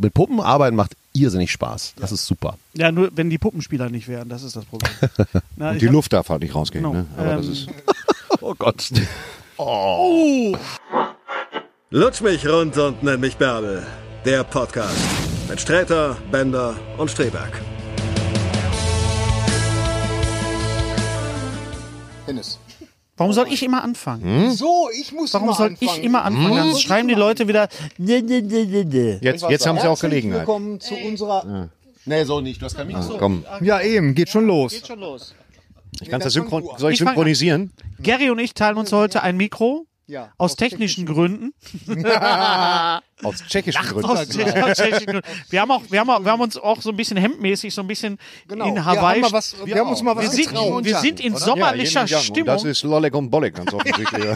mit Puppen arbeiten macht irrsinnig Spaß. Das ist super. Ja, nur wenn die Puppenspieler nicht wären, das ist das Problem. Na, Die ich hab- Luft darf halt nicht rausgehen, Genau. ne? Aber das Ähm, ist. Oh Gott. Lutsch mich rund und nenn mich Bärbel. Der Podcast mit Sträter, Bender und Streberg. Hennes. Warum soll ich immer anfangen? Hm? So, ich muss Warum immer soll anfangen. ich immer anfangen? Hm? Dann schreiben die Leute wieder. "Ne, ne, ne, ne, ne." Jetzt, jetzt haben sie auch Herzlich Gelegenheit. Willkommen zu unserer. Nee, so nicht. Du hast kein Mikro. Komm, Äh. Ja, eben, geht schon los. Geht schon los. ich kann das synchron soll Ich ich fang an. synchronisieren? Gary und ich teilen uns heute ein Mikro. Ja, Aus technischen Gründen. Aus tschechischen Gründen. Aus te- genau. aus technischen Gründen. Wir haben, auch, wir, haben auch, wir haben uns auch so ein bisschen hemdmäßig, so ein bisschen Genau. in Wir Hawaii. haben, mal was, wir, haben uns mal wir, was sind, getraut. wir sind in Ja, sommerlicher Yin und Yang. Und Das Stimmung. ist Lollek und Bollek, ganz offensichtlich. ja.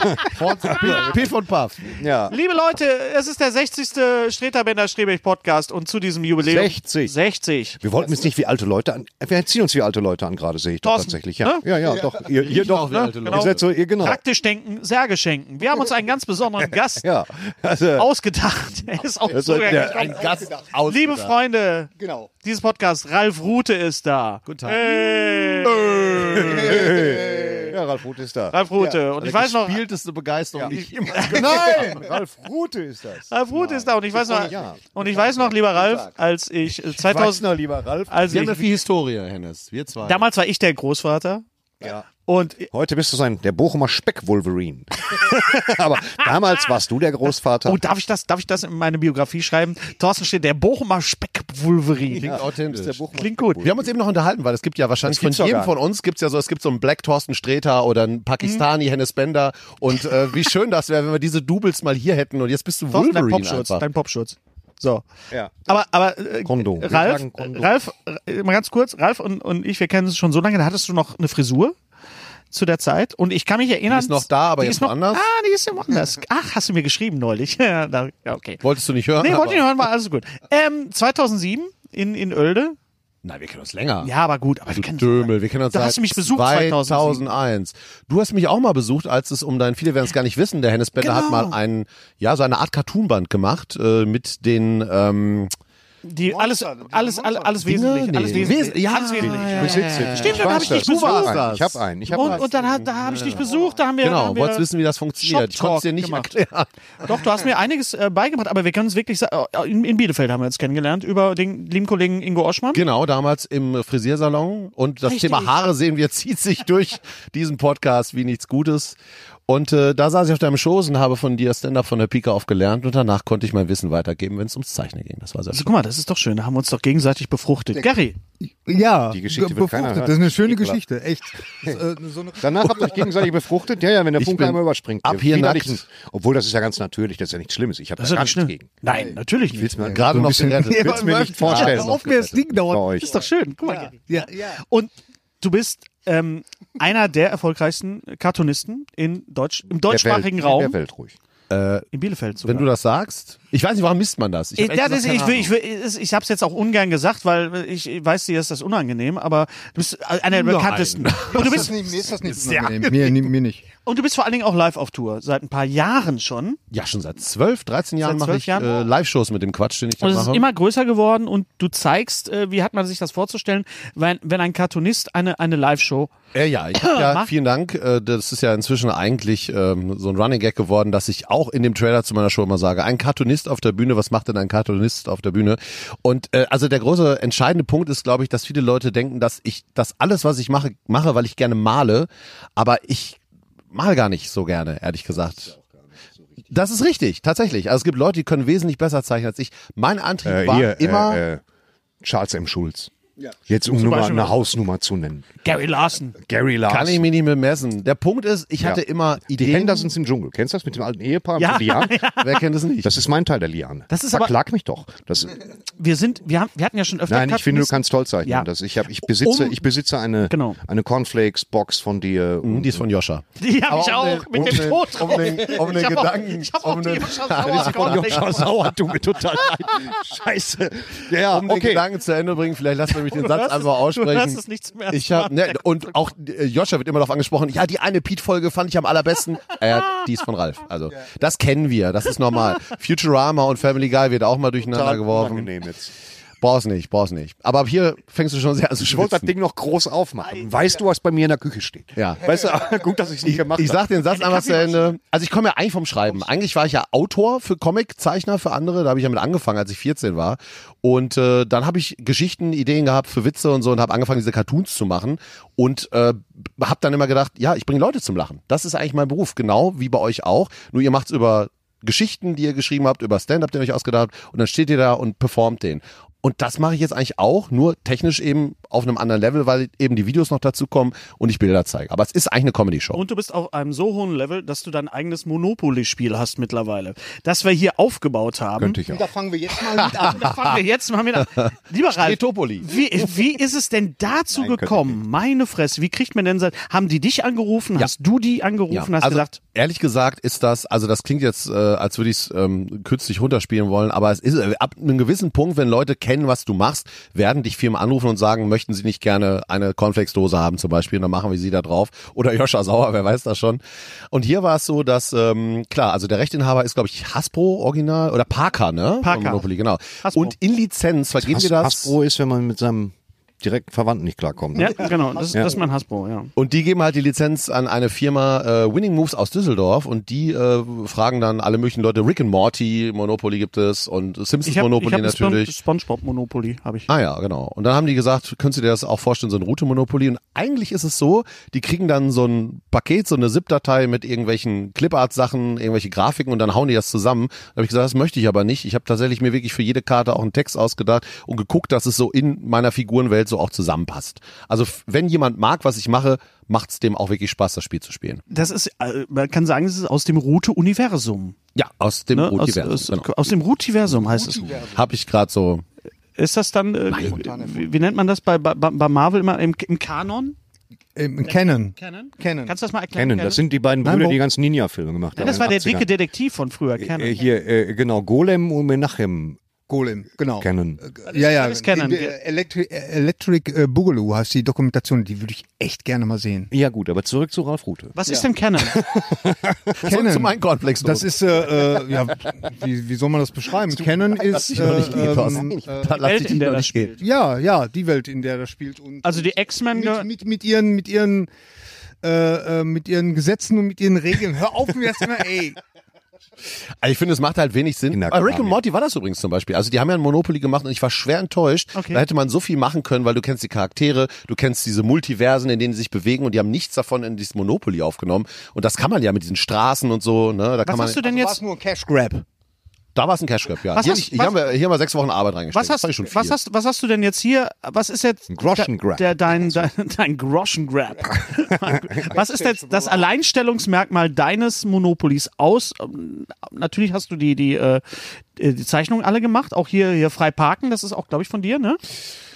Piff und Puff. ja. Liebe Leute, es ist der 60. Streterbender Strebech Podcast und zu diesem Jubiläum. 60. 60. Wir wollten uns nicht wie alte Leute an. Wir ziehen uns wie alte Leute an, gerade sehe ich doch Thorsten, tatsächlich. Ja, ne? ja, ja, doch. Ihr, ihr doch, auch wie ne? alte Leute. Ihr seid so, ihr genau. Praktisch denken, Särge schenken. Wir haben uns einen ganz besonderen Gast Ja. Also, ausgedacht. Er ist auch Das halt sollte sogar- der- Ein Gast Liebe Freunde, Genau. dieses Podcast, Ralf Rute ist da. Guten Tag. Hey. ja, Ralf Rute ist da. Ralf Rute. Und ich weiß noch, Spielteste Begeisterung, die ich jemals Nein! Ralf Rute ist das. Ralf Rute ist da. Und ich weiß noch, Ja. und ich weiß noch lieber Ralf, als ich äh, 2000, Wachsner, lieber Ralf. als Wir haben ja ich, viel Historie, Hennes. Wir zwei. damals war ich der Großvater. Ja. Und Heute bist du sein, der Bochumer Speck-Wolverine. Aber damals warst du der Großvater. Oh, darf ich das, darf ich das in meine Biografie schreiben? Thorsten steht der Bochumer Speck-Vulverin. Klingt authentisch. Klingt gut. Wir haben uns eben noch unterhalten, weil es gibt ja wahrscheinlich Das von gibt's doch jedem gar von uns gibt's ja so, es gibt so einen Black Thorsten Sträter oder einen Pakistani Hennes Bender und äh, wie schön das wäre, wenn wir diese Doubles mal hier hätten und jetzt bist du Thorsten, dein Wolverine Popschutz. einfach. Dein Popschutz. So. Ja. Aber, aber äh, Kondom. Wir Ralf, tragen Kondom. Ralf, äh, mal ganz kurz, Ralf und, und ich, wir kennen uns schon so lange, da hattest du noch eine Frisur zu der Zeit und ich kann mich erinnern. Die ist noch da, aber die jetzt ist noch, woanders. Ah, die ist ja woanders. Ach, hast du mir geschrieben neulich. Ja, da- ja, okay. Wolltest du nicht hören? Nee, aber- wollte ich nicht hören, war alles gut. Ähm, 2007 in, in Oelde. Nein, wir kennen uns länger. Ja, aber gut, aber wir Du kennen Dömel, wir kennen uns Da seit hast du mich besucht, 2007. 2001. Du hast mich auch mal besucht, als es um dein, viele werden es gar nicht wissen, der Hennes Bender hat Genau. mal einen, ja, so eine Art Cartoonband gemacht äh, mit den, ähm, Die alles, alles, alles, alles wesentlich, nee. alles wesentlich, Wes- ja, alles wesentlich. ja, ja, Ich besitze ihn. Stimmt, dann weiß hab ich das. dich besucht. Ich hab einen. Ich habe einen. Ich hab und, einen. und dann, hat- da habe ich dich besucht, da haben wir. genau, haben wir wolltest wissen, wie das funktioniert. Ich konnte es dir nicht Shop-Talk erklären. Doch, du hast mir einiges äh, beigebracht, aber wir können uns wirklich, sa- äh, in, in Bielefeld haben wir uns kennengelernt, über den lieben Kollegen Ingo Oschmann. Genau, damals im Frisiersalon. Und das Richtig. Thema Haare sehen wir, zieht sich durch diesen Podcast wie nichts Gutes. Und äh, da saß ich auf deinem Schoß und habe von dir Stand-Up von der Pika auf gelernt und danach konnte ich mein Wissen weitergeben, wenn es ums Zeichnen ging. Das war sehr Also guck mal, das ist doch schön, da haben wir uns doch gegenseitig befruchtet. Gary, Ja, Die Geschichte ge- wird keiner befruchtet. hören. Das ist eine schöne Ekelhaft. Geschichte, echt. Das, äh, so eine Danach habt ihr euch gegenseitig befruchtet? Ja, ja, wenn der Ich Funke bin einmal überspringt. ab Ihr hier widerlichen- nackt. Obwohl, das ist ja ganz natürlich, das ist ja nichts Schlimmes. Ich habe das da ist doch gar nicht nichts schlimm. gegen. Nein, natürlich Ich nicht. will's mir, gerade noch gerettet. will's mir nicht vorstellen. Auf wer das Ding Bei dauert. euch. Ist doch schön, guck mal. Gary. Ja, ja. Und du bist ähm, einer der erfolgreichsten Cartoonisten in Deutsch, im Der Welt- deutschsprachigen Raum, Der Welt ruhig. in Bielefeld sogar. Wenn du das sagst, ich weiß nicht, warum misst man das? Ich, hab echt Äh, das ist, keine ich, will, Ahnung. ich, will, ich, ich habe es jetzt auch ungern gesagt, weil ich weiß, dir ist das unangenehm, aber du bist einer der Nein. bekanntesten. Und du Mir bist ist das nicht, mir ist das nicht unangenehm. Mir, mir nicht. Und du bist vor allen Dingen auch live auf Tour, seit ein paar Jahren schon. Ja, schon seit 12, 13 Jahren mache 12 ich Jahren? äh, Live-Shows mit dem Quatsch, den ich da Und es ist mache. immer größer geworden und du zeigst, äh, wie hat man sich das vorzustellen, wenn, wenn ein Cartoonist eine, eine Live-Show. Äh, ja, ich hab ja, Mach. vielen Dank. Äh, Das ist ja inzwischen eigentlich ähm, so ein Running Gag geworden, dass ich auch in dem Trailer zu meiner Show immer sage, ein Cartoonist auf der Bühne, was macht denn ein Cartoonist auf der Bühne? Und äh, also der große entscheidende Punkt ist, glaube ich, dass viele Leute denken, dass ich das alles, was ich mache, mache, weil ich gerne male, aber ich mal gar nicht so gerne, ehrlich gesagt. Das ist richtig, tatsächlich. Also es gibt Leute, die können wesentlich besser zeichnen als ich. Mein Antrieb Äh, war hier, immer. Äh, äh, Charles M. Schulz. Jetzt um nur mal Beispiel- eine Hausnummer zu nennen. Gary Larson. Gary Larson. Kann ich mich nicht mehr messen. Der Punkt ist, ich hatte immer die Ideen. Hendersons im Dschungel. Kennst du das mit dem alten Ehepaar? Ja. mit Lian? Wer kennt es nicht? Das ist mein Teil der Lian. Das ist aber- Verklag mich doch. Das, Wir sind, wir haben, wir hatten ja schon öfter nein, ich finde, du Cartoonisten. kannst toll zeichnen. Ja. Das, ich, hab, ich besitze, Um- ich besitze eine, Genau. eine Cornflakes-Box von dir. Hm, Und Die ist von Joscha. Die habe ich Aber um auch den- mit um dem den- Tod um drauf. den- um den ich hab Gedanken, Auch, ich habe um auch die den- Joscha Oh, Sauer Das ist von Joscha Cornflakes. Sauer, du mir total leid. Scheiße. Ja, Um den okay. Gedanken zu Ende bringen, vielleicht lassen wir mich den Satz hörst einfach es- du aussprechen. hörst es nicht zum ersten ich hab, ne, und auch äh, Joscha wird immer darauf angesprochen, ja, die eine Pete-Folge fand ich am allerbesten. äh, die ist von Ralf. Also, das kennen wir, das ist normal. Futurama und Family Guy wird auch mal durcheinander Total geworfen. unangenehm jetzt. Brauchst nicht, brauchst nicht. Aber ab hier fängst du schon sehr an zu Ich wollte das schwitzen. Ding noch groß aufmachen. Weißt du, was bei mir in der Küche steht? Ja. Weißt du, gut, dass ich es nicht gemacht Ich habe. sag den Satz einfach zu Ende. Also ich komme ja eigentlich vom Schreiben. Eigentlich war ich ja Autor für Comic, Zeichner für andere. Da habe ich ja mit angefangen, als ich 14 war. Und äh, dann habe ich Geschichten, Ideen gehabt für Witze und so und habe angefangen, diese Cartoons zu machen. Und äh, habe dann immer gedacht, ja, ich bringe Leute zum Lachen. Das ist eigentlich mein Beruf, genau wie bei euch auch. Nur ihr macht's über Geschichten, die ihr geschrieben habt, über Stand-up, den ihr euch ausgedacht habt. Und dann steht ihr da und performt den. Und das mache ich jetzt eigentlich auch, nur technisch eben auf einem anderen Level, weil eben die Videos noch dazukommen und ich Bilder zeige. Aber es ist eigentlich eine Comedy-Show. Und du bist auf einem so hohen Level, dass du dein eigenes Monopoly-Spiel hast mittlerweile. Das wir hier aufgebaut haben. Könnte ich auch. Da fangen wir jetzt mal mit an. Da fangen wir jetzt mal mit an. Lieber Ralf, Topoli. wie, wie ist es denn dazu Nein, könnte gekommen? Meine Fresse, wie kriegt man denn seit, haben die dich angerufen? Hast du die angerufen? Hast also, gesagt, Ehrlich gesagt ist das, also das klingt jetzt, äh, als würde ich es ähm, künstlich runterspielen wollen, aber es ist äh, ab einem gewissen Punkt, wenn Leute kennen, was du machst, werden dich Firmen anrufen und sagen, möchten sie nicht gerne eine Cornflakes-Dose haben zum Beispiel, und dann machen wir sie da drauf. Oder Joscha Sauer, wer weiß das schon. Und hier war es so, dass, ähm, klar, also der Rechteinhaber ist, glaube ich, Hasbro Original oder Parker, ne? Parker. Von Monopoly, genau. Hasbro. Und in Lizenz vergeben wir das. Hasbro ist, wenn man mit seinem direkten Verwandten nicht klarkommt. Ne? ja, genau, das, das ist mein Hasbro, ja. Und die geben halt die Lizenz an eine Firma äh, Winning Moves aus Düsseldorf und die äh, fragen dann alle möglichen Leute, Rick and Morty, Monopoly gibt es und Simpsons Ich habe hab Monopoly ein Spon- natürlich. Spongebob Monopoly, habe ich. Ah ja, genau. Und dann haben die gesagt, könntest du dir das auch vorstellen, so ein Route-Monopoly? Und eigentlich ist es so, die kriegen dann so ein Paket, so eine ZIP-Datei mit irgendwelchen Clipart-Sachen, irgendwelche Grafiken und dann hauen die das zusammen. Da habe ich gesagt, das möchte ich aber nicht. Ich habe tatsächlich mir wirklich für jede Karte auch einen Text ausgedacht und geguckt, dass es so in meiner Figurenwelt so auch zusammenpasst. Also f- wenn jemand mag, was ich mache, macht's dem auch wirklich Spaß, das Spiel zu spielen. Das ist, äh, man kann sagen, es ist aus dem Route-Universum. Ja, aus dem Ne? ne? Aus, Rotiversum. aus, Genau. aus dem Route-Universum heißt es. Habe ich gerade so. Ist das dann, äh, ne? wie, wie nennt man das bei, bei, bei Marvel immer im, im Kanon? Im Äh, Canon. Canon? Canon. Kannst du das mal erklären? Kennen, das sind die beiden Nein, Brüder, wo- die die ganzen Ninja-Filme gemacht Nein, haben. das war der in den dicke 80ern. Detektiv von früher, Canon. Äh, Hier, äh, genau, Golem und Menachem Golem, genau. kennen. Ja, ja. alles Canon. Die, die, äh, Electric, äh, Electric äh, Boogaloo heißt die Dokumentation, die würde ich echt gerne mal sehen. Ja gut, aber zurück zu Ralf Rute. Was ist denn Canon? Canon. Zu meinem Cornflakes. Das ist, äh, äh, ja, wie, wie soll man das beschreiben? Canon ist, ich noch äh, nicht gehen, Thorsten. ähm, äh, Da lass Welt, ich in dich der noch das nicht gehen. spielt. ja, ja, die Welt, in der das spielt. Und Also die X-Men mit, gehören. mit, mit ihren, mit ihren, äh, äh, mit ihren Gesetzen und mit ihren Regeln. Hör auf mir das immer, ey. Also ich finde, es macht halt wenig Sinn. Kinder- Bei Rick und Morty war das übrigens zum Beispiel. Also die haben ja ein Monopoly gemacht und ich war schwer enttäuscht. Okay. Da hätte man so viel machen können, weil du kennst die Charaktere, du kennst diese Multiversen, in denen sie sich bewegen und die haben nichts davon in dieses Monopoly aufgenommen. Und das kann man ja mit diesen Straßen und so. Ne? Da kann Was man, hast du denn War es jetzt? nur ein Cash Grab? Da war es ein Cash Grab, ja. Was hier, hast- hier, was- haben wir, hier haben wir sechs Wochen Arbeit reingesteckt. Was Das hast, fand ich schon was, viel. hast, was hast du denn jetzt hier? Was ist jetzt Ein Groschengrab. Der, dein, dein, dein Groschengrab. was ist jetzt das Alleinstellungsmerkmal deines Monopolies aus? ähm, Natürlich hast du die, die, äh, die Zeichnungen alle gemacht, auch hier, hier frei parken, das ist auch, glaube ich, von dir, ne?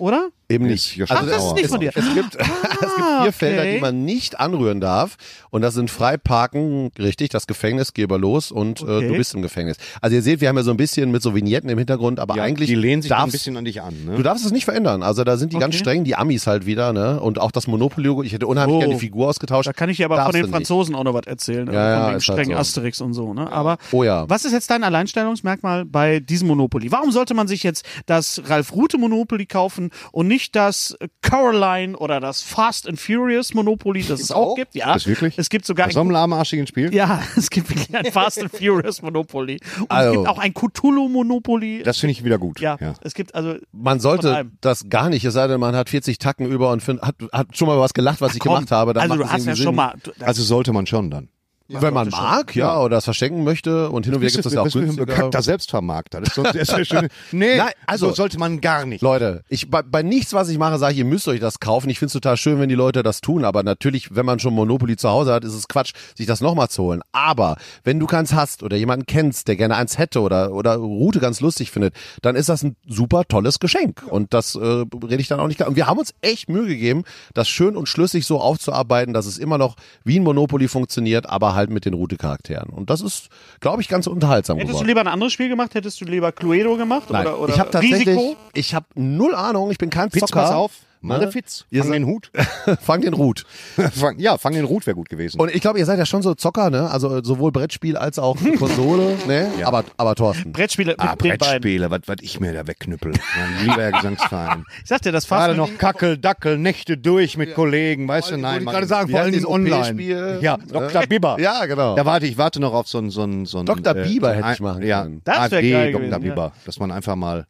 oder? Eben nicht. Joschka Ach, das ist Sauer. nicht von dir. Ah, Es gibt, es gibt vier Felder, die man nicht anrühren darf. Und das sind Freiparken, richtig, das Gefängnis, geh aber los und äh, Okay. du bist im Gefängnis. Also ihr seht, wir haben ja so ein bisschen mit so Vignetten im Hintergrund, aber Ja, eigentlich die lehnen sich ein darfst, bisschen an dich an. Du Ne? darfst es nicht verändern. Also da sind die ganz Okay. streng, die Amis halt wieder, ne? Und auch das Monopoly-Logo, ich hätte unheimlich Oh. gerne die Figur ausgetauscht. Da kann ich dir aber Darfst von den du nicht. Franzosen auch noch was erzählen. also Ja, ja, von wegen ist halt strengen so. Asterix und so. Ne? Aber Oh ja. was ist jetzt dein Alleinstellungsmerkmal bei diesem Monopoly? Warum sollte man sich jetzt das Ralf Rute Monopoly kaufen und nicht das Caroline oder das Fast and Furious Monopoly, das es auch, auch? gibt? Ja, Das wirklich? es gibt sogar Bei so ein, einem lahmarschigen Spiel? ja, es gibt wirklich ein Fast and Furious Monopoly. Und es Also. gibt auch ein Cthulhu Monopoly. Das finde ich wieder gut. ja, es gibt also Man Von sollte allem. das gar nicht, es sei denn, man hat 40 Tacken über und find, hat, hat schon mal was gelacht, was ich gemacht habe. Dann also macht du es hast ja irgendwie schon Sinn. mal du, das Also sollte man schon dann. Wenn man mag, ja, oder das verschenken möchte und hin und wieder gibt es das ja auch Was für ein günstiger. bekackter Selbstvermarkter. Das ist so ein sehr, sehr schön. Nee, Nein, also- also sollte man gar nicht. Leute, ich, bei, bei nichts, was ich mache, sage ich, ihr müsst euch das kaufen. Ich finde es total schön, wenn die Leute das tun. Aber natürlich, wenn man schon Monopoly zu Hause hat, ist es Quatsch, sich das nochmal zu holen. Aber wenn du keins hast oder jemanden kennst, der gerne eins hätte oder, oder Route ganz lustig findet, dann ist das ein super tolles Geschenk. Und das äh, rede ich dann auch nicht. Und wir haben uns echt Mühe gegeben, das schön und schlüssig so aufzuarbeiten, dass es immer noch wie ein Monopoly funktioniert, aber halt mit den Route-Charakteren. Und das ist, glaube ich, ganz unterhaltsam Hättest du geworden. lieber ein anderes Spiel gemacht? Hättest du lieber Cluedo gemacht? Oh Nein, Oder, oder ich habe tatsächlich, Risiko? ich habe null Ahnung, ich bin kein Fitz, Zocker. pass auf. Ne? Malefiz. Ihr Fang seid- den Hut. Fang den Ruth. fang, ja, fang den Hut wäre gut gewesen. Und ich glaube, ihr seid ja schon so Zocker, ne? Also äh, sowohl Brettspiel als auch Konsole, ne? Aber, aber Thorsten. Brettspiele mit ah, den beiden. Brettspiele, was was ich mir da wegknüppel. Mein lieber Gesangsverein. Ich sag dir, das Gerade Fast, noch Kackel, Dackel, Nächte durch mit Kollegen, weißt du, nein. Wollte ich Mann. gerade sagen, vor allem dieses dieses online. OP-Spiel? Ja, Dr. Bieber. ne? Ja, genau. Da warte ich, warte noch auf so einen, so einen, so einen Dr. Bieber so einen- hätte ich machen ja, können. Das wär AfD geil Dr. gewesen, ne? Bieber, dass man einfach mal.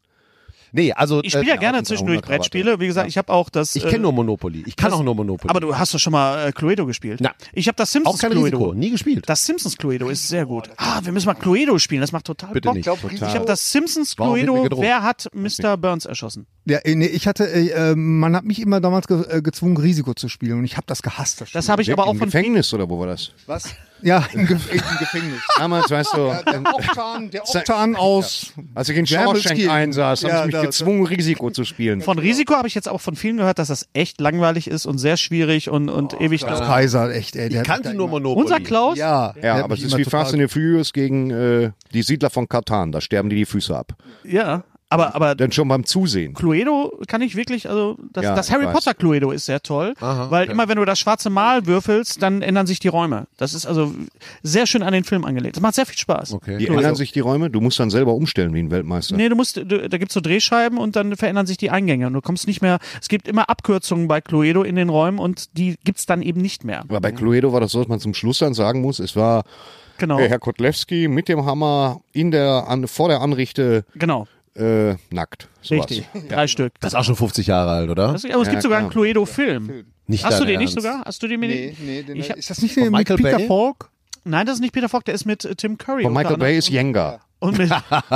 Nee, also ich spiele ja äh, gerne und zwischendurch 100 Rabatte. Brettspiele. Wie gesagt, ich habe auch das. ich äh, kenne nur Monopoly. Ich kann das- auch nur Monopoly. Aber du hast doch schon mal äh, Cluedo gespielt. Na. Ich habe das Simpsons auch kein Cluedo. Risiko, nie gespielt. Das Simpsons Cluedo ist sehr gut. Ah, wir müssen mal Cluedo spielen. Das macht total Bitte Bock. nicht. glaube, Ich habe das Simpsons Warum wird mir Cluedo. gedroht? Wer hat Mr. Burns erschossen? Ja, äh, nee, ich hatte, äh, äh, man hat mich immer damals ge äh, gezwungen, Risiko zu spielen und ich habe das gehasst. Das Das habe ich aber auch Im von. Gefängnis oder wo war das? was? Ja, im, Ge äh, im Gefängnis. Damals, weißt Der du, Oktan, der Oktan aus. als ich in Schamels Shawshank Kiel. einsaß, Ja, habe ich mich da- gezwungen, Risiko zu spielen. Von Risiko habe ich jetzt auch von vielen gehört, dass das echt langweilig ist und sehr schwierig und, und Oh, ewig dauert. Kaiser, echt, ey. Der ich hat mich kannte da nur immer- Monopoly. genau. Unser Klaus? Ja, der ja, hat aber mich es ist immer wie total- Fast and the Furious gegen äh, die Siedler von Katan. Da sterben die die Füße ab. ja. Aber, aber Denn schon beim Zusehen. Cluedo kann ich wirklich, also das, Ja, das ich Harry weiß. Potter Cluedo ist sehr toll, weil immer wenn du das schwarze Mal würfelst, dann ändern sich die Räume. Das ist also sehr schön an den Film angelegt. Das macht sehr viel Spaß. Okay. Die ändern sich die Räume. Du musst dann selber umstellen wie ein Weltmeister. Nee, du musst, du, da gibt's so Drehscheiben und dann verändern sich die Eingänge und du kommst nicht mehr, es gibt immer Abkürzungen bei Cluedo in den Räumen und die gibt's dann eben nicht mehr. Aber bei Cluedo war das so, dass man zum Schluss dann sagen muss, es war Genau, äh, Herr Kotlewski mit dem Hammer in der, an, vor der Anrichte genau, äh, nackt. Sowas. richtig, drei Stück. Das ist auch schon 50 Jahre alt, oder? Das, aber es gibt sogar einen genau. Cluedo-Film. Nicht Hast du dein den nicht Ernst. sogar? Hast du den mir Nee, nee, den Ich hab- ist Ist das nicht der mit Michael Peter Bay? Falk? Nein, das ist nicht Peter Falk, der ist mit äh, Tim Curry. Von unter Michael anderem. Bay ist Jenga. Und mit,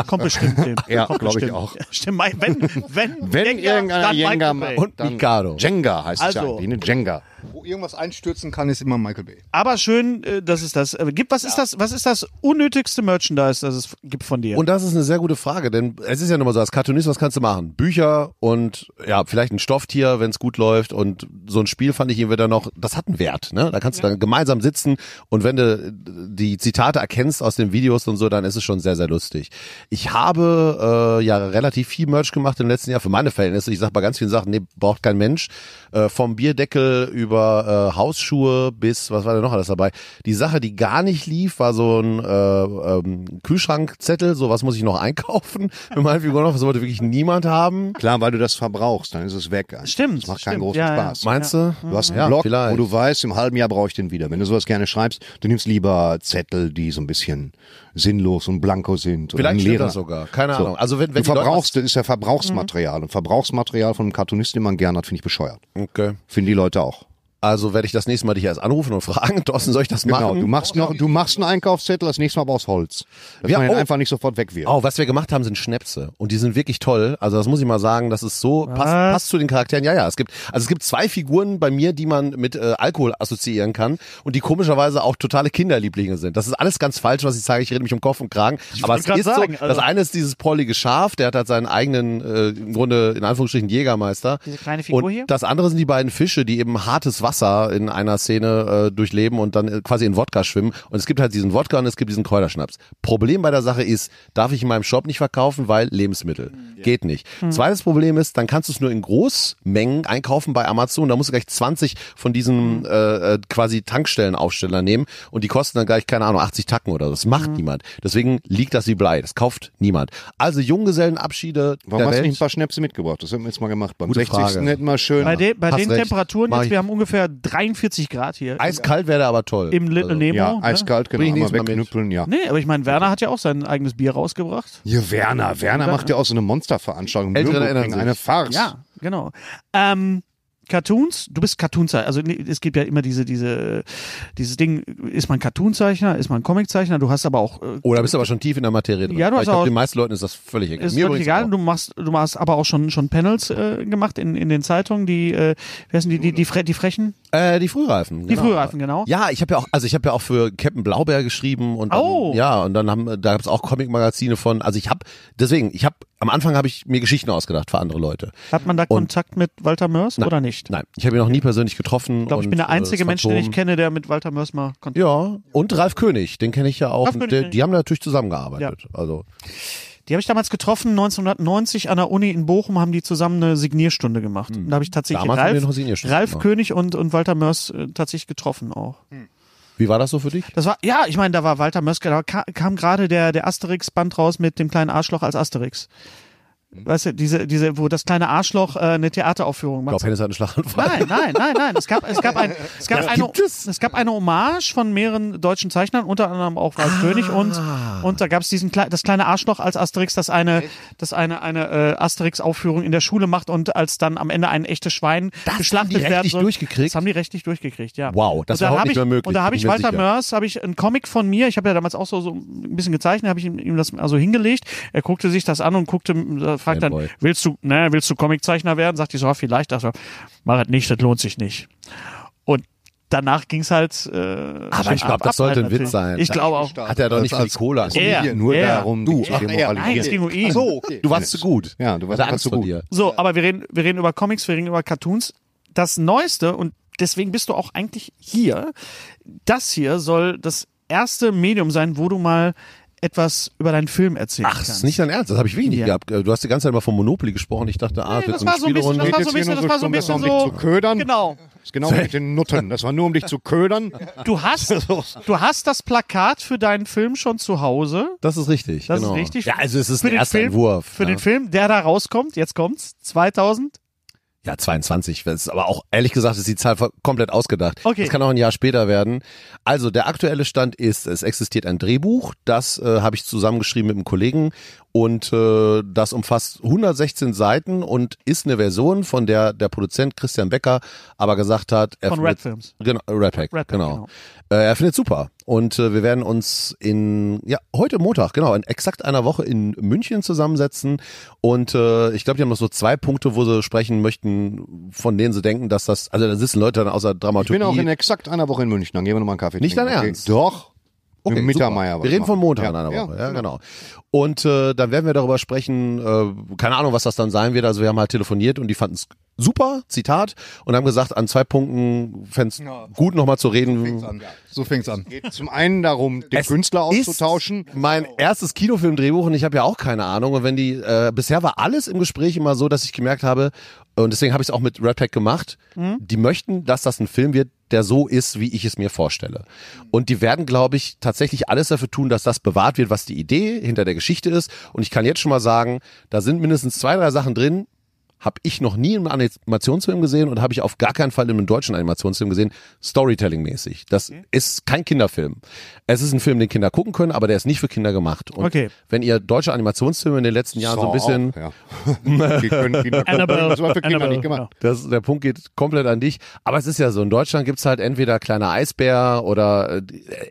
kommt bestimmt dem. Ja, Kommt glaub ich bestimmt. auch. Stimmt, Mai- wenn, wenn, Wenn Jenga, irgendeiner dann Jenga Michael Bay. macht, Und Mikado. Jenga heißt es Also. ja. eigentlich, ne? Jenga. wo irgendwas einstürzen kann. Kann ist immer Michael Bay. Aber schön, äh, dass es das äh, gibt. Was ist das? Was ist das unnötigste Merchandise, das es f- gibt von dir? Und das ist eine sehr gute Frage, denn es ist ja nochmal so, als Cartoonist, was kannst du machen? Bücher und ja, vielleicht ein Stofftier, wenn es gut läuft. Und so ein Spiel fand ich irgendwie dann noch, das hat einen Wert. Ne? Da kannst du dann gemeinsam sitzen und wenn du äh, die Zitate erkennst aus den Videos und so, dann ist es schon sehr, sehr lustig. Ich habe äh, ja relativ viel Merch gemacht im letzten Jahr für meine Verhältnisse. Ich sag bei ganz vielen Sachen, nee, braucht kein Mensch. Äh, vom Bierdeckel über äh, Hausschuhe bis, was war da noch alles dabei? Die Sache, die gar nicht lief, war so ein äh, ähm, Kühlschrankzettel, so was muss ich noch einkaufen für meine Figur noch, das wollte wirklich niemand haben. Klar, weil du das verbrauchst, dann ist es weg. Stimmt, Das macht stimmt, keinen großen ja, ja. Spaß. Meinst du? Mhm. Du hast einen Ja, Blog, vielleicht. Mhm. wo du weißt, im halben Jahr brauche ich den wieder. Wenn du sowas gerne schreibst, du nimmst lieber Zettel, die so ein bisschen sinnlos und blanko sind. oder Vielleicht einen stimmt Lehrer. das sogar. Keine Ahnung. Also wenn- wenn du die Leute- verbrauchst, das ist ja Verbrauchsmaterial. Und Verbrauchsmaterial von einem Cartoonisten, den man gern hat, finde ich bescheuert. Okay. Finden die Leute auch. Also werde ich das nächste Mal dich erst anrufen und fragen, Thorsten, soll ich das Genau, machen? du machst, noch, du machst einen Einkaufszettel, das nächste Mal aber aus Holz. Dass Ja, man oh. ihn einfach nicht sofort wegwirft. Oh, was wir gemacht haben, sind Schnäpse. Und die sind wirklich toll. Also das muss ich mal sagen, das ist so, passt, passt zu den Charakteren. Ja, ja, es gibt, also es gibt zwei Figuren bei mir, die man mit äh, Alkohol assoziieren kann und die komischerweise auch totale Kinderlieblinge sind. Das ist alles ganz falsch, was ich sage. Ich rede mich um Kopf und Kragen. Aber es grad ist sagen, so, also- das eine ist dieses pollige Schaf, der hat halt seinen eigenen, äh, im Grunde, in Anführungsstrichen, Jägermeister. Diese kleine Figur und hier? Das andere sind die beiden Fische, die eben hartes Wasser in einer Szene äh, durchleben und dann äh, quasi in Wodka schwimmen. Und es gibt halt diesen Wodka und es gibt diesen Kräuterschnaps. Problem bei der Sache ist, darf ich in meinem Shop nicht verkaufen, weil Lebensmittel. Geht nicht. Zweites Problem ist, dann kannst du es nur in Großmengen einkaufen bei Amazon. Da musst du gleich 20 von diesen äh, äh, quasi Tankstellenaufsteller nehmen und die kosten dann gleich, keine Ahnung, 80 Tacken oder so. Das macht niemand. Deswegen liegt das wie Blei. Das kauft niemand. Also Junggesellenabschiede Warum der hast du Welt. nicht ein paar Schnäpse mitgebracht? Das hätten wir jetzt mal gemacht. Beim Gute 60. Frage. hätten wir schön. Bei, de bei hast den recht. Temperaturen Mach jetzt, ich. wir haben ungefähr 43 Grad hier Eiskalt wäre der aber toll. Also im Little Nemo. ja, ne? eiskalt, Bring ich genau. Mal nächstes Mal mit. wegknüppeln, ja. Nee, aber ich meine, Werner hat ja auch sein eigenes Bier rausgebracht. Hier, Werner. Werner macht ja auch so eine Monsterveranstaltung. Ältere Nürburgring, erinnern sich. Eine Farce. Ja, genau. Ähm, Cartoons, du bist Cartoonzeichner. Also nee, es gibt ja immer diese, diese, dieses Ding, ist man Cartoonzeichner, ist man Comiczeichner, du hast aber auch äh, Oder Oh, bist du aber schon tief in der Materie drin? Ja, du Weil hast ich glaube, auch- den meisten Leuten ist das völlig egal. Ist Mir übrigens völlig egal. auch. Du machst, du hast aber auch schon, schon Panels äh, gemacht in, in den Zeitungen, die, äh, wer sind die, die, die, Fre die Frechen? Äh, die Frühreifen. Die Frühreifen, genau. Ja, ich habe ja auch, also ich habe ja auch für Captain Blaubeer geschrieben und dann, Oh. ja, und dann haben da gab's auch Comic-Magazine von. Also ich habe deswegen, ich habe am Anfang habe ich mir Geschichten ausgedacht für andere Leute. Hat man da Kontakt mit Walter Mörs oder nicht? Nein, ich habe ihn noch nie persönlich getroffen. äh, Ich glaube, ich bin der einzige Mensch, den ich kenne. kenne, der mit Walter Mörs mal Kontakt Ja, und Ralf König, den kenne ich ja auch. Ralf Und König der, kenn ich. die haben natürlich zusammengearbeitet. Also Die habe ich damals getroffen, 1990 an der Uni in Bochum haben die zusammen eine Signierstunde gemacht. Und Da habe ich tatsächlich Hm. Damals haben die noch Ralf, Signierstunde Ralf gemacht. König und, und Walter Mörs äh, tatsächlich getroffen auch. wie war das so für dich? Das war, ja, ich meine, da war Walter Mörs, da ka- kam gerade der, der Asterix-Band raus mit dem kleinen Arschloch als Asterix. Weißt du, diese, diese, wo das kleine Arschloch äh, eine Theateraufführung Ich macht. glaube, Hennes hat einen Schlaganfall. Nein, nein, nein, nein. Es gab, es gab, ein, es gab, eine, es? gab eine Hommage von mehreren deutschen Zeichnern, unter anderem auch Ralf König und, Ah. und da gab es diesen Kle das kleine Arschloch als Asterix, das eine, das eine, eine äh, Asterix-Aufführung in der Schule macht und als dann am Ende ein echtes Schwein geschlachtet haben die werden rechtlich soll. durchgekriegt? Das haben die rechtlich durchgekriegt, ja. Wow, das Und wäre dann heute hab nicht ich, mehr möglich, Und da habe bin ich mir Walter sicher. Mörs, habe ich einen Comic von mir, ich habe ja damals auch so, so ein bisschen gezeichnet, habe ich ihm, ihm das also hingelegt. Er guckte sich das an und guckte, äh, fragt dann, Fanboy. willst du, ne, willst du Comiczeichner werden? Sagt ich so, ja, vielleicht. Dachte, er, mach halt nicht, das lohnt sich nicht. Und danach ging's halt. Äh, halt Aber ich glaube, das sollte ein Witz sein. Ich glaube auch. Hat er doch nicht viel Kohle. an- Er. Hier, nur Ja. darum, du, ach, er. Nein, es ging um ihn. Du warst zu gut. Ja, du warst Hatte einfach Angst zu vor gut. dir. So, aber wir reden, wir reden über Comics, wir reden über Cartoons. Das Neueste, und deswegen bist du auch eigentlich hier, das hier soll das erste Medium sein, wo du mal etwas über deinen Film erzählen Ach, das kannst. ist nicht dein Ernst. Das habe ich wirklich nicht Ja. gehabt. Äh, Du hast die ganze Zeit mal von Monopoly gesprochen. Ich dachte, ah, es wird das so eine war so ein bisschen- Spielrunde. das war Geht so ein jetzt hier bisschen- nur das war so ein drum, bisschen um dich so- zu ködern. Genau. Das ist genau wie mit den Nutten. Das war nur, um dich zu ködern. Du hast, du hast das Plakat für deinen Film schon zu Hause. Das ist richtig. Das genau. ist richtig. Ja, also es ist Für ein den erster Film- Entwurf. ne? Für ja. den Film, der da rauskommt, jetzt kommt's, 2000. Ja, 22. Das ist aber auch, ehrlich gesagt, ist die Zahl voll- komplett ausgedacht. Okay. Das kann auch ein Jahr später werden. Also, der aktuelle Stand ist, es existiert ein Drehbuch. Das äh, habe ich zusammengeschrieben mit einem Kollegen. Und äh, das umfasst 116 Seiten und ist eine Version, von der der Produzent Christian Becker aber gesagt hat, er Von findet- Red Films. Genau, äh, Red Pack. Red Pack, genau. Äh, er findet super. Und äh, wir werden uns in, ja, heute Montag, genau, in exakt einer Woche in München zusammensetzen. Und äh, ich glaube, die haben noch so zwei Punkte, wo sie sprechen möchten, von denen sie denken, dass das, also da sitzen Leute dann außer Ich Dramaturgie. bin auch in exakt einer Woche in München. Dann gehen wir nochmal einen Kaffee Nicht trinken. dein Ernst? Doch. Mit Okay, Mittermeier. super. was Wir reden von machen. Montag ja. in einer Ja. Woche. Ja, genau. Und äh, dann werden wir darüber sprechen, äh, keine Ahnung, was das dann sein wird. Also wir haben halt telefoniert und die fanden es super, Zitat, und haben gesagt, an zwei Punkten fänden es gut, nochmal zu also reden. So fängt's an. Geht zum einen darum, den Künstler ist auszutauschen. Mein erstes Kinofilmdrehbuch und ich habe ja auch keine Ahnung. Und wenn die, äh, bisher war alles im Gespräch immer so, dass ich gemerkt habe, und deswegen habe ich es auch mit Red Pack gemacht, die möchten, dass das ein Film wird, der so ist, wie ich es mir vorstelle. Und die werden, glaube ich, tatsächlich alles dafür tun, dass das bewahrt wird, was die Idee hinter der Geschichte ist. Und ich kann jetzt schon mal sagen, da sind mindestens zwei, drei Sachen drin, habe ich noch nie in einem Animationsfilm gesehen und habe ich auf gar keinen Fall in einem deutschen Animationsfilm gesehen, Storytelling-mäßig. Das Mhm. ist kein Kinderfilm. Es ist ein Film, den Kinder gucken können, aber der ist nicht für Kinder gemacht. Und Okay. wenn ihr deutsche Animationsfilme in den letzten Jahren so ein bisschen Auch, ja. Die können Kinder gucken. Annabelle, Das war für Kinder Annabelle, genau. nicht gemacht. Das, der Punkt geht komplett an dich. Aber es ist ja so, in Deutschland gibt's halt entweder kleiner Eisbär oder äh,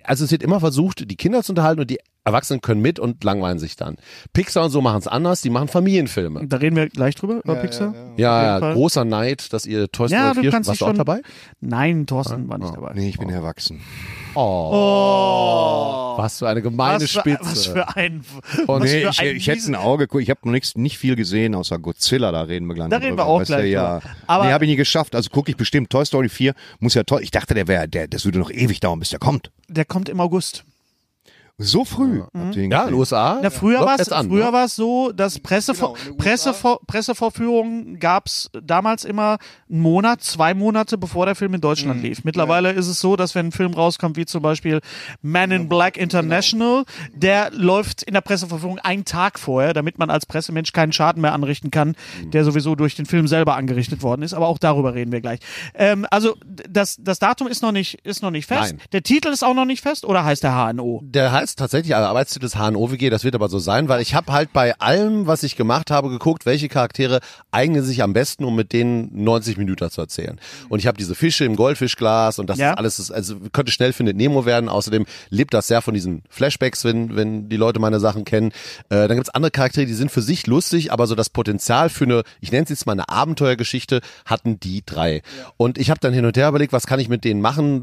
also es wird immer versucht, die Kinder zu unterhalten und die Erwachsenen können mit und langweilen sich dann. Pixar und so machen's anders, die machen Familienfilme. Da reden wir gleich drüber, über Pixar. Mhm. auf Ja, jeden Fall. großer Neid, dass ihr Toy Story Ja, du 4 kannst warst dich du auch schon- dabei? Ah, Nein, Thorsten war nicht dabei. Nee, ich bin erwachsen. Oh. Was für eine gemeine Oh. was, für, Spitze. was für ein. Und was Oh, Nee, für ich, ein ich hätte ein Wiesel- Auge geguckt. Ich habe noch nichts, nicht viel gesehen, außer Godzilla. Da reden wir gleich Da noch reden drüber. wir auch Weißt du, gleich Ja. drüber. Aber- nee, habe ich nie geschafft. Also gucke ich bestimmt. Toy Story 4 muss ja toll. Ich dachte, der wäre, der, das würde noch ewig dauern, bis der kommt. Der kommt im August. So früh. Habt Mhm. ihr den ja, in gesehen? den USA. Na, früher läuft war es jetzt an, früher ne? war es so, dass Pressevor in den USA. Pressevor Pressevorführungen gab es damals immer einen Monat, zwei Monate, bevor der Film in Deutschland lief. Mittlerweile ist es so, dass wenn ein Film rauskommt, wie zum Beispiel Man in Black International, der läuft in der Pressevorführung einen Tag vorher, damit man als Pressemensch keinen Schaden mehr anrichten kann, Mhm. der sowieso durch den Film selber angerichtet worden ist. Aber auch darüber reden wir gleich. Ähm, also d- das, das Datum ist noch nicht, ist noch nicht fest. Nein. Der Titel ist auch noch nicht fest oder heißt der HNO? Der heißt tatsächlich also Arbeitstitel ist HNOWG, das wird aber so sein, weil ich habe halt bei allem, was ich gemacht habe, geguckt, welche Charaktere eignen sich am besten, um mit denen 90 Minuten zu erzählen. Und ich habe diese Fische im Goldfischglas und das Ja. ist alles, das- also könnte schnell findet Nemo werden. Außerdem lebt das sehr von diesen Flashbacks, wenn, wenn die Leute meine Sachen kennen. Äh, dann gibt's andere Charaktere, die sind für sich lustig, aber so das Potenzial für eine, ich nenne es jetzt mal eine Abenteuergeschichte, hatten die drei. Und ich habe dann hin und her überlegt, was kann ich mit denen machen?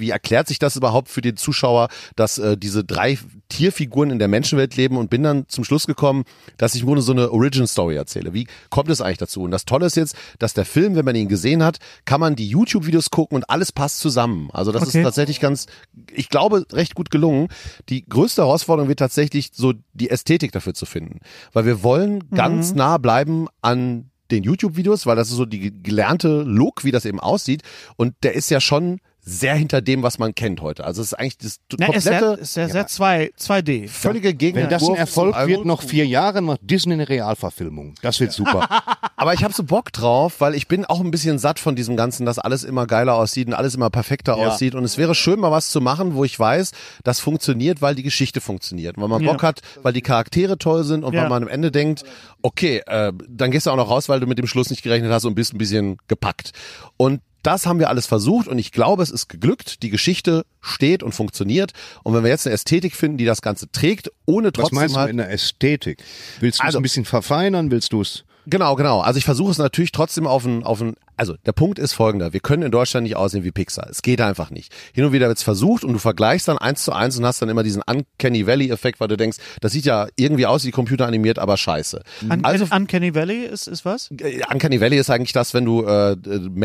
Wie- Wie erklärt sich das überhaupt für den Zuschauer, dass äh, diese drei Tierfiguren in der Menschenwelt leben? Und bin dann zum Schluss gekommen, dass ich im Grunde so eine Origin-Story erzähle. Wie kommt es eigentlich dazu? Und das Tolle ist jetzt, dass der Film, wenn man ihn gesehen hat, kann man die YouTube-Videos gucken und alles passt zusammen. Also das Okay. ist tatsächlich ganz, ich glaube, recht gut gelungen. Die größte Herausforderung wird tatsächlich so die Ästhetik dafür zu finden. Weil wir wollen Mhm. ganz nah bleiben an den YouTube-Videos, weil das ist so die gelernte Look, wie das eben aussieht. Und der ist ja schon sehr hinter dem, was man kennt heute. Also es ist eigentlich das Na, es ist sehr, komplette, es ist sehr, sehr zwei, 2D. völlige Gegenentwurf. Wenn das ein zum Erfolg Album. wird, noch vier Jahre macht Disney eine Realverfilmung. Das wird super. Aber ich habe so Bock drauf, weil ich bin auch ein bisschen satt von diesem Ganzen, dass alles immer geiler aussieht und alles immer perfekter Ja. aussieht. Und es wäre schön, mal was zu machen, wo ich weiß, das funktioniert, weil die Geschichte funktioniert. Weil man Ja. Bock hat, weil die Charaktere toll sind und Ja. weil man am Ende denkt, okay, äh, dann gehst du auch noch raus, weil du mit dem Schluss nicht gerechnet hast und bist ein bisschen gepackt. Und das haben wir alles versucht und ich glaube, es ist geglückt. Die Geschichte steht und funktioniert. Und wenn wir jetzt eine Ästhetik finden, die das Ganze trägt, ohne Was trotzdem meinst du halt in der Ästhetik? Willst du es Also- ein bisschen verfeinern? Willst du es? Genau, genau. Also ich versuche es natürlich trotzdem auf ein, auf ein, also der Punkt ist folgender. Wir können in Deutschland nicht aussehen wie Pixar. Es geht einfach nicht. Hin und wieder wird's versucht und du vergleichst dann eins zu eins und hast dann immer diesen Uncanny Valley Effekt, weil du denkst, das sieht ja irgendwie aus wie computeranimiert, aber scheiße. Un also Uncanny Valley ist, ist was? äh, Uncanny Valley ist eigentlich das, wenn du äh, äh,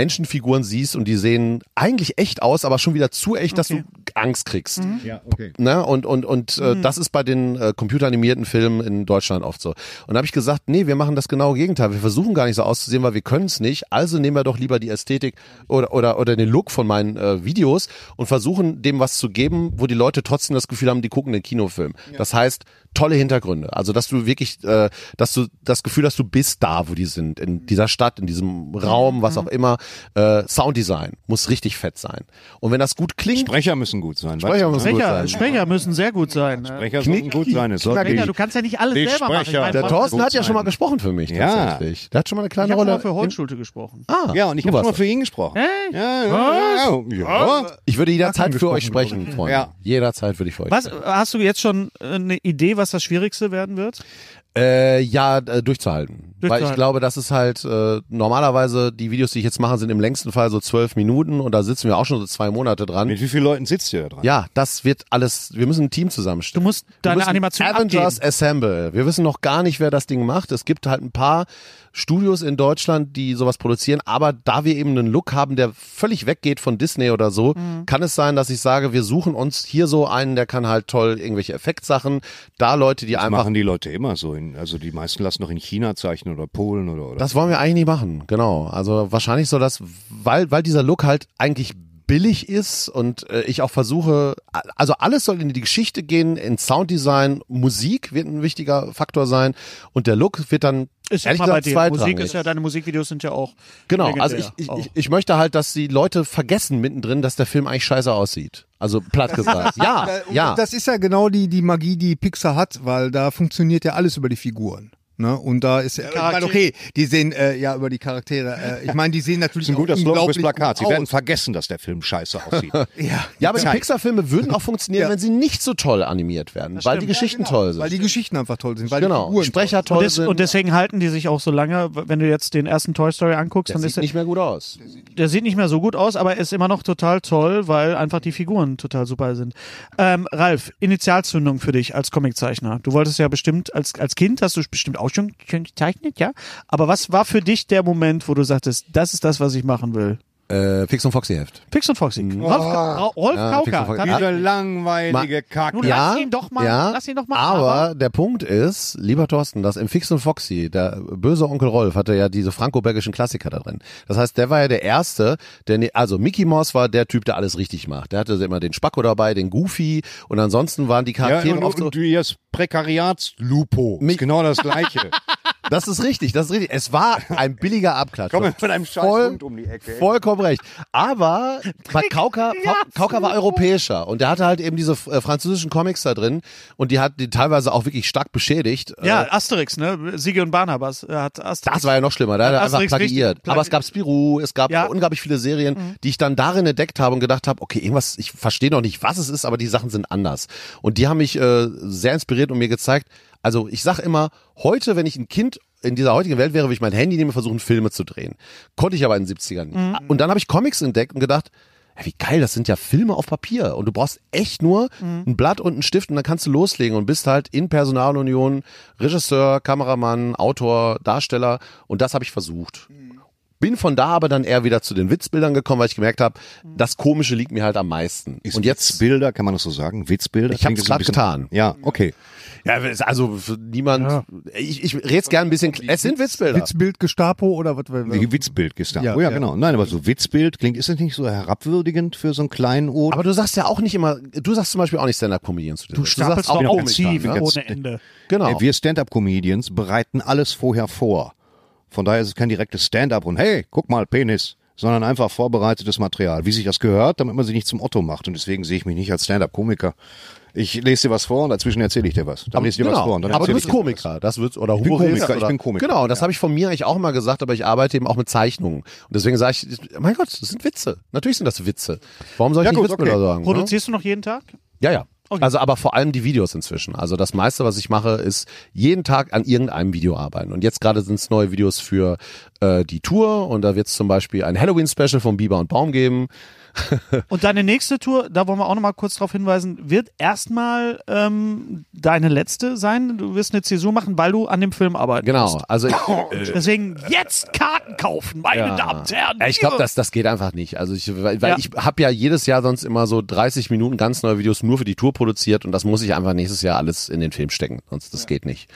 Menschenfiguren siehst und die sehen eigentlich echt aus, aber schon wieder zu echt, dass Okay. du Angst kriegst. Ja, okay. Ne? Und, und, und äh, das ist bei den äh, computeranimierten Filmen in Deutschland oft so. Und da habe ich gesagt, nee, wir machen das genaue Gegenteil. Wir versuchen gar nicht so auszusehen, weil wir können es nicht. Also nehmen wir doch lieber die Ästhetik oder, oder, oder den Look von meinen äh, Videos und versuchen dem was zu geben, wo die Leute trotzdem das Gefühl haben, die gucken den Kinofilm. Das heißt, tolle Hintergründe. Also, dass du wirklich, äh, dass du das Gefühl hast, du bist da, wo die sind, in dieser Stadt, in diesem Raum, was auch immer. Äh, Sounddesign muss richtig fett sein. Und wenn das gut klingt, Sprecher müssen gut sein. Sprecher weißt du, müssen ne? gut Sprecher, sein. Sprecher müssen sehr gut sein. ne? Sprecher müssen gut sein. Es sollte Sprecher, die- du kannst ja nicht alles die selber machen. Ich Sprecher- meine, Der Voll Thorsten gut hat ja sein. schon mal gesprochen für mich, Ja. tatsächlich. Der hat schon mal eine ich kleine habe mal Rolle. für Holtschulte gesprochen. ah, Ja, und ich du habe schon mal warst für ihn gesprochen. Echt? Ja, ja, ja, ja. das. ich würde jederzeit für euch sprechen, Freunde. Ja. Jederzeit würde ich für euch Was, sprechen. hast du jetzt schon äh, eine Idee, was das Schwierigste werden wird? Äh, ja, äh, durchzuhalten. Weil ich Durchzuhalten. glaube, das ist halt, äh, normalerweise, die Videos, die ich jetzt mache, sind im längsten Fall so zwölf Minuten und da sitzen wir auch schon so zwei Monate dran. Mit wie vielen Leuten sitzt ihr da dran? Ja, das wird alles, wir müssen ein Team Du zusammenstellen. musst Wir deine müssen Animation Avengers abgeben. Assemble. Wir wissen noch gar nicht, wer das Ding macht. Es gibt halt ein paar Studios in Deutschland, die sowas produzieren, aber da wir eben einen Look haben, der völlig weggeht von Disney oder so, Mhm. kann es sein, dass ich sage, wir suchen uns hier so einen, der kann halt toll irgendwelche Effektsachen, da Leute, die einfach Machen die Leute immer so. In, also die meisten lassen noch in China zeichnen oder Polen oder oder. Das wollen wir eigentlich nicht machen, genau. Also wahrscheinlich so, dass, weil, weil dieser Look halt eigentlich billig ist und äh, ich auch versuche, a- also alles soll in die Geschichte gehen, in Sounddesign, Musik wird ein wichtiger Faktor sein und der Look wird dann Ist ja ehrlich mal bei gesagt dir. zweitrangig. Musik ist ja, deine Musikvideos sind ja auch. Genau, legendär. Oh. also ich, ich, Auch. ich, ich möchte halt, dass die Leute vergessen mittendrin, dass der Film eigentlich scheiße aussieht. Also platt gesagt. Ah, Ja, Äh, Und ja. Das ist ja genau die, die Magie, die Pixar hat, weil da funktioniert ja alles über die Figuren. Ne? Und da ist ja, ich meine, Charaktere. okay, die sehen äh, ja über die Charaktere. Äh, ich meine, die sehen natürlich Das ist ein guter auch Slogan unglaublich fürs Plakat. Sie gut werden aus. vergessen, dass der Film scheiße aussieht. ja, Ja, aber die Zeit. Pixar-Filme würden auch funktionieren, Ja. genau. wenn sie nicht so toll animiert werden, weil die Geschichten toll sind. weil die Geschichten einfach toll sind, weil die genau, Figuren Sprecher Und, toll des, sind. und deswegen halten die sich auch so lange. Wenn du jetzt den ersten Toy Story anguckst, der dann sieht ist der, nicht mehr gut aus. der sieht nicht mehr so gut aus, aber er ist immer noch total toll, weil einfach die Figuren total super sind. Ähm, Ralf, Initialzündung für dich als Comiczeichner. Du wolltest ja bestimmt, als, als Kind hast du bestimmt auch schon schon gezeichnet, ja? Aber was war für dich der Moment, wo du sagtest, das ist das, was ich machen will? Äh, Fix und Foxy Heft. Pix und Foxy. Rolf, Ra Rolf Mhm. Ja, Pix und Kauka. Foxy. Dann- Diese langweilige Nun Kacke. lass Ja, ihn doch mal- ja, lass ihn doch mal- aber, aber- der Punkt ist, lieber Thorsten, dass im Fix und Foxy, der böse Onkel Rolf hatte ja diese franco-belgischen Klassiker da drin. Das heißt, der war ja der Erste, der, ne- also Mickey Mouse war der Typ, der alles richtig macht. Der hatte immer den Spacko dabei, den Goofy und ansonsten waren die Ja, Charaktere und, oft und, so, und das Prekariats-Lupo. Mich- Ist genau das Gleiche. Das ist richtig, das ist richtig. Es war ein billiger Abklatsch. Komm mit einem scheiß Voll- Hund um die Ecke, ey. Vollkommen recht. Aber bei Kauka, Kauka war europäischer und der hatte halt eben diese äh, französischen Comics da drin und die hat die teilweise auch wirklich stark beschädigt. Ja, Äh, Asterix, ne? Siege und Barnabas äh, hat Asterix. das war ja noch schlimmer, da hat er Hast du einfach richtig plagiiert. plagi- Aber es gab Spirou, es gab Ja. unglaublich viele Serien, die ich dann darin entdeckt habe und gedacht habe, okay, irgendwas, ich verstehe noch nicht, was es ist, aber die Sachen sind anders. Und die haben mich äh, sehr inspiriert und mir gezeigt, also ich sag immer, heute, wenn ich ein Kind in dieser heutigen Welt wäre, würde ich mein Handy nehmen und versuchen, Filme zu drehen. Konnte ich aber in den 70ern nicht. Und dann habe ich Comics entdeckt und gedacht, ja, wie geil, das sind ja Filme auf Papier. Und du brauchst echt nur ein Blatt und einen Stift und dann kannst du loslegen und bist halt in Personalunion Regisseur, Kameramann, Autor, Darsteller. Und das habe ich versucht. Bin von da aber dann eher wieder zu den Witzbildern gekommen, weil ich gemerkt habe, das Komische liegt mir halt am meisten. Ist und jetzt, Witzbilder, kann man das so sagen? Witzbilder? Ich hab's Klingt so ein grad bisschen- getan. Ja, okay. ja, es- also für niemand, ich, ich rede es gern ein bisschen, es sind Witzbilder. Witzbild Gestapo oder was? was- Wie Witzbild gestern. Ja, oh ja, ja. genau. Nein, aber so Witzbild klingt, ist das nicht so herabwürdigend für so einen kleinen Ohr? aber du sagst ja auch nicht immer, du sagst zum Beispiel auch nicht Stand-Up-Comedian zu dir. du sagst stapelst auch auch auch Comics Motiv ne? ohne Ende. Genau. Äh, Wir Stand-Up-Comedians bereiten alles vorher vor. Von daher ist es kein direktes Stand-Up und hey, guck mal, Penis, sondern einfach vorbereitetes Material, wie sich das gehört, damit man sich nicht zum Otto macht. Und deswegen sehe ich mich nicht als Stand-Up-Komiker. Ich lese dir was vor und dazwischen erzähle ich dir was. Dann lese ich dir was vor und dann Genau. aber du erzähle bist ich dir Komiker, das wird's oder bin Humorist Komiker, ich oder, bin Komiker. Genau, das habe ich von mir eigentlich auch mal gesagt, aber ich arbeite eben auch mit Zeichnungen und deswegen sage ich, mein Gott, das sind Witze. Natürlich sind das Witze. Warum soll ich Ja, nicht gut, Witzbilder okay. sagen? Ne? Produzierst du noch jeden Tag? Ja, ja. Okay. Also aber vor allem die Videos inzwischen. Also das meiste, was ich mache, ist jeden Tag an irgendeinem Video arbeiten. Und jetzt gerade sind es neue Videos für äh, die Tour und da wird es zum Beispiel ein Halloween-Special von Bieber und Baum geben. Und deine nächste Tour, da wollen wir auch noch mal kurz darauf hinweisen, wird erstmal ähm, deine letzte sein. Du wirst eine Zäsur machen, weil du an dem Film arbeitest. Genau. Also ich, Deswegen jetzt Karten kaufen, meine Damen und Herren. Ja, ich glaube, Liebe- das, das geht einfach nicht. Also ich, weil, weil Ja. ich habe ja jedes Jahr sonst immer so 30 Minuten ganz neue Videos nur für die Tour produziert und das muss ich einfach nächstes Jahr alles in den Film stecken, sonst das geht nicht.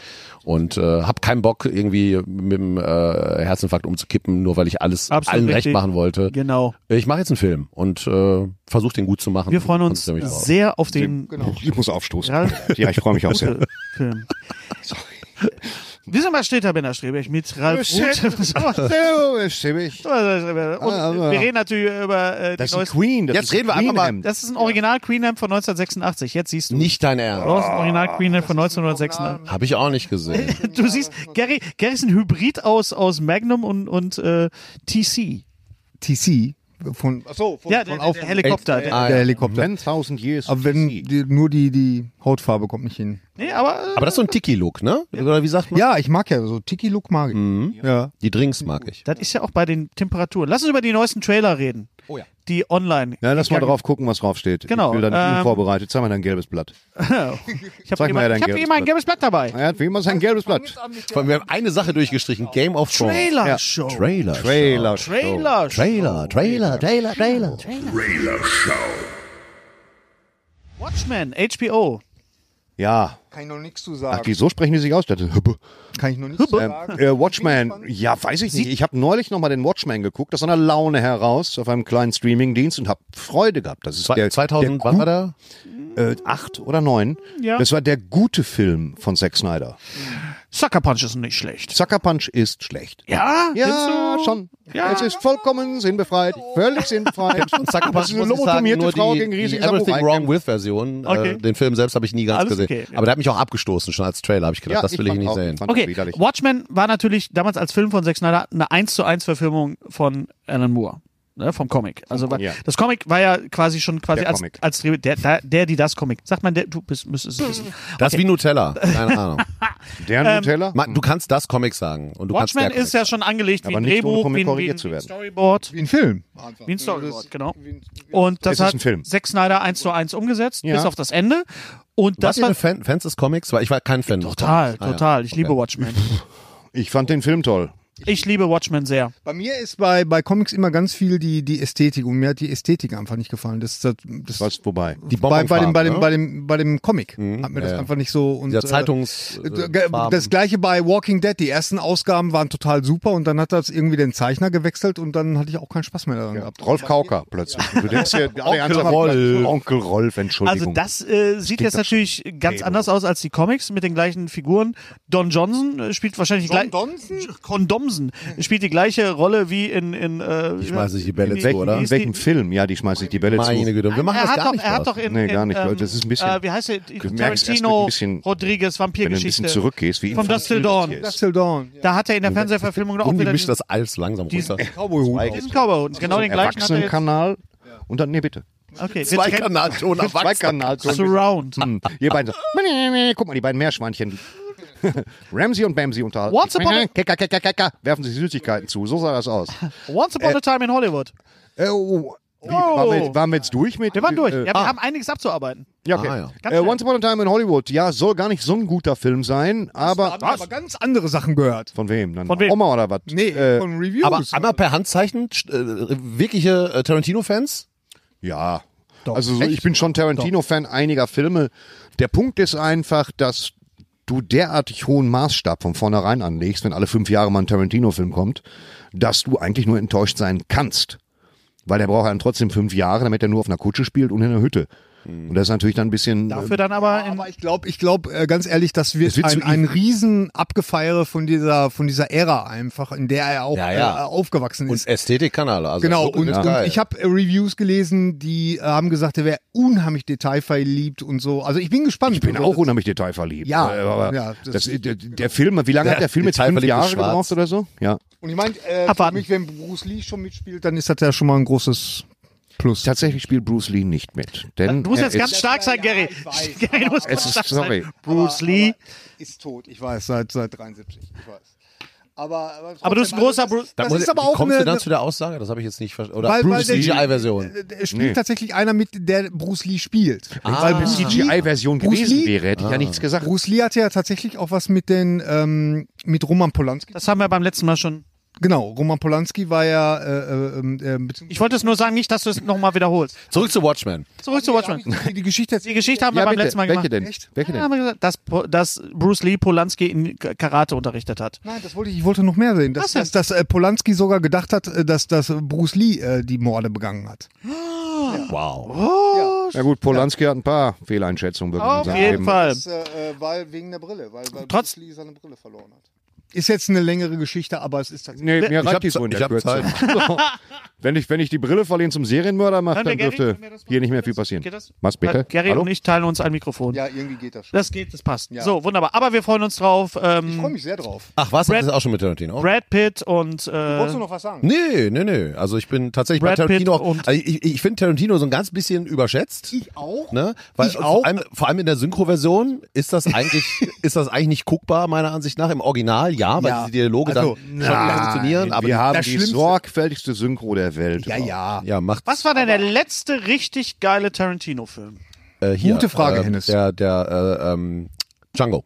Und äh, habe keinen Bock irgendwie mit dem äh, Herzinfarkt umzukippen, nur weil ich alles Absolut allen richtig. recht machen wollte. Genau. Ich mache jetzt einen Film und äh, versuche den gut zu machen. Wir freuen uns Konzentriere mich drauf. sehr auf den Genau. was. Ich muss aufstoßen. Ja. Ja, ich freue mich auch sehr. Film. Wir sind bei Steter Bender Strebe ich mit Ralf Rute. Das Ah, Und wir reden natürlich über äh, die ist ein neuesten Queen. Das Jetzt ist ein reden wir einfach Queen mal- Hemd. Das ist ein Original Queen Amp von 1986. Jetzt siehst du. Nicht dein Ernst. Das ist ein Original Queen Amp von ne? 1986. Habe ich auch nicht gesehen. Du siehst, Gary, Gary ist ein Hybrid aus, aus Magnum und, und äh, TC. TC von, achso, von, Ja, von der, auf der, der Helikopter. Echt? Der, Ah, der ja. Helikopter. 10.000 Years. Aber wenn TC. die, nur die, die Hautfarbe kommt nicht hin. nee, aber, äh, Aber das ist so ein Tiki-Look, ne? Oder wie sagt man? Ja, ich mag ja so Tiki-Look mag ich. Mhm. Ja. Die Drinks mag ich. das ist ja auch bei den Temperaturen. Lass uns über die neuesten Trailer reden. Oh ja. Die online. Ja, lass mal gegangen- drauf gucken, was draufsteht. Genau, Ich will dann ähm, unvorbereitet. Zeig mal dein gelbes Blatt. Ich habe Zeig mal jemand- dein ich hab gelbes hier mal ein Blatt. gelbes Blatt dabei. Er hat wie immer Äh, sein gelbes Blatt. Vor allem, wir haben eine Sache durchgestrichen. Game of Thrones. Trailer Show. Trailer. Trailer. Trailer. Show. Trailer, Trailer, Trailer, Trailer. Watchmen, HBO. Ja. Kann ich noch nichts zu Ach, sagen. die, so sprechen die sich aus. Ich dachte, Hüppe. Kann ich noch nichts zu Ähm, sagen. äh, Watchman, Bin gespannt. ja, weiß ich nicht. Ich habe neulich nochmal den Watchman geguckt, aus einer Laune heraus, auf einem kleinen Streamingdienst und habe Freude gehabt. Das ist Zwei- der, 2000, der wann war der? Äh, acht oder neun. Ja. Das war der gute Film von Zack Snyder. Sucker Punch ist nicht schlecht. Sucker Punch ist schlecht. Ja? Ja, Findest du? schon. Es ist vollkommen sinnbefreit. Völlig sinnbefreit. Und Sucker Das Punch ist eine muss ich sagen, lobotomierte nur Frau die, gegen die riesigen Everything Samurai. Wrong With Version. Okay. Äh, den Film selbst habe ich nie ganz Alles gesehen. okay, ja. Aber der hat mich auch abgestoßen schon als Trailer. Habe ich gedacht, Ja, das will ich, fand nicht auch- sehen. fand das Okay, widerlich. Watchmen war natürlich damals als Film von Zack Snyder eine 1 zu 1 Verfilmung von Alan Moore. Ne, vom Comic. Also war- Comic, ja. das Comic war ja quasi schon quasi Der als, Comic. als Dreh- der, der, der, die das Comic. Sagt man, der, du bist, müsstest es wissen. Das ist wie Nutella. Keine Ahnung. Der Nutella? Ma- Du kannst das Comic sagen. Und du Watchmen kannst der ist ja schon angelegt wie Aber ein nicht ohne Drehbuch, Comic wie ein, wie korrigiert ein zu werden. Storyboard. Wie ein Film. Wie ein Storyboard, genau. ein- Und das Es ist hat ein Film. Zack Snyder 1 zu 1 umgesetzt, Ja. bis auf das Ende. Und das Wart das ihr war eine Fan, Fans des Comics? Weil ich war kein Fan. des total, Comics. Ah, ja. total. Ich Okay. liebe Watchmen. Ich fand den Film toll. Ich liebe Watchmen sehr. Bei mir ist bei, bei Comics immer ganz viel die, die Ästhetik und mir hat die Ästhetik einfach nicht gefallen. Das, das, das Was, wobei? Die bei, bei, dem, bei, dem, Bonbonfarben, bei, ne? dem, bei dem Comic Mhm, hat mir ja, das ja. einfach nicht so. Und, Dieser äh, Zeitungs... äh, äh, ge- Farben. das gleiche bei Walking Dead. Die ersten Ausgaben waren total super und dann hat das irgendwie den Zeichner gewechselt und dann hatte ich auch keinen Spaß mehr daran Ja, gehabt. Rolf Kauker plötzlich. Du denkst dir, alle ernsthaft, Rolf. Onkel Rolf, Also Entschuldigung. das äh, sieht jetzt natürlich ganz anders aus als die Comics mit den gleichen Figuren. Don Johnson äh, spielt wahrscheinlich die gleiche. Donson? Kondomsen spielt die gleiche Rolle wie in in. Äh, Ich schmeiß nicht die Bälle wie- zu, wie oder? hieß In die- welchem Film? Ja, die schmeißen sich die Bälle Meine zu. Güte. Wir machen er das hat gar doch, nicht er hat Spaß. doch in, Nee, in gar nicht, ähm, Leute. Das ist ein bisschen- Äh, wie heißt der? merkst erst, wenn du Tarantino, ein bisschen- Rodriguez, Wenn du ein bisschen Vampirgeschichte. zurückgehst, wie Vom Infant Dust Till Judas Dawn. hier ist. Das Till Dawn. Da hat er in der Fernsehverfilmung auch Irgendwie wieder mischt diesen, das alles langsam runter. Cowboy-Hut. diesen Cowboy-Hund. Genau den gleichen hat er jetzt. Erwachsenenkanal und dann, nee, bitte. Okay, Zwei den- Kanalton Zwei erwachsen. Kanal. Surround. Hm, Ihr beiden so, guck mal, die beiden Meerschweinchen. Ramsey und Bamsey unterhalten. Once upon a- Kecker, kecker, kecker, werfen sich Süßigkeiten zu. So sah das aus. Once Upon a Time in Hollywood. Äh, oh. Wie, waren, wir jetzt, waren wir jetzt durch mit? Wir waren durch. Äh, Ja, wir haben einiges abzuarbeiten. ja, okay. Ah, ja. Äh, Once Upon a Time in Hollywood, ja, soll gar nicht so ein guter Film sein, aber. Da haben wir aber ganz andere Sachen gehört. Von wem? Dann Von wem? Oma oder was? Nee, Äh, von Reviews. Aber einmal per Handzeichen, st- äh, wirkliche äh, Tarantino-Fans? Ja. also so, ich bin schon Tarantino-Fan einiger Filme. Der Punkt ist einfach, dass du derartig hohen Maßstab von vornherein anlegst, wenn alle fünf Jahre mal ein Tarantino-Film kommt, dass du eigentlich nur enttäuscht sein kannst. Weil der braucht ja dann trotzdem fünf Jahre, damit er nur auf einer Kutsche spielt und in einer Hütte. Und das ist natürlich dann ein bisschen... Dafür dann aber in Aber ich glaube, ich glaube äh, ganz ehrlich, das wird, Es wird zu ein, ihm. ein riesen Abgefeiere von dieser von dieser Ära einfach, in der er auch Ja, ja. Äh, aufgewachsen Und ist. Ästhetikkanal. Also Genau, Look und, is und geil. ich habe äh, Reviews gelesen, die äh, haben gesagt, er wäre unheimlich detailverliebt und so. Also ich bin gespannt. ähm, Ich bin auch unheimlich detailverliebt. Ja, Äh, aber ja, das, das- der, der Film, wie lange hat der Film jetzt fünf Detailverliebt Jahre ist schwarz. gebraucht oder so? Ja. Und ich meine, äh, für Abwarten. mich, wenn Bruce Lee schon mitspielt, dann ist das ja schon mal ein großes Plus. Tatsächlich spielt Bruce Lee nicht mit. Denn Du musst er jetzt ganz ist- stark sein, Gary. ich weiß, Gary du musst Es ganz ist- stark sorry. sein. Bruce Lee. Ist tot. Ich weiß. weiß, seit, seit 73. Ich weiß. Aber, aber, Aber du bist ein großer Bruce. Da also das muss ist ich- aber wie auch kommst du eine- ne dann zu der Aussage? Das habe ich jetzt nicht verstanden. Oder Weil- weil Bruce der- CGI-Version. Äh, Es spielt tatsächlich einer mit, der Bruce Lee spielt. Weil eine CGI-Version Ah. Bruce gewesen Lee? Ah. wäre, hätte ich ja nichts gesagt. Bruce Lee hatte ja tatsächlich auch was mit den ähm, mit Roman Polanski. Das haben wir beim letzten Mal schon. Genau, Roman Polanski war ja äh, äh, äh, beziehungsweise- Ich wollte es nur sagen, nicht, dass du es nochmal wiederholst. Zurück zu Watchmen. Zurück zu Watchmen. die Geschichte Die Geschichte haben wir beim letzten Mal Welche gemacht. denn? Welche Ja, denn? haben wir gesagt, dass, Po- dass Bruce Lee Polanski in K- Karate unterrichtet hat. Nein, das wollte ich, ich wollte noch mehr sehen. Was Dass, denn? dass, dass äh, Polanski sogar gedacht hat, äh, dass, dass äh, Bruce Lee äh, die Morde begangen hat. Wow. Na gut, Polanski hat ein paar Fehleinschätzungen begangen. Auf jeden Fall. Das, äh, weil wegen der Brille, weil, weil Trotz- Bruce Lee seine Brille verloren hat. Ist jetzt eine längere Geschichte, aber es ist tatsächlich. Nee, mir Ich hab reicht die Ze- so in ich der hab Kürze. wenn, ich, wenn ich die Brille verliehen zum Serienmörder mache, Können wir dann Gary- dürfte können wir das machen? hier nicht mehr viel Geht das? passieren. Geht das? Äh, Was bitte? Gary Hallo? und ich teilen uns ein Mikrofon. Ja, irgendwie geht das schon. Das geht, das passt. So, wunderbar. Aber wir freuen uns drauf. ich freue Ähm, mich sehr drauf. Ach, was? Brad- das ist auch schon mit Tarantino. Brad Pitt Wolltest und du äh, noch was sagen? Nee, nee, nee. Also ich bin tatsächlich Brad bei Tarantino Pitt auch. und- Also ich ich finde Tarantino so ein ganz bisschen überschätzt. Ich auch. Ne? Weil Ich auch. Vor, allem, vor allem in der Synchroversion ist das eigentlich ist das eigentlich nicht guckbar meiner Ansicht nach im Original ja, weil Ja. die Dialoge Also, dann schon wieder funktionieren, aber wir haben das die Schlimmste- sorgfältigste Synchro der Welt. Ja, ja. ja macht was war denn der letzte richtig geile Tarantino-Film? äh, hier, Gute Frage, äh, Hennes. Der der äh, ähm, Django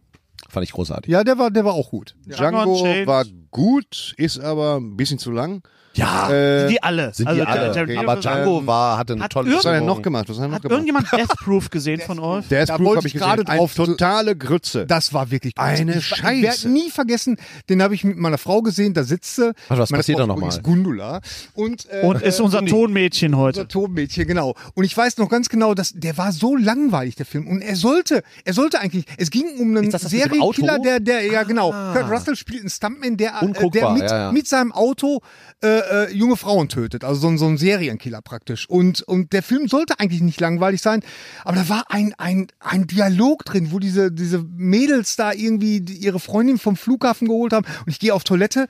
fand ich großartig. Ja, der war, der war auch gut. Django Unchained. war gut, ist aber ein bisschen zu lang. Ja, Äh, die alle. sind die Also, alle. äh, Terry aber Crews- Django war, hatte eine Hat tolle Was hat er denn Stimmung. noch gemacht? Was hat er noch Hat gemacht? irgendjemand Death Proof gesehen von euch? Der ist Da Proof wollte habe ich ich gerade gesehen. Ein drauf zu- totale Grütze. Das war wirklich gut. Eine ich, Ich Scheiße. werde nie vergessen, den habe ich mit meiner Frau gesehen, da sitzt sie. Warte, was meine passiert Frau da noch ist mal? übrigens Gundula. Und, äh, Und ist äh, unser Uni. Tonmädchen heute. Unser Tonmädchen, genau. Und ich weiß noch ganz genau, dass der war so langweilig, der Film. Und er sollte, er sollte eigentlich, es ging um einen Ist das das mit dem Serienkiller, Auto? Ah. der, der, ja genau. Kurt Russell spielt einen Stuntman, der, äh, der Unguckbar, mit, ja, ja. mit seinem Auto äh, äh, junge Frauen tötet. Also so ein, so ein Serienkiller praktisch. Und, und der Film sollte eigentlich nicht langweilig sein, aber da war ein, ein, ein Dialog drin, wo diese, diese Mädels da irgendwie die- ihre Freundin vom Flughafen geholt haben. Und ich gehe auf Toilette.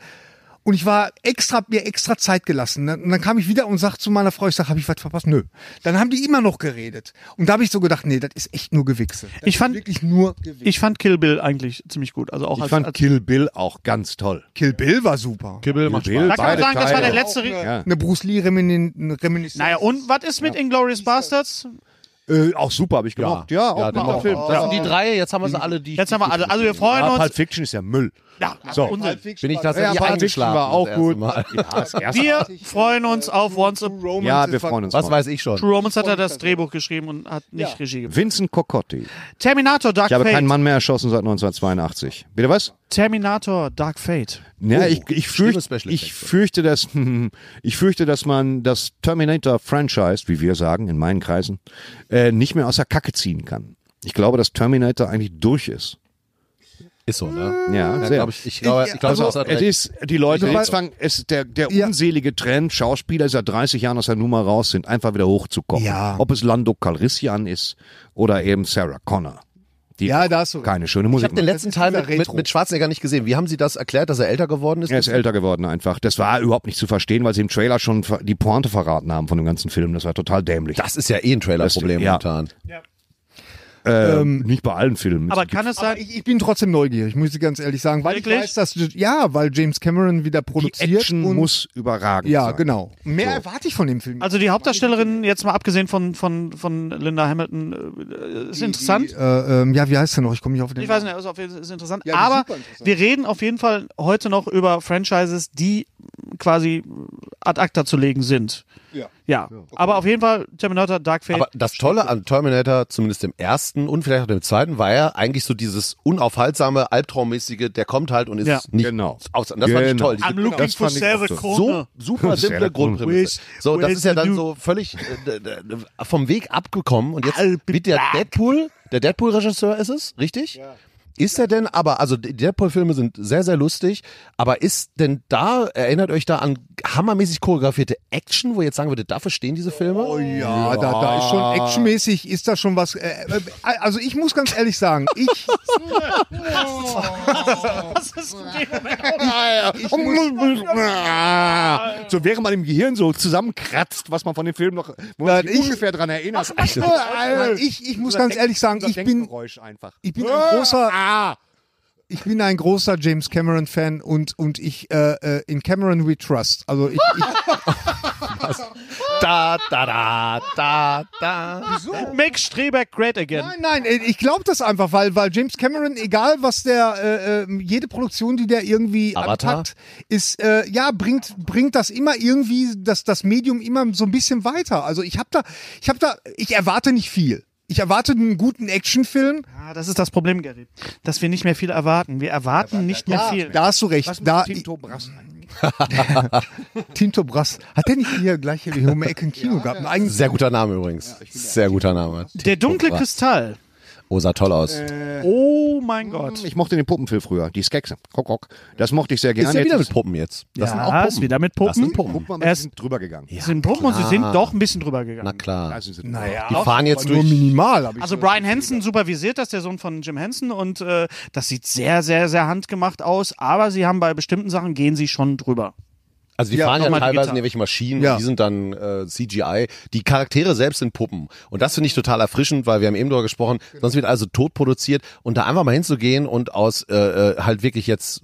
Und ich war extra, hab mir extra Zeit gelassen. ne? Und dann kam ich wieder und sagte zu meiner Frau, ich sag, habe ich was verpasst? Nö. Dann haben die immer noch geredet. Und da habe ich so gedacht, nee, das ist echt nur Gewichse. Das Ich fand- ist wirklich nur Gewichse. Ich fand Kill Bill eigentlich ziemlich gut. Also auch ich als, fand als Kill Bill auch ganz toll. Kill Bill war super. Kibbel macht Spaß. da kann man beide sagen, das war der Teile. letzte. Ri- Ja. Eine Bruce Lee Remin- Reminiszenz. Naja, und was ist mit Inglourious Bastards? Äh, auch super, habe ich gemacht. Ja, auch ja, ein den guter auch. Film. Das sind die drei, jetzt haben wir sie alle. Die Jetzt haben wir alle. Also wir freuen Ja, uns. Pulp Fiction ist ja Müll. Ja, So. Unsinn. Bin ich tatsächlich Pulp Fiction eingeschlafen. war auch das erste gut. Mal. Ja, das erste Wir Mal. freuen uns auf Once a ja, wir freuen uns. Was drauf. weiß ich schon. True Romance hat er das Drehbuch geschrieben und hat nicht Regie gemacht. Vincent Cocotti. Terminator Dark Ich habe keinen Fate. Mann mehr erschossen seit 1982. Bitte was? Terminator Dark Fate. Ja, ich, ich, schlimme fürcht, Special ich Effects. fürchte, dass ich fürchte, dass man das Terminator-Franchise, wie wir sagen in meinen Kreisen, äh, nicht mehr aus der Kacke ziehen kann. Ich glaube, dass Terminator eigentlich durch ist. Ist so, ne? Mm. Ja, Ja, sehr. glaub ich ich glaube, ich glaub, also, also, es ist die Leute, Also, jetzt fangen, es ist der, der Ja. unselige Trend, Schauspieler, die seit 30 Jahren aus der Nummer raus sind, einfach wieder hochzukommen. Ja. Ob es Lando Calrissian ist oder eben Sarah Connor. Die Ja, da hast du recht. keine schöne ich Musik. habe den macht. letzten Teil mit, mit, mit Schwarzenegger nicht gesehen. Wie haben Sie das erklärt, dass er älter geworden ist? Er ist älter geworden einfach. Das war überhaupt nicht zu verstehen, weil sie im Trailer schon ver- die Pointe verraten haben von dem ganzen Film. Das war total dämlich. das ist ja eh ein Trailer-Problem Das- ja. momentan. ähm, nicht bei allen Filmen. Aber kann es Aber sein, Ah, ich, ich bin trotzdem neugierig, muss ich ganz ehrlich sagen. Weil Wirklich? ich weiß, dass ja, weil James Cameron wieder die produziert. Action und, muss überragend ja, sein. genau. Mehr erwarte ich von dem Film. also die Hauptdarstellerin, jetzt mal abgesehen von, von, von Linda Hamilton, äh, ist interessant. äh, ähm, ja, wie heißt der noch? Ich komme nicht auf den. Ich weiß nicht, also auf jeden Fall ist interessant. Ja, die aber ist super interessant. wir reden auf jeden Fall heute noch über Franchises, die quasi ad acta zu legen sind. Ja. Ja. Aber auf jeden Fall Terminator Dark Fate. Aber das Tolle an Terminator, zumindest dem ersten und vielleicht auch dem zweiten, war ja eigentlich so dieses unaufhaltsame, albtraummäßige, der kommt halt und ist Ja. nicht Genau. aus. Und das fand ich Genau. toll. Diese I'm looking Das for fand ich Sarah auch so. Connor. so super simple Sehr cool. Grundprämisse. Where's- So, das where's ist ja the dann dude? so völlig äh, d- d- vom Weg abgekommen. Und jetzt I'll be mit der back. Deadpool, der Deadpool-Regisseur ist es, richtig? Ist er denn aber, also die Deadpool-Filme sind sehr, sehr lustig, aber ist denn da, erinnert euch da an hammermäßig choreografierte Action, wo ihr jetzt sagen würdet, dafür stehen diese Filme? Oh ja, Da, da ist schon actionmäßig, ist da schon was. Äh, äh, also ich muss ganz ehrlich sagen, ich, Was ist mit dem? Oh, Ah. so während man im Gehirn so zusammenkratzt, was man von dem Film noch wo man sich ich- ungefähr dran erinnert. ich, ich muss ganz ehrlich sagen, ich bin, Geräusch einfach. ich bin ein großer, Ah, ich bin ein großer James Cameron Fan und und ich äh, äh, in Cameron we trust. Also ich, ich Da, da, da, da, da. Make Strebeck great again. Nein, nein, äh, ich glaube das einfach, weil, weil James Cameron, egal was der, äh, äh, jede Produktion, die der irgendwie Avatar? anpackt, ist, äh, ja, bringt, bringt das immer irgendwie, das, das Medium immer so ein bisschen weiter. Also ich habe da, ich habe da, ich erwarte nicht viel. Ich erwarte einen guten Actionfilm. Ah, das ist das Problem, Gary. Dass wir nicht mehr viel erwarten. Wir erwarten nicht mehr viel. da hast du recht. da, Tinto Brass. Tinto Brass. Hat der nicht hier gleich hier um die Ecke ein Kino gehabt? Ein eigenes Sehr guter Name übrigens. Sehr guter Name. Der dunkle Brass. Kristall. Oh, sah toll aus. Äh, Oh mein Gott. Ich mochte den Puppenfilm früher, die Skeks. Kok, kok. Das mochte ich sehr gerne. ist ja wieder mit Jetzt Puppen jetzt. Das sind Ja, ist wieder mit Puppen. sind Puppen. Guck mal, Er wir ist- sind drüber gegangen. Sie sind Puppen und sie sind doch ein bisschen drüber Na gegangen. klar. naja. Die fahren jetzt nur durch. minimal, habe ich Also Brian Hansen supervisiert das, der Sohn von Jim Henson und äh, das sieht sehr, sehr, sehr handgemacht aus, aber sie haben bei bestimmten Sachen gehen sie schon drüber. Also die Ja, fahren ja nochmal die teilweise in Gitarre. irgendwelche Maschinen, Ja. die sind dann äh, CGI. Die Charaktere selbst sind Puppen. Und das finde ich total erfrischend, weil wir haben eben darüber gesprochen, sonst wird also tot produziert. Und da einfach mal hinzugehen und aus äh, äh, halt wirklich jetzt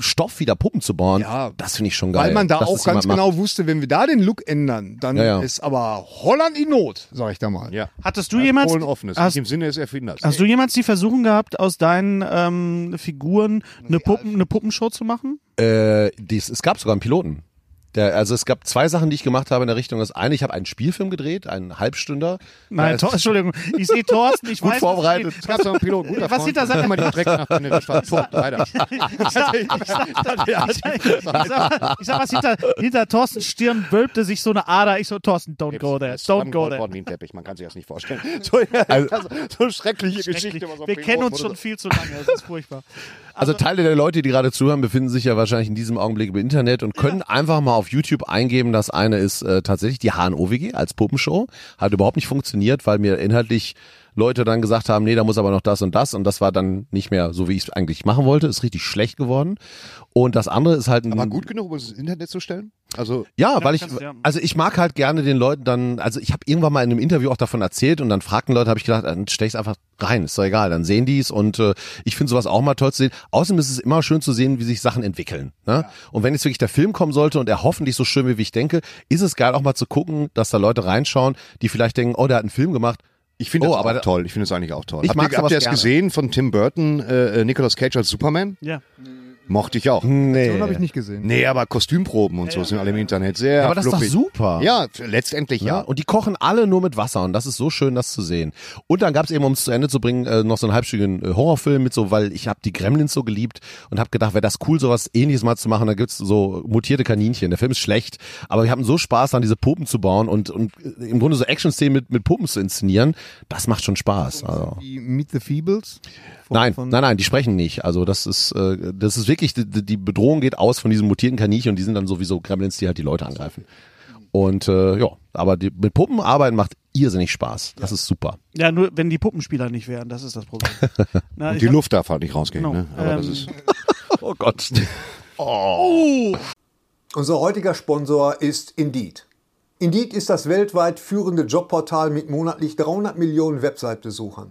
Stoff wieder Puppen zu bauen, Ja. das finde ich schon geil. Weil man da dass auch das ganz jemand macht. genau wusste, wenn wir da den Look ändern, dann Ja, ja. ist aber Holland in Not, sag ich da mal. Ja. Hattest du jemals, Polen offen ist. Nicht hast, im Sinne des Erfinders. hast also du jemals die Versuchung gehabt, aus deinen ähm, Figuren eine, Puppen, eine Puppenshow zu machen? Äh, dies, es gab sogar einen Piloten. Der, also es gab zwei Sachen, die ich gemacht habe in der Richtung. Das eine, ich habe einen Spielfilm gedreht, einen Halbstünder. Da Nein, ist- Tor, Entschuldigung, ich sehe Thorsten, ich Gut weiß. vorbereitet. Es gab so einen Piloten, guter Was Freund. hinter seinem- Immer die direkt nach den Punkt, leider. Ich sag, ich sag, ich sag, ich sag, ich sag was, hinter, hinter Thorstens Stirn wölbte sich so eine Ader. Ich so, Thorsten, don't go there, don't Es ist go angerollt there. worden wie ein Teppich, man kann sich das nicht vorstellen. So, also, so schreckliche Geschichte. was auf Wir dem kennen Hof uns wurde. schon viel zu lange, das ist furchtbar. Also Teile der Leute, die gerade zuhören, befinden sich ja wahrscheinlich in diesem Augenblick im Internet und können einfach mal auf YouTube eingeben. Das eine ist äh, tatsächlich die HNOWG als Puppenshow. Hat überhaupt nicht funktioniert, weil mir inhaltlich Leute dann gesagt haben, nee, da muss aber noch das und das und das war dann nicht mehr so, wie ich es eigentlich machen wollte. Ist richtig schlecht geworden. Und das andere ist halt ein Aber gut genug, um es ins Internet zu stellen? Also, Ja, weil ich, kannst du, ja. also ich mag halt gerne den Leuten dann, also ich habe irgendwann mal in einem Interview auch davon erzählt und dann fragten Leute, habe ich gedacht, dann stell ich's einfach rein, ist doch egal, dann sehen die es und äh, ich finde sowas auch mal toll zu sehen. Außerdem ist es immer schön zu sehen, wie sich Sachen entwickeln. Ne? Und wenn jetzt wirklich der Film kommen sollte und er hoffentlich so schön wie ich denke, ist es geil auch mal zu gucken, dass da Leute reinschauen, die vielleicht denken, oh, der hat einen Film gemacht. ich finde Oh, das aber- auch toll. Ich finde das eigentlich auch toll. Ich mag habt ihr, habt sowas ihr das gerne. gesehen von Tim Burton, äh, Nicolas Cage als Superman? Ja. Mochte ich auch. Hm. Nee. habe ich nicht gesehen. Nee, aber Kostümproben und so sind alle im Internet sehr Ja, aber das ist doch fluffig. super. Ja, f- letztendlich Ja, ja. und die kochen alle nur mit Wasser und das ist so schön, das zu sehen. Und dann gab's eben, um es zu Ende zu bringen, äh, noch so einen halbstündigen äh, Horrorfilm mit so, weil ich habe die Gremlins so geliebt und habe gedacht, wäre das cool, sowas ähnliches mal zu machen. Da gibt's so mutierte Kaninchen. Der Film ist schlecht, aber wir hatten so Spaß daran, diese Puppen zu bauen und, und äh, im Grunde so Action-Szenen mit, mit Puppen zu inszenieren. Das macht schon Spaß. Also. Die Meet the Feebles? Von- Nein, von- nein, nein, die sprechen nicht. Also das ist, äh, das ist wirklich, die, die Bedrohung geht aus von diesen mutierten Kaninchen und die sind dann sowieso Gremlins, die halt die Leute angreifen. Und äh, ja, aber die, mit Puppen arbeiten macht irrsinnig Spaß. Das ist super. Ja, nur wenn die Puppenspieler nicht wären, das ist das Problem. Na, Und ich die hab- Luft darf halt nicht rausgehen, Genau. ne? Aber das Ähm, ist. Oh Gott. Unser heutiger Sponsor ist Indeed. Indeed ist das weltweit führende Jobportal mit monatlich 300 Millionen Website-Besuchern.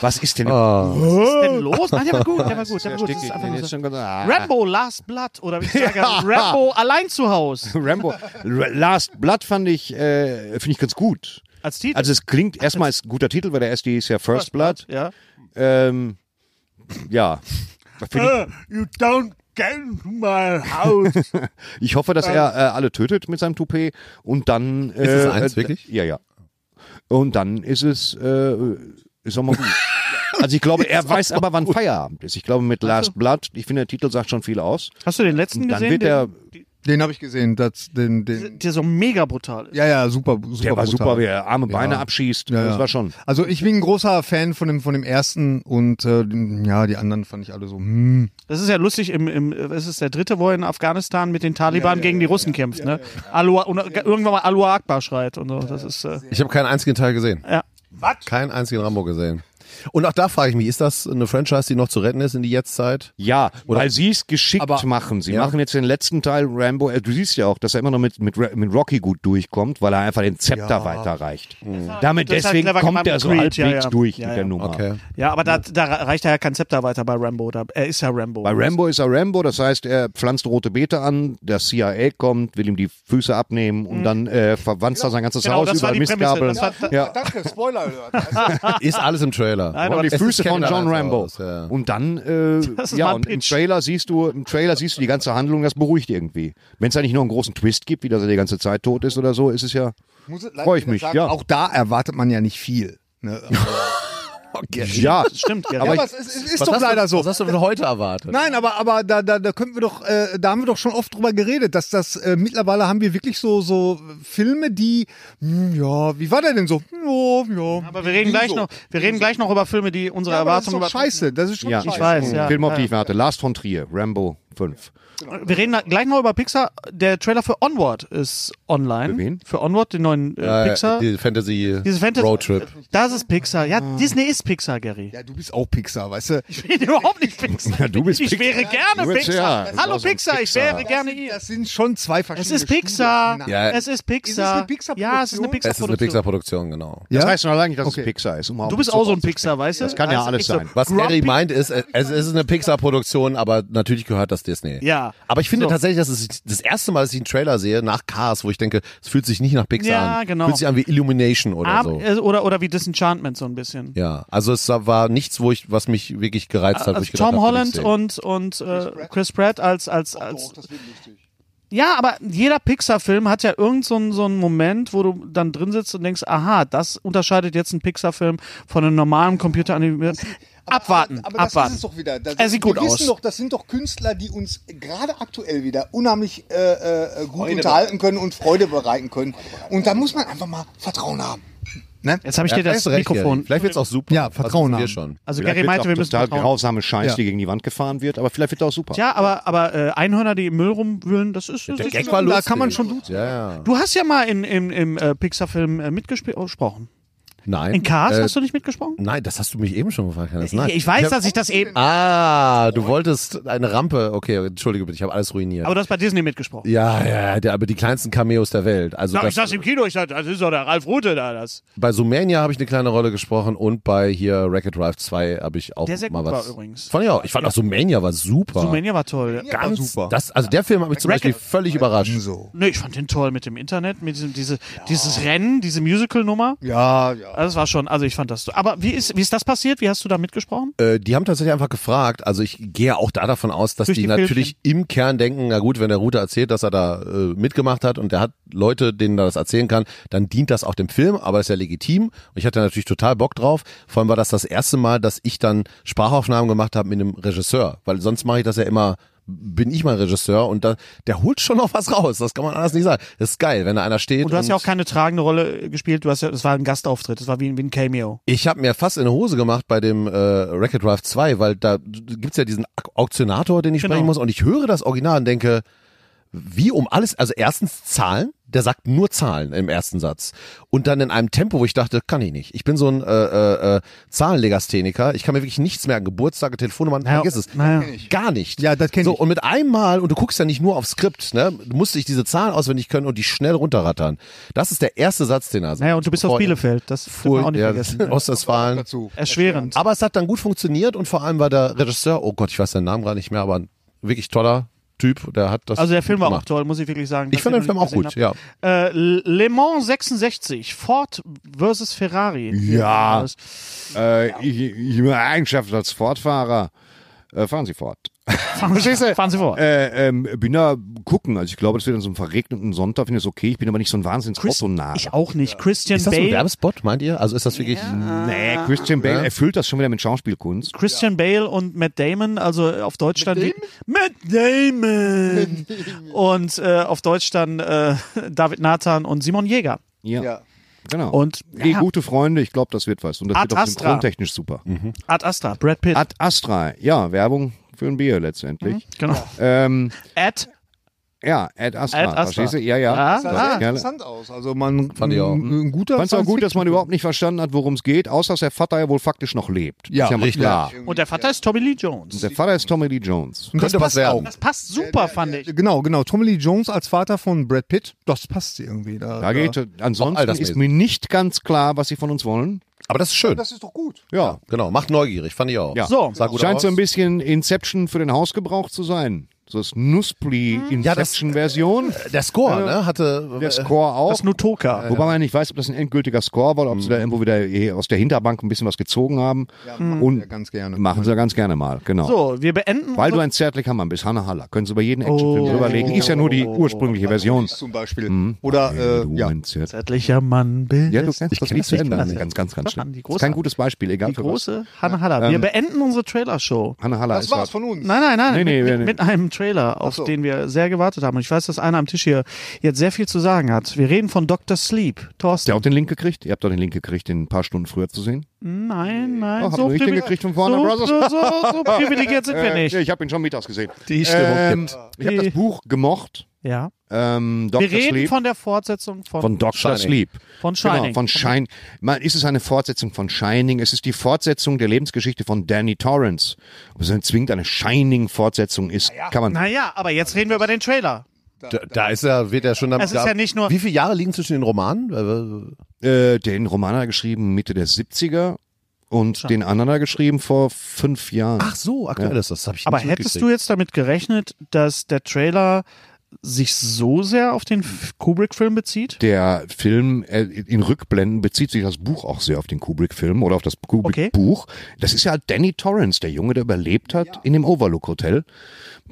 Was ist denn? Was ist denn los? Nein, der war gut, der war gut, der war gut. Das ist Ah. einfach nur so. Rambo. Rambo Last Blood oder wie ich sage, Rambo allein zu Hause Rambo. R- Last Blood fand ich, äh, finde ich ganz gut. als Titel. Also es klingt erstmal als guter Titel, weil der erste ist ja First Blood. ja. Ähm, ja. Find You don't get my house. Ich, ich hoffe, dass er äh, alle tötet mit seinem Toupet und dann. Äh, es eins, äh, wirklich? Ja, ja. Und dann ist es, äh, ist auch mal gut. Also ich glaube, er weiß aber, wann Feierabend ist. Ich glaube, mit Last Blood, ich finde, der Titel sagt schon viel aus. Hast du den letzten Und dann gesehen, wird er, Den habe ich gesehen. Das, den, den, der so mega brutal ist? ja, ja, super. super der war brutal. super, wie er arme Beine Ja. abschießt. Ja, Das ja. war schon. Also ich bin ein großer Fan von dem, von dem ersten und äh, ja, die anderen fand ich alle so, hm. Das ist ja lustig, im, im, es ist der dritte, wo er in Afghanistan mit den Taliban gegen die Russen kämpft. ne? Alua, und irgendwann mal Alua Akbar schreit und so. Das ist, äh, Ich habe keinen einzigen Teil gesehen. Ja. Was? Keinen einzigen Rambo gesehen. Und auch da frage ich mich, ist das eine Franchise, die noch zu retten ist in die Jetztzeit? Ja, weil sie es geschickt machen. Sie machen jetzt den letzten Teil Rambo. äh, Du siehst ja auch, dass er immer noch mit, mit, Ra- mit Rocky gut durchkommt, weil er einfach den Zepter weiterreicht. Mhm. Damit das ist halt deswegen clever kommt gemacht er mit so Creed, halbwegs ja, ja. durch Ja, mit ja. der Nummer. Okay. ja, aber da, da reicht er ja kein Zepter weiter bei Rambo. Da, er ist ja Rambo. Bei Rambo ist er Rambo, das heißt, er pflanzt rote Beete an, das CIA kommt, will ihm die Füße abnehmen und dann äh, verwandt er sein ganzes Mhm. Genau, Haus das war über die Mistgabeln. Prämisse. Das war- ja. Danke, Spoiler. alert. Ist alles im Trailer. Nein, Und aber die das ist Füße von Kevin John Adams Rambo. aus, ja. Und dann, äh, also, Das ist ja, mal ein und im Pitch. Trailer siehst du, im Trailer siehst du die ganze Handlung, das beruhigt irgendwie. Wenn es da nicht noch einen großen Twist gibt, wie dass er die ganze Zeit tot ist oder so, ist es ja. Muss es leider Freue ich wieder mich, sagen, ja. Auch da erwartet man ja nicht viel. Ne? Ja, Stimmt, Gerrit. Aber es ist, es ist doch leider so. Was hast du denn heute erwartet? Nein, aber, aber da, da, da könnten wir doch, äh, da haben wir doch schon oft drüber geredet, dass das äh, mittlerweile haben wir wirklich so, so Filme, die, hm, ja, wie war der denn so? Hm, Ja, ja. Aber wir reden, gleich noch, wir reden gleich noch über Filme, die unsere Ja, aber das ist Erwartungen doch über. scheiße. Das ist schon ja. scheiße. Ich weiß, ja. Film, auf Ja. die ich warte. Last von Trier, Rambo 5. Wir reden gleich noch über Pixar. Der Trailer für Onward ist online. Für wen? Für Onward, den neuen äh, Pixar. Die Fantasy, Diese Fantasy. Roadtrip. Das ist Pixar. Ja, Disney ist Pixar, Gary. Ja, du bist auch Pixar, weißt du? Ich bin überhaupt nicht Pixar. Ja, du bist ich Pixar. wäre gerne Du bist- Pixar. ja, das Hallo war so ein Pixar, ich Pixar. wäre gerne ihr. Das sind schon zwei Es verschiedene ist Pixar. Studios. Ja. Es ist Ist es Pixar. eine Pixar-Produktion? Ja, es ist eine Pixar. Es ist eine Pixar-Produktion, genau. Das Ja? heißt noch lange nicht, dass Okay. es Pixar ist. Um Du bist auch so ein Pixar, weißt du? Das kann ja Also alles Pixar. sein. Was Grumpy- Gary meint, ist, äh, es ist eine Pixar-Produktion, aber natürlich gehört das Disney. Ja. Aber ich finde So. tatsächlich, das ist das erste Mal, dass ich einen Trailer sehe nach Cars, wo ich denke, es fühlt sich nicht nach Pixar Ja, an. genau. Fühlt sich an wie Illumination oder Arm- so. äh, oder, oder wie Disenchantment so ein bisschen. also? Ja, also es war nichts, wo ich, was mich wirklich gereizt hat. wo Also ich gedacht Tom habe, will ich Holland sehen. und, und äh, Chris Pratt als, als, als Doch, das wird lustig. Ja, aber jeder Pixar-Film hat ja irgend so einen, so einen Moment, wo du dann drin sitzt und denkst, aha, das unterscheidet jetzt einen Pixar-Film von einem normalen Computeranimierten. Abwarten, aber, aber abwarten. Das ist es doch wieder. Das, Er sieht gut wir aus. Wissen doch, das sind doch Künstler, die uns gerade aktuell wieder unheimlich äh, äh, gut unterhalten können und Freude bereiten können. Und da muss man einfach mal Vertrauen haben. Ne? Jetzt habe ich dir Ja, das hast recht, Mikrofon. Gary. Vielleicht wird's auch super. Ja, Was Vertrauen wissen wir haben. schon. Also Vielleicht Gary wird's meinte, auch wir müssen total vertrauen. grausame Scheiß, Ja. die gegen die Wand gefahren wird, aber vielleicht wird auch super. Ja, aber, aber äh, Einhörner, die im Müll rumwühlen, das ist... Das Der ist Gag war Da lustig. kann man schon duzen. Ja, ja. du hast ja mal in, im, im äh, Pixar-Film äh, mitgespielt, oh, gesprochen. Nein. In Cars Äh, hast du nicht mitgesprochen? Nein, das hast du mich eben schon gefragt. Hannes. Nein. Ich, ich weiß, hab- dass ich das eben... Ah, du wolltest eine Rampe. Okay, entschuldige bitte, ich habe alles ruiniert. Aber du hast bei Disney mitgesprochen. ja, ja, der, aber die kleinsten Cameos der Welt. Also Na, das, ich saß im Kino, ich dachte, das ist doch der Ralf Rute da, das... bei Sumania habe ich eine kleine Rolle gesprochen und bei hier Wreck-It Ralph 2 habe ich auch Der sehr mal gut was. war übrigens. Fand ich auch. Ich fand auch Sumania war super. Sumania war toll. Ganz super. Das, also der Film hat mich zum Beispiel völlig überrascht. So. Nee, ich fand den toll mit dem Internet, mit diesem diese, dieses Rennen, diese Musical-Nummer. Ja, ja. Also das war schon, also ich fand das. Aber wie ist, wie ist das passiert? Wie hast du da mitgesprochen? Äh, die haben tatsächlich einfach gefragt. Also ich gehe auch da davon aus, dass Durch die, die natürlich im Kern denken, na gut, wenn der Router erzählt, dass er da äh, mitgemacht hat und der hat Leute, denen er das erzählen kann, dann dient das auch dem Film, aber ist ja legitim. Und ich hatte natürlich total Bock drauf. Vor allem war das das erste Mal, dass ich dann Sprachaufnahmen gemacht habe mit einem Regisseur, weil sonst mache ich das ja immer bin ich mal Regisseur und da, der holt schon noch was raus. Das kann man anders nicht sagen. Das ist geil, wenn da einer steht. Und du hast ja auch keine tragende Rolle äh, gespielt. Du hast ja, das war ein Gastauftritt. Das war wie, ein- wie ein Cameo. Ich habe mir fast in die Hose gemacht bei dem äh, Racket Drive 2, weil da gibt's ja diesen Ak- Auktionator, den ich Genau. sprechen muss und ich höre das Original und denke, wie um alles, also erstens Zahlen, der sagt nur Zahlen im ersten Satz und dann in einem Tempo, wo ich dachte, kann ich nicht. Ich bin so ein äh, äh, äh, Zahlenlegastheniker, ich kann mir wirklich nichts merken, Geburtstage, Telefonnummern, vergiss es. naja. Gar nicht. Ja, das kenn so, ich. Und mit einem Mal, und du guckst ja nicht nur aufs Skript, ne, du musst dich diese Zahlen auswendig können und die schnell runterrattern. Das ist der erste Satz, den er sagt. naja, und du bist Bevor aus er- Bielefeld. Das darf man Fuhr, auch nicht ja, vergessen. ne? Ostwestfalen. Dazu. Erschwerend. Aber es hat dann gut funktioniert und vor allem war der Regisseur, oh Gott, ich weiß seinen Namen gerade nicht mehr, aber ein wirklich toller Typ, der hat das. Also der Film gut war auch gemacht. toll, muss ich wirklich sagen. Ich dass fand den ich Film noch auch nicht gut, gesehen ja. hab. Äh, Le Mans 66, Ford versus Ferrari. Ja. Äh, ich, ich, meine Eigenschaft als Fortfahrer. Äh, fahren Sie fort. Fahren Sie, fahren Sie vor. Äh, ähm, bin da gucken. Also ich glaube, das wird an so einem verregneten Sonntag, finde ich das okay. Ich bin aber nicht so ein wahnsinns Chris- otto nah. ich auch nicht. Christian Ist das so ein Bale. Werbespot, meint ihr? Also ist das wirklich. Nee, Äh, Christian Bale erfüllt das schon wieder mit Schauspielkunst. Christian Bale und Matt Damon, also auf Deutsch dann die, Matt Damon und äh, auf Deutsch dann äh, David Nathan und Simon Jäger. Ja, Ja. genau. Und Die ja, gute Freunde, ich glaube, das wird was. Und das Ad wird auch Astra. synchrontechnisch super. Ad Astra, Brad Pitt. Ad Astra, ja, Werbung für ein Bier letztendlich. genau. Ähm, Ad, ja, Ad Astra, Mhm. Ad Astra. verstehst du? Ja, ja. Ah, Das ah. ist geil. Interessant aus. Also Also man, Fand ich auch. ein guter Fand's auch gut, dass man Science-Fiction- überhaupt nicht verstanden hat, worum es geht, außer dass der Vater ja wohl faktisch noch lebt. Ja, ist ja mal richtig. klar. und der Vater ist Tommy Lee Jones. Der Vater ist Tommy Lee Jones. Und das Könnte was passt werden. Das passt super, fand ich. Genau, genau. Tommy Lee Jones als Vater von Brad Pitt, das passt irgendwie. Da, Da geht, Auch all ansonsten das ist lesen. mir nicht ganz klar, was sie von uns wollen. Aber das ist schön. das ist doch gut. Ja, Genau, macht neugierig, fand ich auch. ja. So. Sah gut Scheint aus. so ein bisschen Inception für den Hausgebrauch zu sein. So das Nuspli Ja, das- Inception-Version. Der Score, ne? Hatte. der Score auch. Das Nutoka. Wobei man nicht weiß, ob das ein endgültiger Score war oder ob sie da irgendwo wieder eh aus der Hinterbank ein bisschen was gezogen haben. Hm. Und Ja, ganz gerne. machen sie ja ganz gerne mal, genau. So, wir beenden. Weil du unsere- ein zärtlicher Mann bist, Hannah Haller. Können sie bei jedem Actionfilm Oh. drüberlegen. Ist ja nur die ursprüngliche Version. Mhm. Zum Beispiel. Oder, äh, Du ja. ein zärtlicher Zärtlicher Mann bist. ja, du kannst das Lied zu ändern. klasse. Ganz, Ähm, ganz, ganz Doch, schön. Mann, die Das ist große, kein gutes Beispiel, egal die für was. große Hannah Haller. Wir beenden unsere Trailer-Show. Hannah Haller Das ist halt- war's hart. von uns. Nein, nein, nein. Nee, nee, mit, nee. mit, mit einem Trailer, auf den wir sehr gewartet haben. Und ich weiß, dass einer am Tisch hier jetzt sehr viel zu sagen hat. Wir reden von Dr. Sleep. Habt ihr Thorsten. auch den Link gekriegt? Ihr habt doch den Link gekriegt, den ein paar Stunden früher zu sehen. Nein, nein. Ach, habt ihr Oh, nicht den privi- gekriegt von Warner so, Brothers? So, so, so privilegiert sind wir Äh, nicht. Ich habe ihn schon mittags gesehen. Die Stimmung Ähm, kippt. ich habe das Buch gemocht. Ja. Ähm, Dr. Wir reden Sleep. von der Fortsetzung von, von Dr. Shining. Sleep. Von Shining. Genau, von Shine. Man, ist es eine Fortsetzung von Shining? Es ist die Fortsetzung der Lebensgeschichte von Danny Torrance. Ob es dann zwingend eine Shining-Fortsetzung ist, kann man. Naja, aber jetzt reden wir über den Trailer. Da, da ist er, wird er schon damit. Es ist ja nicht nur- Wie viele Jahre liegen zwischen den Romanen? Äh, den Roman hat er geschrieben Mitte der 70er und den anderen hat er geschrieben vor fünf Jahren. Ach so, aktuell ist das. das hab ich Aber nicht hättest du mitgekriegt. jetzt damit gerechnet, dass der Trailer sich so sehr auf den F- Kubrick-Film bezieht? Der Film äh, in Rückblenden bezieht sich das Buch auch sehr auf den Kubrick-Film oder auf das Kubrick-Buch. Das ist ja halt Danny Torrance, der Junge, der überlebt hat in dem Overlook Hotel,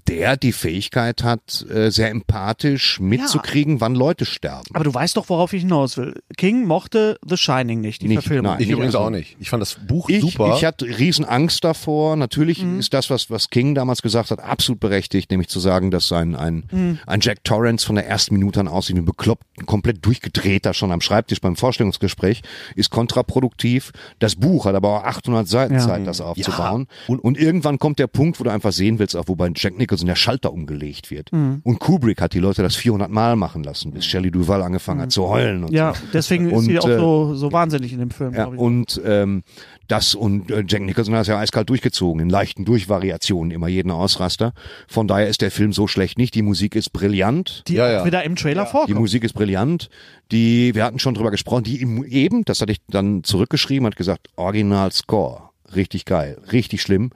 der die Fähigkeit hat, äh, sehr empathisch mitzukriegen, wann Leute sterben. Aber du weißt doch, worauf ich hinaus will. King mochte The Shining nicht, die Nicht, Verfilmung. nein. Ich Nee, übrigens also- auch nicht. Ich fand das Buch Ich, super. ich hatte riesen Angst davor. Natürlich ist das, was, was King damals gesagt hat, absolut berechtigt, nämlich zu sagen, dass ein, ein, ein Jack Torrance von der ersten Minute an aussieht wie ein bekloppt, ein komplett durchgedrehter schon am Schreibtisch beim Vorstellungsgespräch, ist kontraproduktiv. Das Buch hat aber auch 800 Seiten Ja. Zeit, das aufzubauen. Und, und irgendwann kommt der Punkt, wo du einfach sehen willst, auch wobei Jack Nicholson der Schalter umgelegt wird. Und Kubrick hat die Leute das 400 Mal machen lassen, bis Shelley Duval angefangen hat zu heulen. Und Ja, so. deswegen ist Und, sie auch äh, so, so wahnsinnig in dem Film, Ja, glaub ich. und ähm, das und äh, Jack Nicholson hat es ja eiskalt durchgezogen, in leichten Durchvariationen, immer jeden Ausraster. Von daher ist der Film so schlecht nicht. Die Musik ist brillant. die Ja, auch ja. wieder im Trailer Die vorkommt. Musik ist brillant. Die, wir hatten schon drüber gesprochen, die im- eben, das hatte ich dann zurückgeschrieben, hat gesagt, Original Score. Richtig geil, richtig schlimm.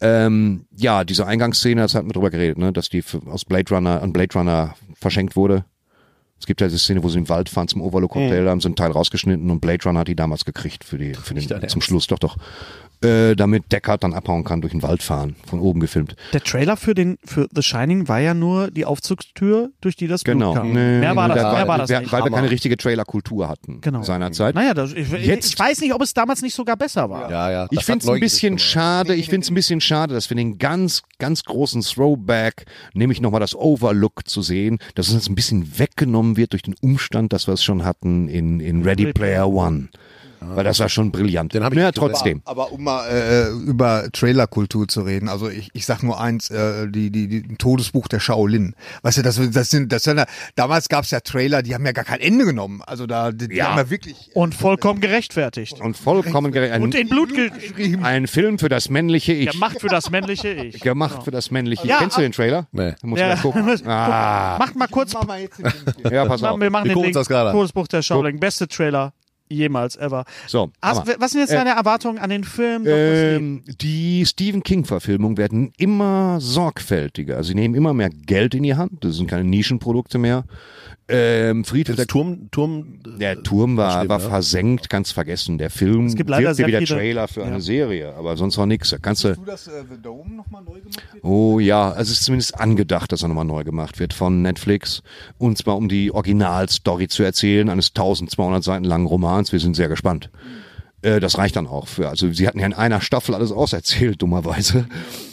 Ähm, ja, diese Eingangsszene, das hatten wir drüber geredet, ne, dass die f- aus Blade Runner an Blade Runner verschenkt wurde. Es gibt ja diese Szene, wo sie im Wald fahren zum Overlook Mhm. Hotel, da haben sie einen Teil rausgeschnitten und Blade Runner hat die damals gekriegt für die, für den, zum Schluss, doch, doch. Äh, damit Deckard dann abhauen kann, durch den Wald fahren, von oben gefilmt. Der Trailer für, den, für The Shining war ja nur die Aufzugstür, durch die das Genau. Blut kam. mehr war das, weil, mehr war das wir, nicht. weil wir Hammer. keine richtige Trailerkultur hatten Genau. seinerzeit. Naja, das, ich, Jetzt- ich weiß nicht, ob es damals nicht sogar besser war. ja, ja, das Ich hat finde es ein neugierig bisschen gemacht. schade, ich finde es ein bisschen schade, dass wir den ganz, ganz großen Throwback, nämlich nochmal das Overlook zu sehen, dass es uns ein bisschen weggenommen wird durch den Umstand, dass wir es schon hatten in, in Ready Player One. Weil das war schon brillant. Den hab ich ja, nicht gesehen. trotzdem. Aber um mal äh, über Trailerkultur zu reden, also ich, ich sag nur eins, äh, die, die, die ein Todesbuch der Shaolin. Weißt du, das, das sind, das sind ja, damals gab es ja Trailer, die haben ja gar kein Ende genommen. Also da, die, die Ja. haben ja wirklich. Und vollkommen gerechtfertigt. Und vollkommen gerecht. Und Ein, in Blut geschrieben. ein Film für das männliche Ich. Der macht für das männliche Ich. Gemacht für das männliche Ich. Ja, Kennst du ab- den Trailer? Nee. Muss Ja. ja. gucken. Ah, Macht mal kurz. Mach mal jetzt den Film hier. ja, pass auf. Wir machen Wir den gucken uns Link. das gerade an. Todesbuch der Shaolin. Beste Trailer jemals ever. So, Hast, Hammer. Äh, was sind jetzt deine Erwartungen an den Film? Ähm, die Stephen King-Verfilmungen werden immer sorgfältiger. Sie nehmen immer mehr Geld in die Hand. Das sind keine Nischenprodukte mehr. Ähm, Friedhof Der der Turm, Turm. der Turm war, Stimmt, war ne? versenkt, ganz vergessen. Der Film Es gibt leider wirkt ja sehr wieder viele- Trailer für Ja. eine Serie, aber sonst noch nichts. Da kannst du, Du das äh, The Dome nochmal neu gemacht wird? oh ja, also es ist zumindest angedacht, dass er nochmal neu gemacht wird von Netflix. Und zwar um die Originalstory zu erzählen, eines 1200 Seiten langen Romans. Wir sind sehr gespannt. Äh, Das reicht dann auch für. Also, sie hatten ja in einer Staffel alles auserzählt, dummerweise.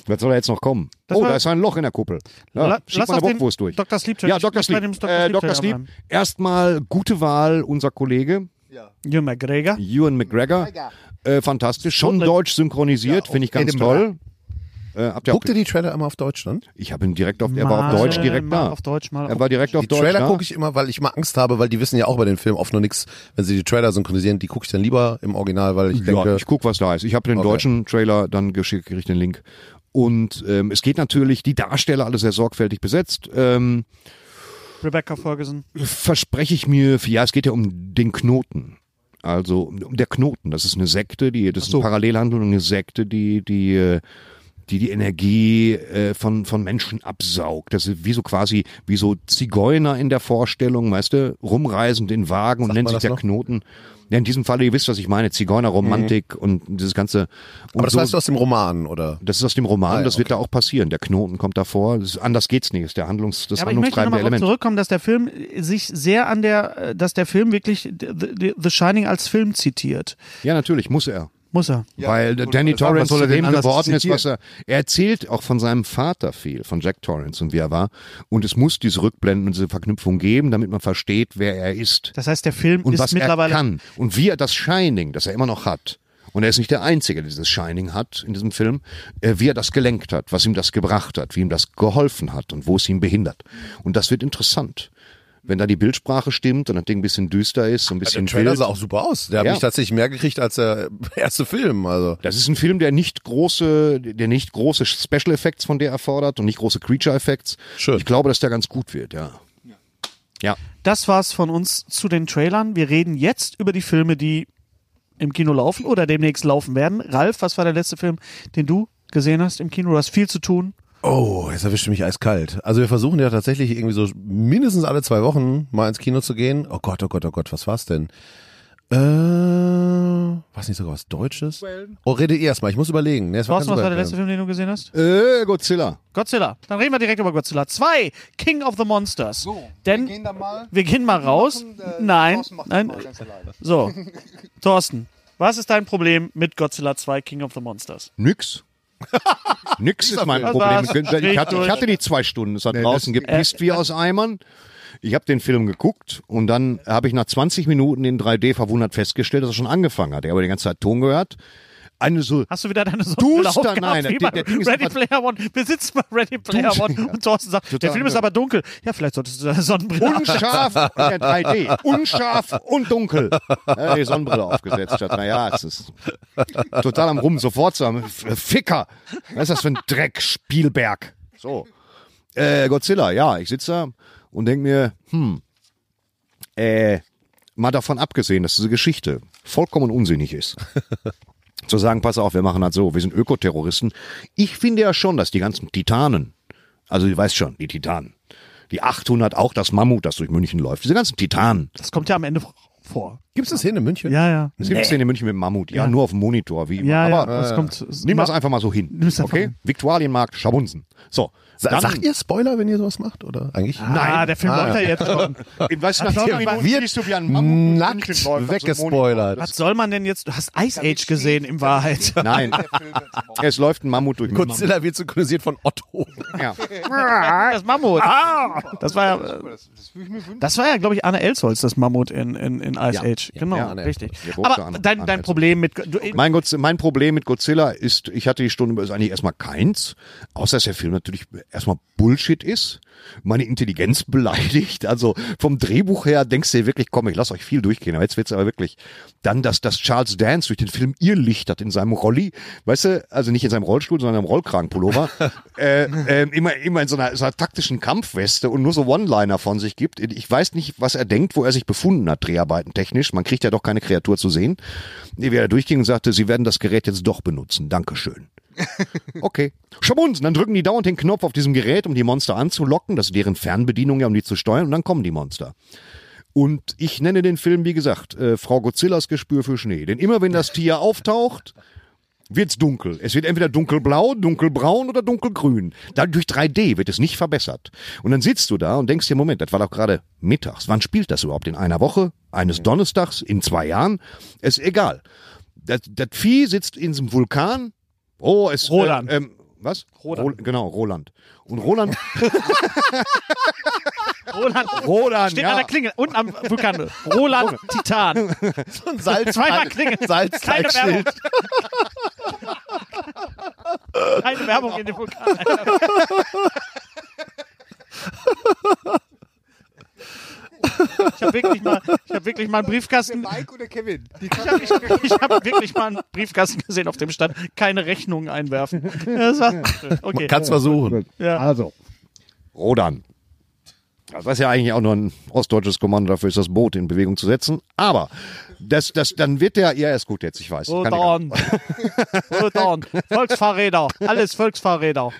Was soll da jetzt noch kommen? oh, war- da ist ein Loch in der Kuppel. Ja, La- schick lass mal eine auf den Bockwurst durch. Dr. Sleep Ja, Trailer- Dr. lass bei Sleep. dem Dr. Äh, Sleep Dr. Trailer Sleep. bleiben. Erstmal gute Wahl, unser Kollege. Jürgen McGregor. Ewan McGregor. Äh, fantastisch. Schon deutsch synchronisiert, finde ich ganz toll. Äh, habt ihr auch, Guckt ihr die Trailer immer auf Deutsch ne? dann? ich habe ihn direkt auf, er war auf Mal- Deutsch direkt mal da. Auf Deutsch mal. Er war direkt auf Die Deutsch Trailer da. gucke ich immer, weil ich mal Angst habe, weil die wissen ja auch bei den Filmen oft noch nichts. Wenn sie die Trailer synchronisieren, die gucke ich dann lieber im Original, weil ich denke, ja, ich guck, was da ist. Ich habe den Okay. deutschen Trailer dann geschickt, krieg ich den Link. Und ähm, es geht natürlich, die Darsteller alle sehr sorgfältig besetzt. Ähm, Rebecca Ferguson. verspreche ich mir, ja, es geht ja um den Knoten. Also um der Knoten, das ist eine Sekte, die das ist eine Parallelhandlung, eine Sekte, die die äh, die die Energie äh, von, von Menschen absaugt. Das ist wie so quasi, wie so Zigeuner in der Vorstellung, weißt du, rumreisend in Wagen und nennt man sich das der noch? Knoten. Ja, in diesem Falle, ihr wisst, was ich meine, Zigeunerromantik und dieses ganze. Und Mhm. Aber das so- weißt du aus dem Roman, oder? das ist aus dem Roman, Ah, ja, das wird da auch passieren. Der Knoten kommt davor. Das ist, anders geht's nicht. Das ist der Handlungs, das Ja, aber ich möchte handlungstreibende nochmal darauf Element. zurückkommen, dass der Film sich sehr an der, äh, dass der Film wirklich The, The- The Shining als Film zitiert. Ja, natürlich, muss er. Muss er. Weil oder Danny was soll- was Torrance soll er zu denn dem anders geworden ist, zitieren? was er. Er erzählt auch von seinem Vater viel, von Jack Torrance und wie er war. Und es muss diese Rückblenden und diese Verknüpfung geben, damit man versteht, wer er ist Das heißt, der Film und ist was er mittlerweile. kann. Und wie er das Shining, das er immer noch hat. Und er ist nicht der Einzige, der dieses Shining hat in diesem Film, äh, wie er das gelenkt hat, was ihm das gebracht hat, wie ihm das geholfen hat und wo es ihn behindert. Und das wird interessant. Wenn da die Bildsprache stimmt und das Ding ein bisschen düster ist, so ein Der bisschen Trailer wild. sah auch super aus. Der hat Ja. mich tatsächlich mehr gekriegt als der erste Film. Also Das ist ein Film, der nicht große, der nicht große Special Effects von dir erfordert und nicht große Creature Effects. Schön. Ich glaube, dass der ganz gut wird, ja. Ja. Das war's von uns zu den Trailern. Wir reden jetzt über die Filme, die im Kino laufen oder demnächst laufen werden. Ralf, was war der letzte Film, den du gesehen hast im Kino? Du hast viel zu tun. Oh, jetzt erwischt mich eiskalt. Also wir versuchen ja tatsächlich irgendwie so mindestens alle zwei Wochen mal ins Kino zu gehen. Oh Gott, oh Gott, oh Gott, was war's denn? Äh, was nicht sogar was Deutsches? Oh, rede ihr erstmal, ich muss überlegen. Nee, es war Thorsten, kein was war der Superhelden. letzte Film, den du gesehen hast? Äh, Godzilla. Godzilla. Dann reden wir direkt über Godzilla 2, King of the Monsters. So, Denn wir gehen, da mal. mal äh, raus. nein, nein. So, Thorsten, was ist dein Problem mit Godzilla 2, King of the Monsters? Nix. Nix ist mein Das Problem. war's. Ich hatte, ich Richtig. hatte die zwei Stunden. Es hat draußen gepisst wie aus Eimern. Ich habe den Film geguckt und dann habe ich nach 20 Minuten in 3D verwundert festgestellt, dass er schon angefangen hat. Er habe die ganze Zeit Ton gehört. Eine so Hast du wieder deine Sonnenbrille Duster, aufgehabt, nein, wie der- bei der Ding ist Ready einfach- Player One? Wir sitzen bei Ready Player Duster, One und Thorsten sagt, der Total Film ist angenehm. aber dunkel. Ja, vielleicht solltest du deine Sonnenbrille ab- Unscharf, und der 3D, unscharf und dunkel. Ja, die Sonnenbrille aufgesetzt hat. Naja, es ist total am Rum, sofort zu haben. F- äh, Ficker! Was ist das für ein Dreck, Spielberg? So. Äh, Godzilla, ja, ich sitze da und denke mir, hm, äh, mal davon abgesehen, dass diese Geschichte vollkommen unsinnig ist zu sagen, pass auf, wir machen das so, wir sind Ökoterroristen. Ich finde ja schon, dass die ganzen Titanen, also du weißt schon, die Titanen, die 800, auch das Mammut, das durch München läuft, diese ganzen Titanen. Das kommt ja am Ende vor. Gibt's das hin in München? Ja, ja. Es gibt Szene in München mit dem Mammut, ja, nur auf dem Monitor, wie immer. Ja, Aber äh, ja. Das kommt, nimm das einfach mal so hin. Nimm's einfach Okay? hin. Viktualienmarkt, Schabunsen. So. Sa dann- sagt ihr Spoiler, wenn ihr sowas macht? Oder eigentlich? Ah, der Film läuft ja jetzt schon. Im weißt du, nach zehn Minuten wird siehst du, wie ein Mammut durch Nackt München läuft auf dem Monitor. weggespoilert. Was soll man denn jetzt? Du hast Ice Age gesehen, in Wahrheit. Nein, es läuft ein Mammut durch München. Godzilla wird synchronisiert von Otto. Ja. Das Mammut. Das war ja. äh, Das war ja, glaube ich, Anne Elsholz, das Mammut in, in, in Ice Ja. Age. Genau, ja, Anne richtig. Wir gucken da Aber Anne- dein, Anne dein Elsholz. Problem mit. Du, Mein, Gotz, mein Problem mit Godzilla ist, ich hatte die Stunde über, ist eigentlich erstmal keins, außer dass der Film natürlich erstmal Bullshit ist, meine Intelligenz beleidigt. Also vom Drehbuch her denkst du dir wirklich, komm, ich lass euch viel durchgehen, aber jetzt wird's aber wirklich. Dann, dass, dass Charles Dance durch den Film Irrlicht hat in seinem Rolli, weißt du, also nicht in seinem Rollstuhl, sondern im Rollkragenpullover, äh, ähm, immer, immer in so einer, so einer taktischen Kampfweste und nur so One-Liner von sich gibt. Ich weiß nicht, was er denkt, wo er sich befunden hat, Dreharbeiten technisch. Man kriegt ja doch keine Kreatur zu sehen. Nee, wie er da durchging und sagte, sie werden das Gerät jetzt doch benutzen. Dankeschön. Okay. Schabunsen, dann drücken die dauernd den Knopf auf diesem Gerät, um die Monster anzulocken. Das ist deren Fernbedienung ja, um die zu steuern. Und dann kommen die Monster. Und ich nenne den Film, wie gesagt, äh, Frau Godzillas Gespür für Schnee. Denn immer wenn das Tier auftaucht, wird's dunkel. Es wird entweder dunkelblau, dunkelbraun oder dunkelgrün. Dann durch 3D wird es nicht verbessert. Und dann sitzt du da und denkst dir, Moment, das war doch gerade mittags. Wann spielt das überhaupt? In einer Woche? Eines Donnerstags? In zwei Jahren? Ist egal. Das, das Vieh sitzt in diesem Vulkan. Oh, es... Roland. ähm, was? Roland. Ro- genau, Roland. Und Roland... Roland. Roland, Steht ja. an der Klingel, unten am Vulkan. Roland Titan. Salz Zweimal klingeln. Keine Werbung. Salzteigschild. Keine Werbung in dem Vulkan. Ich habe wirklich, mal- ich hab wirklich mal einen Briefkasten. Mike oder Kevin? Die Ich habe hab wirklich mal einen Briefkasten gesehen, auf dem stand, keine Rechnungen einwerfen. Das war, okay. Kannst versuchen. Ja. Rodan. Das ist ja eigentlich auch nur ein ostdeutsches Kommando dafür, ist das Boot in Bewegung zu setzen. Aber das, das, dann wird der, ja, ist gut jetzt, ich weiß. Gut Kann egal. down. Gut down. Volksverräter. Alles Volksverräter.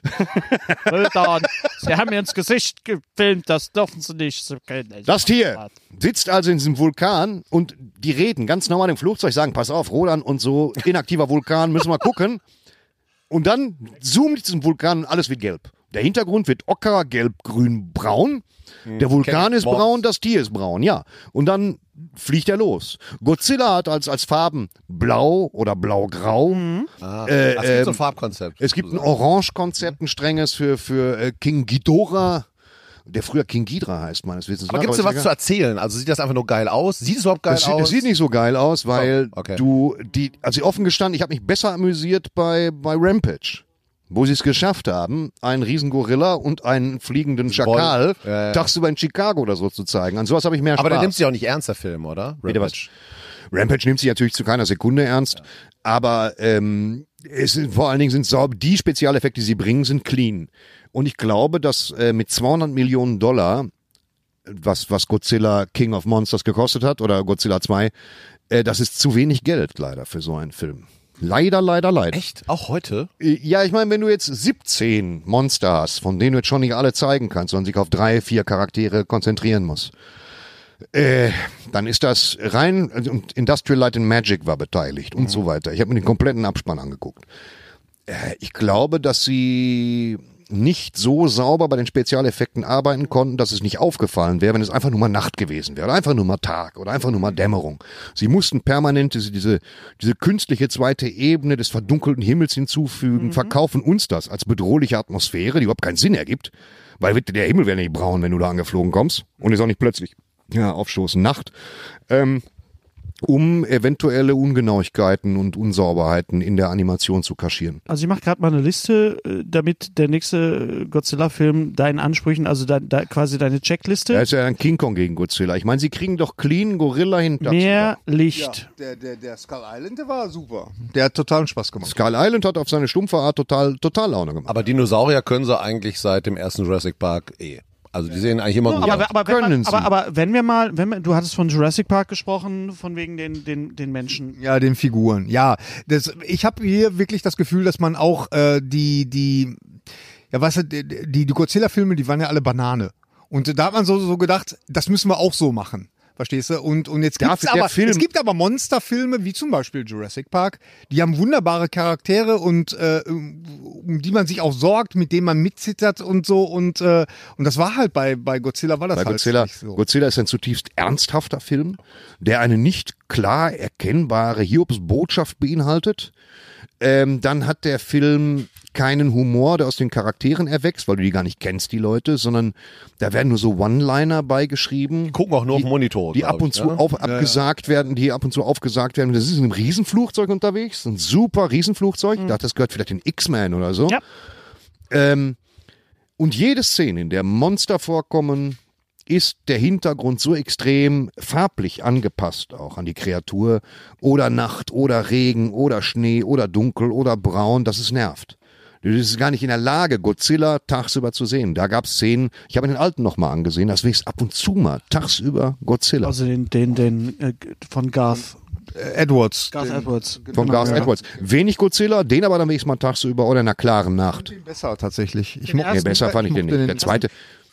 Gut down. Sie haben mir ins Gesicht gefilmt, das dürfen Sie nicht. Sie können nicht. Das Tier sitzt also in diesem Vulkan und die reden ganz normal im Flugzeug, sagen, pass auf, Roland und so, inaktiver Vulkan, müssen wir gucken. Und dann zoomt diesen Vulkan und alles wird gelb. Der Hintergrund wird ocker, gelb, grün, braun. Hm, Der Vulkan ist braun, das Tier ist braun, ja. Und dann fliegt er los. Godzilla hat als, als Farben blau oder blau-grau. Ah, Äh, es gibt so ein Farbkonzept. Es gibt ein Orange-Konzept, ein strenges für, für äh, King Ghidorah, der früher King Ghidra heißt, meines Wissens. Aber nach, gibt es dir ist was zu egal. erzählen? Also sieht das einfach nur geil aus? Sieht es überhaupt geil es, sieht- aus? es sieht nicht so geil aus, weil Oh, okay. du die, also offen gestanden, ich habe mich besser amüsiert bei, bei Rampage, wo sie es geschafft haben, einen Riesengorilla und einen fliegenden Schakal Wolf. Ja, ja. tagsüber in Chicago oder so zu zeigen. An sowas habe ich mehr Spaß. aber der nimmt sich auch nicht ernst, der Film, oder? Bitte was? Rampage nimmt sich natürlich zu keiner Sekunde ernst, aber ähm, es, sind- vor allen Dingen sind saub, die Spezialeffekte, die sie bringen, sind clean. Und ich glaube, dass äh, mit 200 Millionen Dollar, was, was Godzilla King of Monsters gekostet hat oder Godzilla 2, äh, das ist zu wenig Geld leider für so einen Film. Leider, leider, leider. Echt? Auch heute? Äh, Ja, ich meine, wenn du jetzt 17 Monster hast, von denen du jetzt schon nicht alle zeigen kannst, sondern sich auf drei, vier Charaktere konzentrieren musst, äh, dann ist das rein, also, und Industrial Light and Magic war beteiligt und so weiter. Ich habe mir den kompletten Abspann angeguckt. Äh, ich glaube, dass sie nicht so sauber bei den Spezialeffekten arbeiten konnten, dass es nicht aufgefallen wäre, wenn es einfach nur mal Nacht gewesen wäre, oder einfach nur mal Tag oder einfach nur mal Dämmerung. Sie mussten permanent diese, diese, diese künstliche zweite Ebene des verdunkelten Himmels hinzufügen, verkaufen uns das als bedrohliche Atmosphäre, die überhaupt keinen Sinn ergibt, weil wird- der Himmel wäre nicht braun, wenn du da angeflogen kommst und ist auch nicht plötzlich. Ja, aufstoßen, Nacht Ähm, um eventuelle Ungenauigkeiten und Unsauberheiten in der Animation zu kaschieren. Also ich mache gerade mal eine Liste, äh, damit der nächste äh, Godzilla-Film deinen Ansprüchen, also da, da quasi deine Checkliste, Da ist ja ein King Kong gegen Godzilla. Ich meine, sie kriegen doch clean Gorilla hin. dazu. mehr Licht. Der, der, der Skull Island, der war super. Der hat totalen Spaß gemacht. Skull Island hat auf seine stumpfe Art total, total Laune gemacht. Aber Dinosaurier können sie eigentlich seit dem ersten Jurassic Park eh. Also die sehen eigentlich immer gut aus. aber, aber, wenn können man, sie. aber, aber wenn wir mal, wenn wir, du hattest von Jurassic Park gesprochen, von wegen den, den, den Menschen. Ja, den Figuren. Ja, das, ich habe hier wirklich das Gefühl, dass man auch äh, die, die, ja, was, die, die Godzilla-Filme, die waren ja alle Banane. Und da hat man so, so gedacht, das müssen wir auch so machen. Verstehst du? Und, und jetzt gibt's Dafür der aber, Film- es gibt aber Monsterfilme, wie zum Beispiel Jurassic Park, die haben wunderbare Charaktere und äh, um die man sich auch sorgt, mit denen man mitzittert und so. Und, äh, und das war halt bei, bei Godzilla war das Bei halt Godzilla, nicht so. Godzilla ist ein zutiefst ernsthafter Film, der eine nicht klar erkennbare Hiobs-Botschaft beinhaltet. Ähm, dann hat der Film keinen Humor, der aus den Charakteren erwächst, weil du die gar nicht kennst, die Leute, sondern da werden nur so One-Liner beigeschrieben. gucken auch nur auf den Monitor. die glaub ab und ich, zu ne? auf, abgesagt werden, die ab und zu aufgesagt werden. Das ist ein Riesenflugzeug unterwegs, ein super Riesenflugzeug. Ich dachte, das gehört vielleicht den X-Men oder so. Ja. Ähm, und jede Szene, in der Monster vorkommen, ist der Hintergrund so extrem farblich angepasst auch an die Kreatur oder Nacht oder Regen oder Schnee oder dunkel oder braun, dass es nervt. Du bist gar nicht in der Lage, Godzilla tagsüber zu sehen. Da gab es Szenen, ich habe den alten nochmal angesehen, das wächst ab und zu mal tagsüber Godzilla. Also den, den, den äh, von Garth. Äh, Edwards. Garth Edwards. Vom Genau, Garth Edwards. Wenig Godzilla, den aber dann wenigstens mal tagsüber oder in einer klaren Nacht. Besser tatsächlich. Ich Den mo- Nee, besser fand ich den mochte nicht. Der den zweite,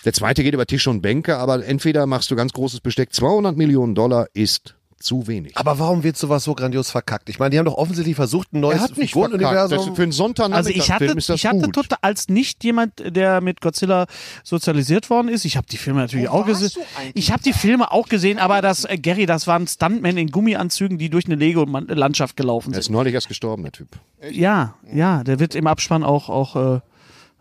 der zweite geht über Tische und Bänke, aber entweder machst du ganz großes Besteck. 200 Millionen Dollar ist zu wenig. Aber warum wird sowas so grandios verkackt? Ich meine, die haben doch offensichtlich versucht, ein neues verkackt. Das Figurenuniversum. ist für einen Sonntag Also ich hatte, ist das ich hatte gut. total, als nicht jemand, der mit Godzilla sozialisiert worden ist, ich habe die Filme natürlich auch gesehen. Ich habe die Filme auch gesehen, aber das, äh, Gary, das waren Stuntmen in Gummianzügen, die durch eine Lego-Landschaft gelaufen Er sind. ist neulich erst gestorben, der Typ. Ja, ja, der wird im Abspann auch, auch äh,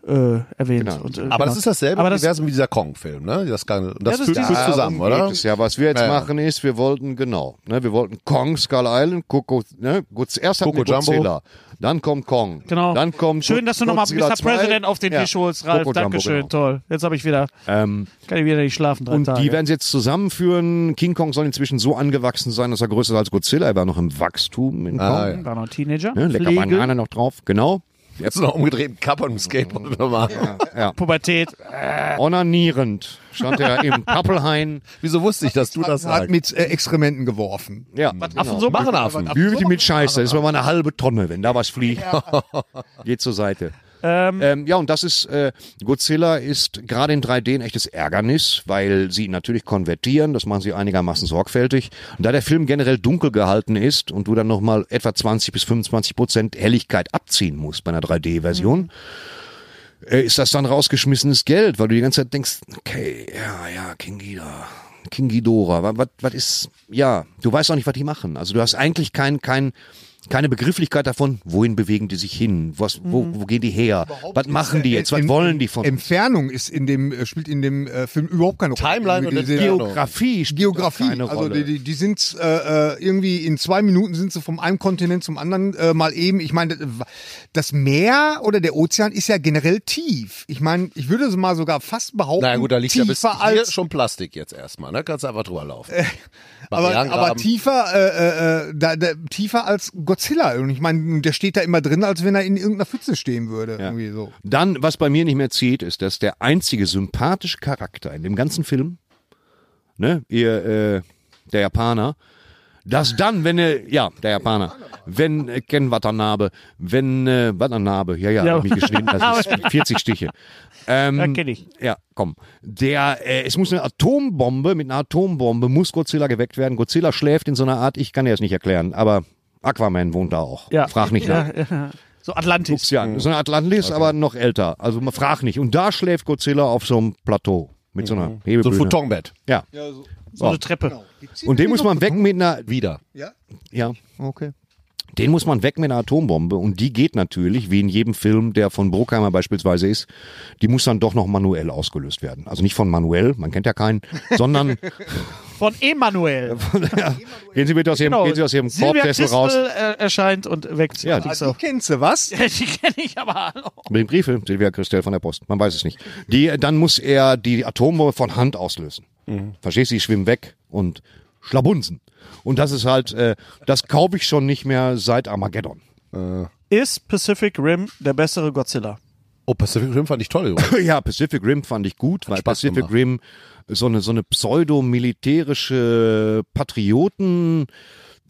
äh, erwähnt. Genau. Und, äh, Aber genau. das ist dasselbe Aber das- Universum wie dieser Kong-Film, ne? Das, kann, und Ja, das das fügt ist sich dieses- zusammen, oder? Geht es ja, was wir jetzt Ja, ja. machen ist, wir wollten, genau, ne, wir wollten Kong, Skull Island, Coco, ne, Goz- erst hatten wir Coco Jumbo. Godzilla, dann kommt Kong, Genau. dann kommt Schön, dass du nochmal Godzilla Mr. 2. President auf den Ja, Tisch holst, Ralf. Coco Jumbo, Dankeschön, genau. toll. Jetzt habe ich wieder, Ähm, kann ich wieder nicht schlafen drei Und Tage. die werden sie jetzt zusammenführen. King Kong soll inzwischen so angewachsen sein, dass er größer ist als Godzilla. Er war noch im Wachstum in Kong. Ah, ja. war noch Teenager. Ne, lecker Pflege. Banane noch drauf, genau. Jetzt noch umgedrehten Kappern im Skateboard nochmal. Pubertät. Genau. Onanierend stand er im Pappelhain. Wieso wusste ich, dass du das Hat sagst? mit äh, Exkrementen geworfen. Ja, Affen so Machen Affen. Lüge die mit Scheiße, das ist mal eine halbe Tonne, wenn da was fliegt. Geht zur Seite. Ähm, ja, und das ist, äh, Godzilla ist gerade in 3D ein echtes Ärgernis, weil sie ihn natürlich konvertieren, das machen sie einigermaßen sorgfältig. Und da der Film generell dunkel gehalten ist und du dann nochmal etwa 20 bis 25 Prozent Helligkeit abziehen musst bei einer 3D-Version, äh, ist das dann rausgeschmissenes Geld, weil du die ganze Zeit denkst, okay, ja, ja, King Ghidorah. King Ghidorah, was, was ist, ja, du weißt auch nicht, was die machen. Also du hast eigentlich kein, kein, keine Begrifflichkeit davon, wohin bewegen die sich hin, was, wo, Mhm. wo gehen die her, was machen die jetzt, was Ent- wollen die von äh, Entfernung ist in dem, äh, spielt in dem äh, Film überhaupt keine Rolle. Timeline und Die- die- Entfernung. Geografie, spielt Geografie, doch keine also Rolle. die, die, die sind äh, äh, irgendwie in zwei Minuten sind sie vom einen Kontinent zum anderen äh, mal eben. Ich meine, das Meer oder der Ozean ist ja generell tief. Ich meine, ich würde es mal sogar fast behaupten, Naja gut, da liegt ja tiefer bis hier als schon Plastik jetzt erstmal, ne? Kannst einfach drüber laufen. aber, Marianengraben. aber tiefer, äh, äh, äh, da, da, tiefer als Godzilla. Und ich meine, der steht da immer drin, als wenn er in irgendeiner Pfütze stehen würde. Irgendwie so. Dann, was bei mir nicht mehr zieht, ist, dass der einzige sympathische Charakter in dem ganzen Film, ne, ihr, äh, der Japaner, dass dann, wenn er, ja, der Japaner, wenn äh, Ken Watanabe, wenn äh, Watanabe, ja, ja, Ja. hab mich geschnitten, das ist 40 Stiche. Ähm, Ja, kenn ich. Ja, komm. Der, äh, es muss eine Atombombe, mit einer Atombombe muss Godzilla geweckt werden. Godzilla schläft in so einer Art, ich kann dir das nicht erklären, aber Aquaman wohnt da auch. Ja. Frag ne? nicht nach. Ja, ja. So Atlantis. Guck's dir an. So eine Atlantis, aber noch älter. Also man fragt nicht. Und da schläft Godzilla auf so einem Plateau mit so einer so ein Hebebühne. Futonbett. ja. So eine Treppe. Und den muss man wecken mit einer Wieder. ja, Okay. den muss man wecken mit einer Atombombe und die geht natürlich, wie in jedem Film, der von Bruckheimer beispielsweise ist, die muss dann doch noch manuell ausgelöst werden. Also nicht von manuell, man kennt ja keinen, sondern Von Emanuel. Genau. ja, gehen Sie bitte aus Ihrem, gehen Sie aus Ihrem Silvia Korbkessel Christel, raus. Äh, erscheint und weckt. Ja, die, die- so. Also, Kennst du was? die kenne ich aber hallo. Mit dem Briefe, Silvia Christel von der Post, man weiß es nicht. Die, dann muss er die Atombombe von Hand auslösen. Mhm. Verstehst du, die schwimmen weg und schlabunsen. Und das ist halt, äh, das kaufe ich schon nicht mehr seit Armageddon. Ist Pacific Rim der bessere Godzilla? Oh, Pacific Rim fand ich toll. übrigens. Ja, Pacific Rim fand ich gut, weil Spaß Pacific gemacht. Rim so eine, so eine pseudo-militärische Patrioten-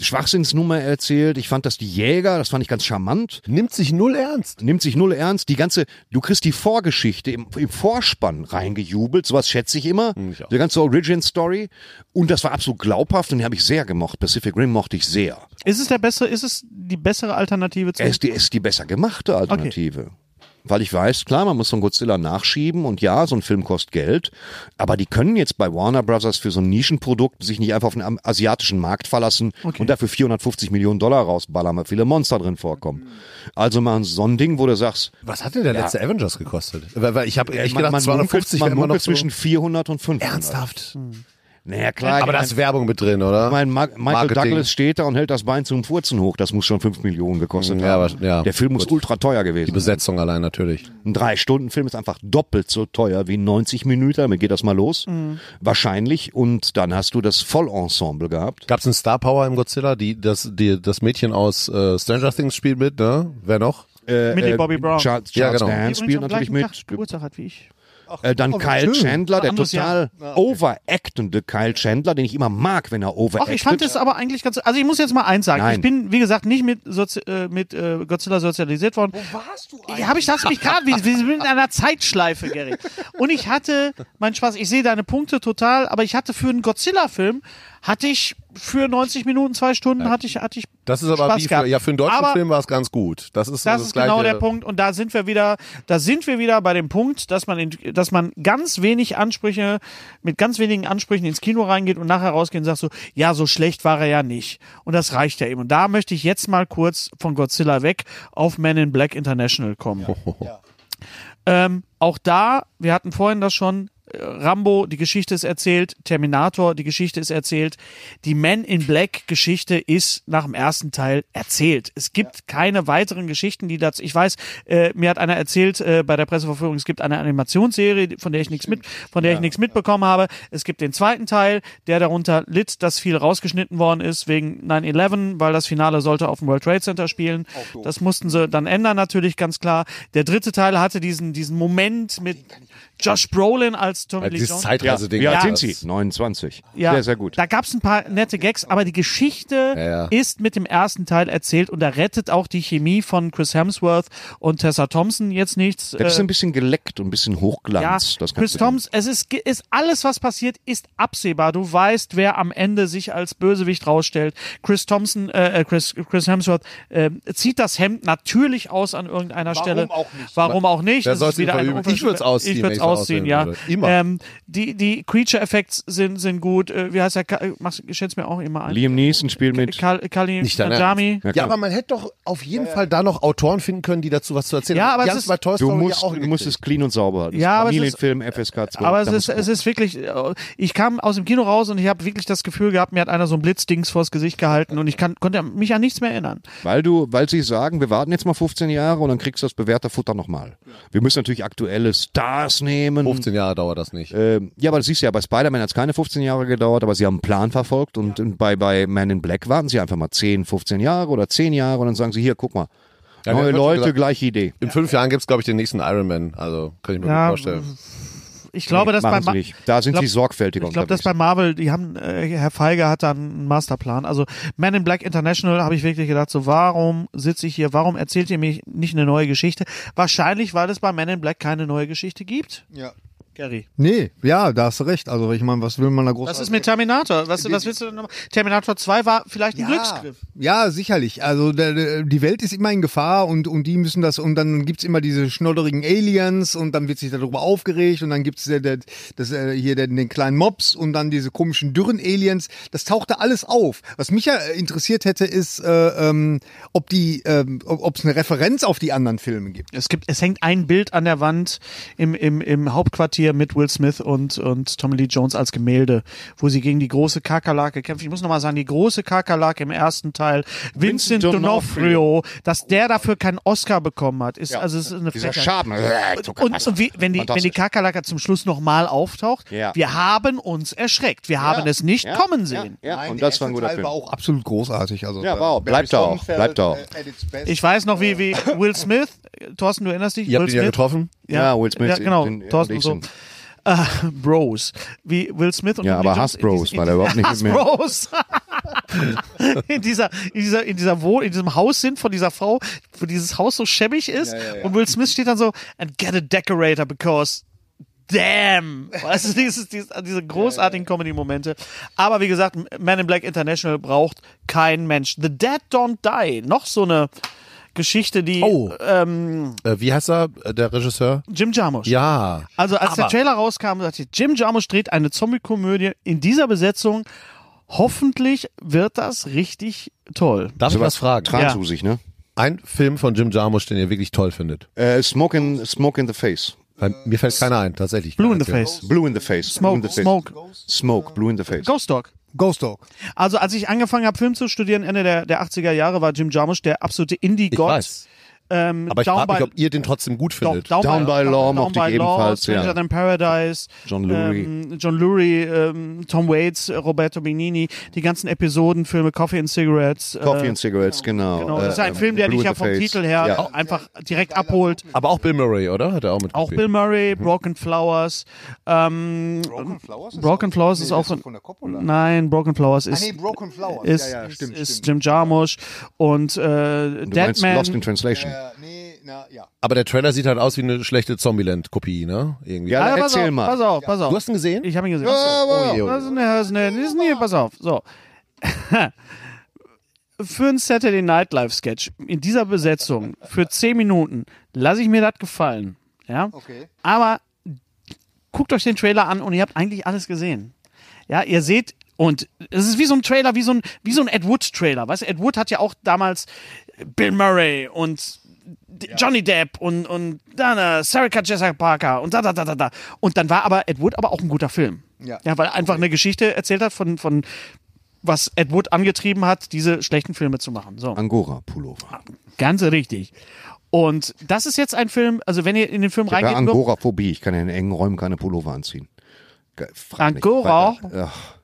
Schwachsinnsnummer erzählt. Ich fand das die Jäger, das fand ich ganz charmant. Nimmt sich null ernst. nimmt sich null ernst. Die ganze, du kriegst die Vorgeschichte im, im Vorspann reingejubelt. Sowas schätze ich immer. Die ganze Origin Story. Und das war absolut glaubhaft und die habe ich sehr gemocht. Pacific Rim mochte ich sehr. Ist es der bessere, ist es die bessere Alternative zu Er ist die, ist die besser gemachte Alternative. Weil ich weiß, klar, man muss so einen Godzilla nachschieben und ja, so ein Film kostet Geld, aber die können jetzt bei Warner Brothers für so ein Nischenprodukt sich nicht einfach auf den am- asiatischen Markt verlassen und dafür 450 Millionen Dollar rausballern, weil viele Monster drin vorkommen. Also mal so ein Ding, wo du sagst, Was hat denn der letzte Avengers gekostet? Weil, weil ich habe echt gedacht, munkelt- 250 wäre Äh, man immer noch munkelt so zwischen 400 und 500. ernsthaft. Naja, klar. Aber da ist Werbung mit drin, oder? mein Ma Michael Marketing. Douglas steht da und hält das Bein zum Furzen hoch. Das muss schon 5 Millionen gekostet Ja, haben. aber- ja, Der Film muss gut. ultra teuer gewesen Die Besetzung allein natürlich. Ein Drei-Stunden-Film ist einfach doppelt so teuer wie ein 90 Minuten. Damit geht das mal los. Mhm. Wahrscheinlich. Und dann hast du das Vollensemble gehabt. Gab's einen Star Power im Godzilla? Die, das, die, das Mädchen aus äh, Stranger Things spielt mit, ne? Wer noch? Millie Bobby Brown? Charles, Ja, Charles genau. Dance übrigens äh, spielt am natürlich gleichen mit. Tag Geburtstag hat wie ich. Äh, dann Kyle Chandler, der Anderes total Jahr. overactende Kyle Chandler, den ich immer mag, wenn er overactet. Ach, ich fand es aber eigentlich ganz. Also ich muss jetzt mal eins sagen. Nein. Ich bin, wie gesagt, nicht mit, Sozi äh, mit äh, Godzilla sozialisiert worden. Wo warst du eigentlich? Habe ich das mich gerade? Wir, wir sind in einer Zeitschleife, Gary. Und ich hatte, mein Spaß, ich sehe deine Punkte total, aber ich hatte für einen Godzilla-Film hatte ich für 90 Minuten, zwei Stunden hatte ich, hatte ich. Das ist aber Spaß wie für, gehabt. ja, für einen deutschen aber Film war es ganz gut. Das ist Das, das ist genau Gleiche. der Punkt und da sind wir wieder, da sind wir wieder bei dem Punkt, dass man, in, dass man ganz wenig Ansprüche, mit ganz wenigen Ansprüchen ins Kino reingeht und nachher rausgeht und sagt so, ja, so schlecht war er ja nicht und das reicht ja eben. Und da möchte ich jetzt mal kurz von Godzilla weg auf Men in Black International kommen. Ähm, auch da, wir hatten vorhin das schon, äh, Rambo, die Geschichte ist erzählt, Terminator, die Geschichte ist erzählt. Die Men in Black Geschichte ist nach dem ersten Teil erzählt. Es gibt keine weiteren Geschichten, die dazu. Ich weiß, äh, mir hat einer erzählt äh, bei der Presseverführung, es gibt eine Animationsserie, von der ich nichts mit, von der ich nichts mitbekommen habe. Es gibt den zweiten Teil, der darunter litt, dass viel rausgeschnitten worden ist wegen 9/11, weil das Finale sollte auf dem World Trade Center spielen. Das mussten sie dann ändern natürlich ganz klar. Der dritte Teil hatte diesen diesen Moment mit Josh Brolin als Tommy Lee Dieses Jones. Zeitreiseding. Wie alt Alter, sind sie? 29. Ja. Sehr, sehr gut. Da gab es ein paar nette Gags, aber die Geschichte ja. ist mit dem ersten Teil erzählt und da rettet auch die Chemie von Chris Hemsworth und Tessa Thompson jetzt nichts. Das ist Äh, ein bisschen geleckt und ein bisschen Hochglanz. ja, das kannst Chris du dem- Thompson, es ist, ge- ist alles, was passiert, ist absehbar. Du weißt, wer am Ende sich als Bösewicht rausstellt. Chris Thompson, äh, äh, Chris, Chris Hemsworth äh, zieht das Hemd natürlich aus an irgendeiner Stelle. auch nicht? Warum auch nicht? Wer Das soll's ist wieder denn eine verüben? Ich würd's ausziehen, wenn Ich würde es ich's ausziehen, auswählen ja. würde. Immer. Ähm, die die Creature Effects sind, sind gut. Äh, wie heißt der? Ka- äh, mach's- Schätz mir auch immer ein. Liam Neeson spielt mit. Kal Kalim Nicht dein Nanjami. Ja, aber man hätte doch auf jeden Fall da noch Autoren finden können, die dazu was zu erzählen Ja, haben. aber Die es haben ist- bei Toy Du Story musst, auch du hingekriegt. musst es clean und sauber halten. Ja, aber es ist- Familienfilm, FSK 12. Aber es da ist, musst es ist wirklich, äh, ich kam aus dem Kino raus und ich habe wirklich das Gefühl gehabt, mir hat einer so ein Blitzdings vors Gesicht gehalten und ich kann, konnte mich an nichts mehr erinnern. du- weil du, weil sie sagen, wir warten jetzt mal 15 Jahre und dann kriegst du das bewährte Futter nochmal. Wir müssen natürlich aktuelle Stars nehmen. 15 Jahre dauert das nicht. Ähm, ja, aber das siehst du ja, bei Spider-Man hat es keine 15 Jahre gedauert, aber sie haben einen Plan verfolgt und und bei, bei Man in Black warten sie einfach mal 10, 15 Jahre oder 10 Jahre und dann sagen sie, hier, guck mal, Ja, wir neue haben schon Leute, gesagt- gleiche Idee. In fünf Jahren gibt's glaube ich, den nächsten Iron Man. Also, kann ich mir Ja, gut vorstellen. Ich glaube, dass bei Machen sie Ma- nicht. Da sind ich glaub- sie sorgfältiger Ich glaube, dass unterwegs. bei Marvel, die haben, äh, Herr Feiger hat da einen Masterplan. Also Man in Black International habe ich wirklich gedacht, so warum sitze ich hier, warum erzählt ihr mir nicht eine neue Geschichte? Wahrscheinlich, weil es bei Man in Black keine neue Geschichte gibt. Ja. Gary. Nee, ja, da hast du recht. Also ich meine, was will man da groß? Was ist mit Terminator? Was, was willst du denn noch? Terminator 2 war vielleicht ein Glücksgriff. Ja, sicherlich. Also der- der- die Welt ist immer in Gefahr und, und die müssen das und dann gibt's immer diese schnodderigen Aliens und dann wird sich darüber aufgeregt und dann gibt's der, der, das, äh, hier den, den kleinen Mobs und dann diese komischen dürren Aliens. Das tauchte alles auf. Was mich ja äh, interessiert hätte, ist, äh, ähm, ob die, ähm, ob es eine Referenz auf die anderen Filme gibt. Es gibt, es hängt ein Bild an der Wand im, im, im Hauptquartier mit Will Smith und, und Tommy Lee Jones als Gemälde, wo sie gegen die große Kakerlake kämpfen. Ich muss nochmal sagen, die große Kakerlake im ersten Teil, Vincent, Vincent D'Onofrio. D'Onofrio, dass der dafür keinen Oscar bekommen hat, ist, also es ist eine Dieser Frechheit. Schaden. Und, und, und wie, wenn die, wenn die Kakerlake zum Schluss nochmal auftaucht, Ja. wir haben uns erschreckt. Wir haben es nicht Ja, kommen sehen. Ja, ja. Nein, und der das war ein erste guter Teil Film. war auch absolut großartig. Also Ja, wow, bleibt da auch, bleibt da auch. Ich weiß noch, wie, wie Will Smith, Thorsten, du erinnerst dich? Ihr Will habt ihn ja Smith, getroffen. Ja, Will Smith Ja, genau, in- in Thorsten und so. Dixon. Äh, Bros. Wie Will Smith und Ja, Tommy aber Lee Hass Jones in Bros, dies- in weil er dies- überhaupt nicht Hass mit mir- Bros. in dieser, in dieser, in dieser Wohn, in diesem Haus sind von dieser Frau, wo dieses Haus so schäbig ist. Und Will Smith steht dann so, and get a decorator because Damn! Weißt du, dieses, dieses, diese großartigen Comedy-Momente. Aber wie gesagt, Man in Black International braucht kein Mensch. The Dead Don't Die. Noch so eine Geschichte, die Oh. ähm, Äh, wie heißt er, äh, der Regisseur? Jim Jarmusch. Ja. Also als der Trailer rauskam, sagte ich, Jim Jarmusch dreht eine Zombie-Komödie in dieser Besetzung. Hoffentlich wird das richtig toll. Darf ich was fragen? Tran Ja. zu sich, ne? Ein Film von Jim Jarmusch, den ihr wirklich toll findet. Äh, smoke, in, smoke in the Face. Weil mir fällt keiner ein, tatsächlich. Blue in the Keiner fällt. Face. Blue in the Face. Blue in the Smoke, face. Smoke, Smoke, Blue in the Face. Ghost Dog. Ghost Dog. Also als ich angefangen habe, Film zu studieren, Ende der, der 80er Jahre, war Jim Jarmusch der absolute Ich Indie-Gott. Ähm, weiß. Aber ich Down frage mich, by- ob ihr den trotzdem gut Down, findet. Down, Down by Law Down mochte by ich Law, ebenfalls, ja. Stranger Than Paradise, John Lurie. Ähm, John Lurie, ähm, Tom Waits, äh, Roberto Benigni, die ganzen Episodenfilme Coffee and Cigarettes. Coffee äh, and Cigarettes, genau. Genau, das ist ein Ähm, Film, der Blue dich in ja the vom Face. Titel her Ja. einfach direkt abholt. Aber auch Bill Murray, oder? Hat er auch mit Auch Bill Murray, Broken Flowers. Ähm, Broken Flowers ist, auch von, der Coppola. Nein, Broken Flowers ist, Ah, nee, Broken Flowers. ist, ja, ja, ist, stimmt, ist stimmt. Jim Jarmusch und äh, Du meinst Lost in Deadman. Ah, Translation. Äh, nee, na, ja. Aber der Trailer sieht halt aus wie eine schlechte Zombieland-Kopie, ne? Irgendwie. Ja, Alter, erzähl pass auf, mal. Pass auf, pass auf. Du hast ihn gesehen? ich habe ihn gesehen. Oh, je, oh, je. Was ist denn, was ist denn, was ist denn hier? Pass auf. So. Für einen Saturday Night Live Sketch in dieser Besetzung für 10 Minuten lasse ich mir das gefallen. Ja. Okay. Aber guckt euch den Trailer an und ihr habt eigentlich alles gesehen. Ja, ihr seht und es ist wie so ein Trailer, wie so ein, wie so ein Ed Wood Trailer. Weißt du, Ed Wood hat ja auch damals Bill Murray und D- Johnny Depp und, und dann äh, Sarah Jessica Parker und da, da, da, da, da. Und dann war aber Ed Wood aber auch ein guter Film. Ja. weil einfach eine Geschichte erzählt hat von, von was Ed Wood angetrieben hat, diese schlechten Filme zu machen. So. Angora-Pullover. Ganz richtig. Und das ist jetzt ein Film, also wenn ihr in den Film Ich habe ja reingeht, nur- Angoraphobie. Ich kann in engen Räumen keine Pullover anziehen. Ge- frag mich. Angora? Ach,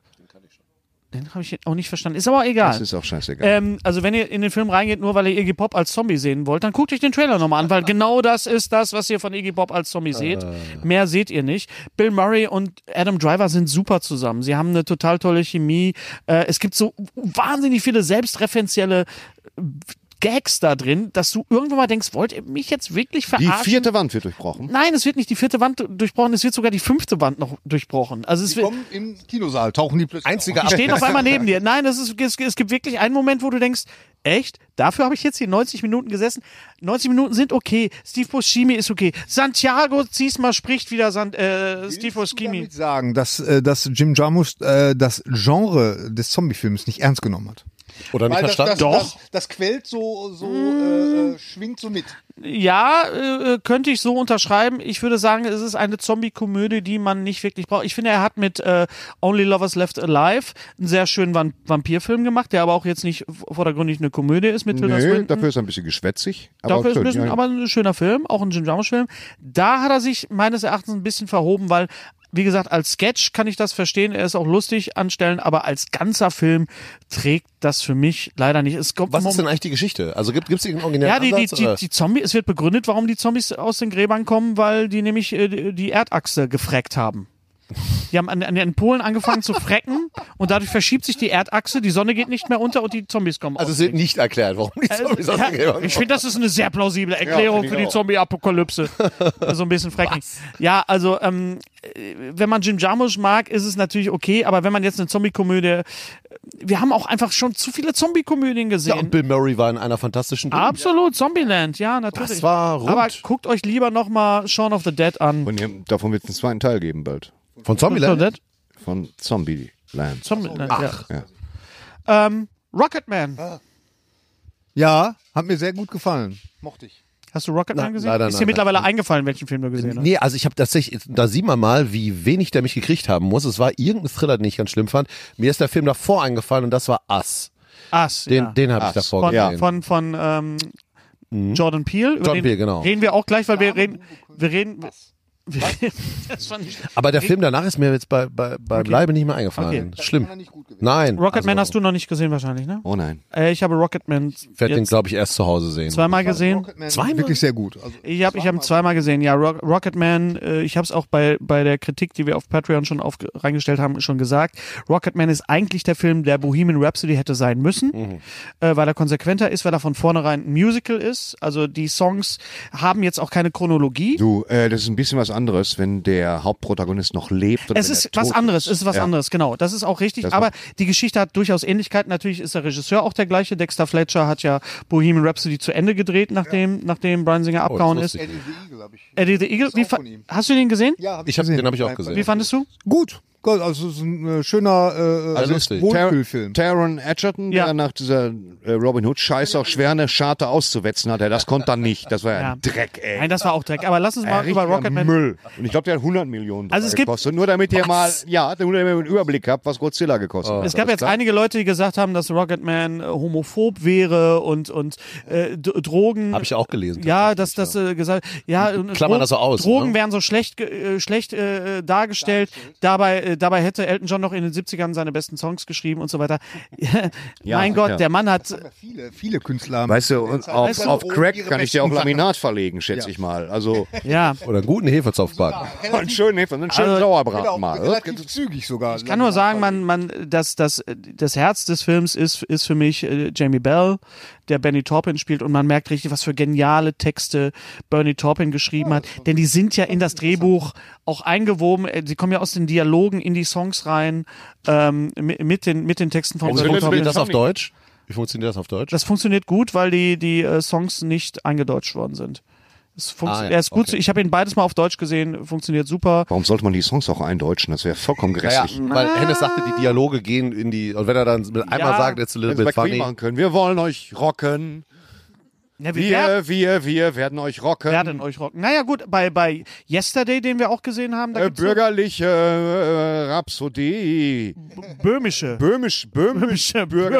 den habe ich auch nicht verstanden. Ist aber auch egal. das ist auch scheißegal. Ähm, also wenn ihr in den Film reingeht, nur weil ihr Iggy Pop als Zombie sehen wollt, dann guckt euch den Trailer nochmal an, weil genau das ist das, was ihr von Iggy Pop als Ah. Zombie seht. Mehr seht ihr nicht. Bill Murray und Adam Driver sind super zusammen. Sie haben eine total tolle Chemie. Äh, es gibt so wahnsinnig viele selbstreferenzielle äh, Gags da drin, dass du irgendwann mal denkst, wollt ihr mich jetzt wirklich Die verarschen? vierte Wand wird durchbrochen. Nein, es wird nicht die vierte Wand durchbrochen, es wird sogar die fünfte Wand noch durchbrochen. Also es wird, Kommen im Kinosaal, tauchen die plötzlich Einziger auf. die stehen auf einmal neben dir. Nein, das ist, es, es gibt wirklich einen Moment, wo du denkst, echt? Dafür habe ich jetzt hier 90 Minuten gesessen. 90 Minuten sind okay. Steve Buscemi ist okay. Santiago Ziesma spricht wieder San, äh, Steve Willst du Buscemi. damit sagen, dass, äh, dass Jim Jarmusch äh, das Genre des Zombie-Films nicht ernst genommen hat. Oder nicht verstanden? Doch. Das, quält so, so schwingt so mit. Ja, äh, könnte ich so unterschreiben. Ich würde sagen, es ist eine Zombie-Komödie, die man nicht wirklich braucht. Ich finde, er hat mit äh, Only Lovers Left Alive einen sehr schönen Van Vampirfilm gemacht, der aber auch jetzt nicht vordergründig eine Komödie ist mit Tilda Nö, Swinton. dafür ist er ein bisschen geschwätzig. Aber Dafür ist ein schön, bisschen, ja, ja. aber ein schöner Film, auch ein Jim Jarmusch-Film. Da hat er sich meines Erachtens ein bisschen verhoben, weil, wie gesagt, als Sketch kann ich das verstehen, er ist auch lustig an Stellen, aber als ganzer Film trägt das für mich leider nicht. Es kommt Was ist Moment- denn eigentlich die Geschichte? Also gibt es irgendeinen originellen ja, die, die, Ansatz? die, oder? die Zombie, es wird begründet, warum die Zombies aus den Gräbern kommen, weil die nämlich äh, die- die Erdachse gefreckt haben. Die haben an, an den Polen angefangen zu frecken und dadurch verschiebt sich die Erdachse, die Sonne geht nicht mehr unter und die Zombies kommen also aus. es wird nicht erklärt, warum die Zombies aus den Also, Ja, Gräbern ich finde, das ist eine sehr plausible Erklärung für die Zombie-Apokalypse. so ein bisschen freckig. Ja, also ähm, äh, wenn man Jim Jarmusch mag, ist es natürlich okay, aber wenn man jetzt eine Zombie-Komödie, äh, wir haben auch einfach schon zu viele Zombie-Komödien Ja, und gesehen. Bill Murray war in einer fantastischen Dritten. Absolut, Zombieland, ja, natürlich. Das war rund. Aber guckt euch lieber nochmal Shaun of the Dead an. Und hier, davon wird es einen zweiten Teil geben bald. Ah. Von Zombieland? Dead? Von Zombie Land. Zombieland, Ach. Ah. ja. Ähm, Rocketman. Ja, hat mir sehr gut gefallen. Mochte ich. Hast du Rocketman Na, gesehen? leider Ist dir nein, mittlerweile eingefallen, welchen Film du gesehen hast? Nee, also ich habe tatsächlich, da sieht man mal, wie wenig der mich gekriegt haben muss. Es war irgendein Thriller, den ich ganz schlimm fand. Mir ist der Film davor eingefallen und das war Us. Ass, Den, Ah, ja. den habe ich Us. davor von, gesehen. von, von ähm, Jordan Peele. Über Mhm. Jordan den Peele, genau. Reden wir auch gleich, weil wir reden. Wir reden. Wir reden das war nicht- Aber der Film danach ist mir jetzt bei, bei, beim Leibe nicht mehr eingefallen. Schlimm. Nein. Rocketman also, hast du noch nicht gesehen, wahrscheinlich, ne? Oh nein. Äh, ich habe Rocketman Ich werde den, jetzt glaube ich, erst zu Hause sehen. Oh, zweimal gesehen. Zweimal? Wirklich sehr gut. Also, Ich habe ich hab ihn zweimal gesehen, ja. Rock, Rocketman, äh, ich habe es auch bei, bei der Kritik, die wir auf Patreon schon auf, reingestellt haben, schon gesagt. Rocketman ist eigentlich der Film, der Bohemian Rhapsody hätte sein müssen, Mhm. äh, weil er konsequenter ist, weil er von vornherein ein Musical ist. Also die Songs haben jetzt auch keine Chronologie. Du, äh, das ist ein bisschen was anderes, wenn der Hauptprotagonist noch lebt. Oder Es wenn ist er tot was anderes, es ist was ja. anderes, genau. Das ist auch richtig. Das aber macht- die Geschichte hat durchaus Ähnlichkeiten. Natürlich ist der Regisseur auch der gleiche. Dexter Fletcher hat ja Bohemian Rhapsody zu Ende gedreht, nachdem, nachdem Brian Singer das abgehauen ist. Äh, wusste ich nicht. Eddie the Eagle, wie fa- hast du den gesehen? ja, hab Ich hab, den habe ich auch gesehen. Wie fandest du? Gut. Gut, Also es ist ein äh, schöner äh, Also also lustig. Wohlfühlfilm. Taron Edgerton, Ja. der nach dieser äh, Robin Hood Scheiße auch schwer eine Scharte auszuwetzen hatte, das konnte er nicht. Das war ja, Ja. ein Dreck, ey. Nein, das war auch Dreck. Aber lass uns mal Ein über richtiger Rocketman. Müll. Und ich glaube, der hat 100 Millionen Also es Dollar gibt- gekostet. Nur damit ihr mal, ja, nur damit ihr einen Überblick habt, was Godzilla gekostet hat. Es gab jetzt einige Leute, die gesagt haben, dass Rocketman äh, homophob wäre und, und äh, D- Drogen. Habe ich auch gelesen. Ja, dass das äh, gesagt, ja, und Klammern Dro- das so aus, Drogen ne? wären so schlecht, ge- äh, schlecht äh, dargestellt. Dabei, äh, dabei hätte Elton John noch in den 70ern seine besten Songs geschrieben und so weiter. mein Gott, ja. der Mann hat. Viele, viele Künstler. Weißt du, und auf, du, auf wo Crack Oh. ihre kann ich dir auch besten Sachen- Laminat verlegen, schätze ich mal. Also, Ja, Oder einen guten Hefezopfbacken. einen schönen, Hefe- einen schönen Also- genau, Sauerbraten mal. relativ zügig sogar. ich kann nur sagen, man, man, das, das, das Herz des Films ist, ist für mich äh, Jamie Bell, der Benny Taupin spielt und man merkt richtig, was für geniale Texte Bernie Taupin geschrieben hat. Denn die sind ja in das Drehbuch auch eingewoben. Äh, Sie kommen ja aus den Dialogen in die Songs rein ähm, mi- mit, den, mit den Texten von Bernie Zündet Funktioniert Bild Taupin. das auf Deutsch? Wie funktioniert das auf Deutsch? Das funktioniert gut, weil die, die äh, Songs nicht eingedeutscht worden sind. Es funktio- Ah, ja, Er ist gut. okay. zu- Ich habe ihn beides mal auf Deutsch gesehen. Funktioniert super. Warum sollte man die Songs auch eindeutschen? Das wäre vollkommen Naja, grässlich. weil Hennes sagte, Ah. die Dialoge gehen in die. Und wenn er dann mit einmal sagt, it's a Wenn little sie bei bit Queen funny. machen können. Wir wollen euch rocken. Ja, wir äh, Wir, wir, wir werden euch rocken. werden euch rocken. Naja, gut, bei, bei Yesterday, den wir auch gesehen haben, da Äh, gibt's bürgerliche äh, Rhapsodie. böhmische. Böhmisch, böhmisch, Böhmische, bürgerliche, äh,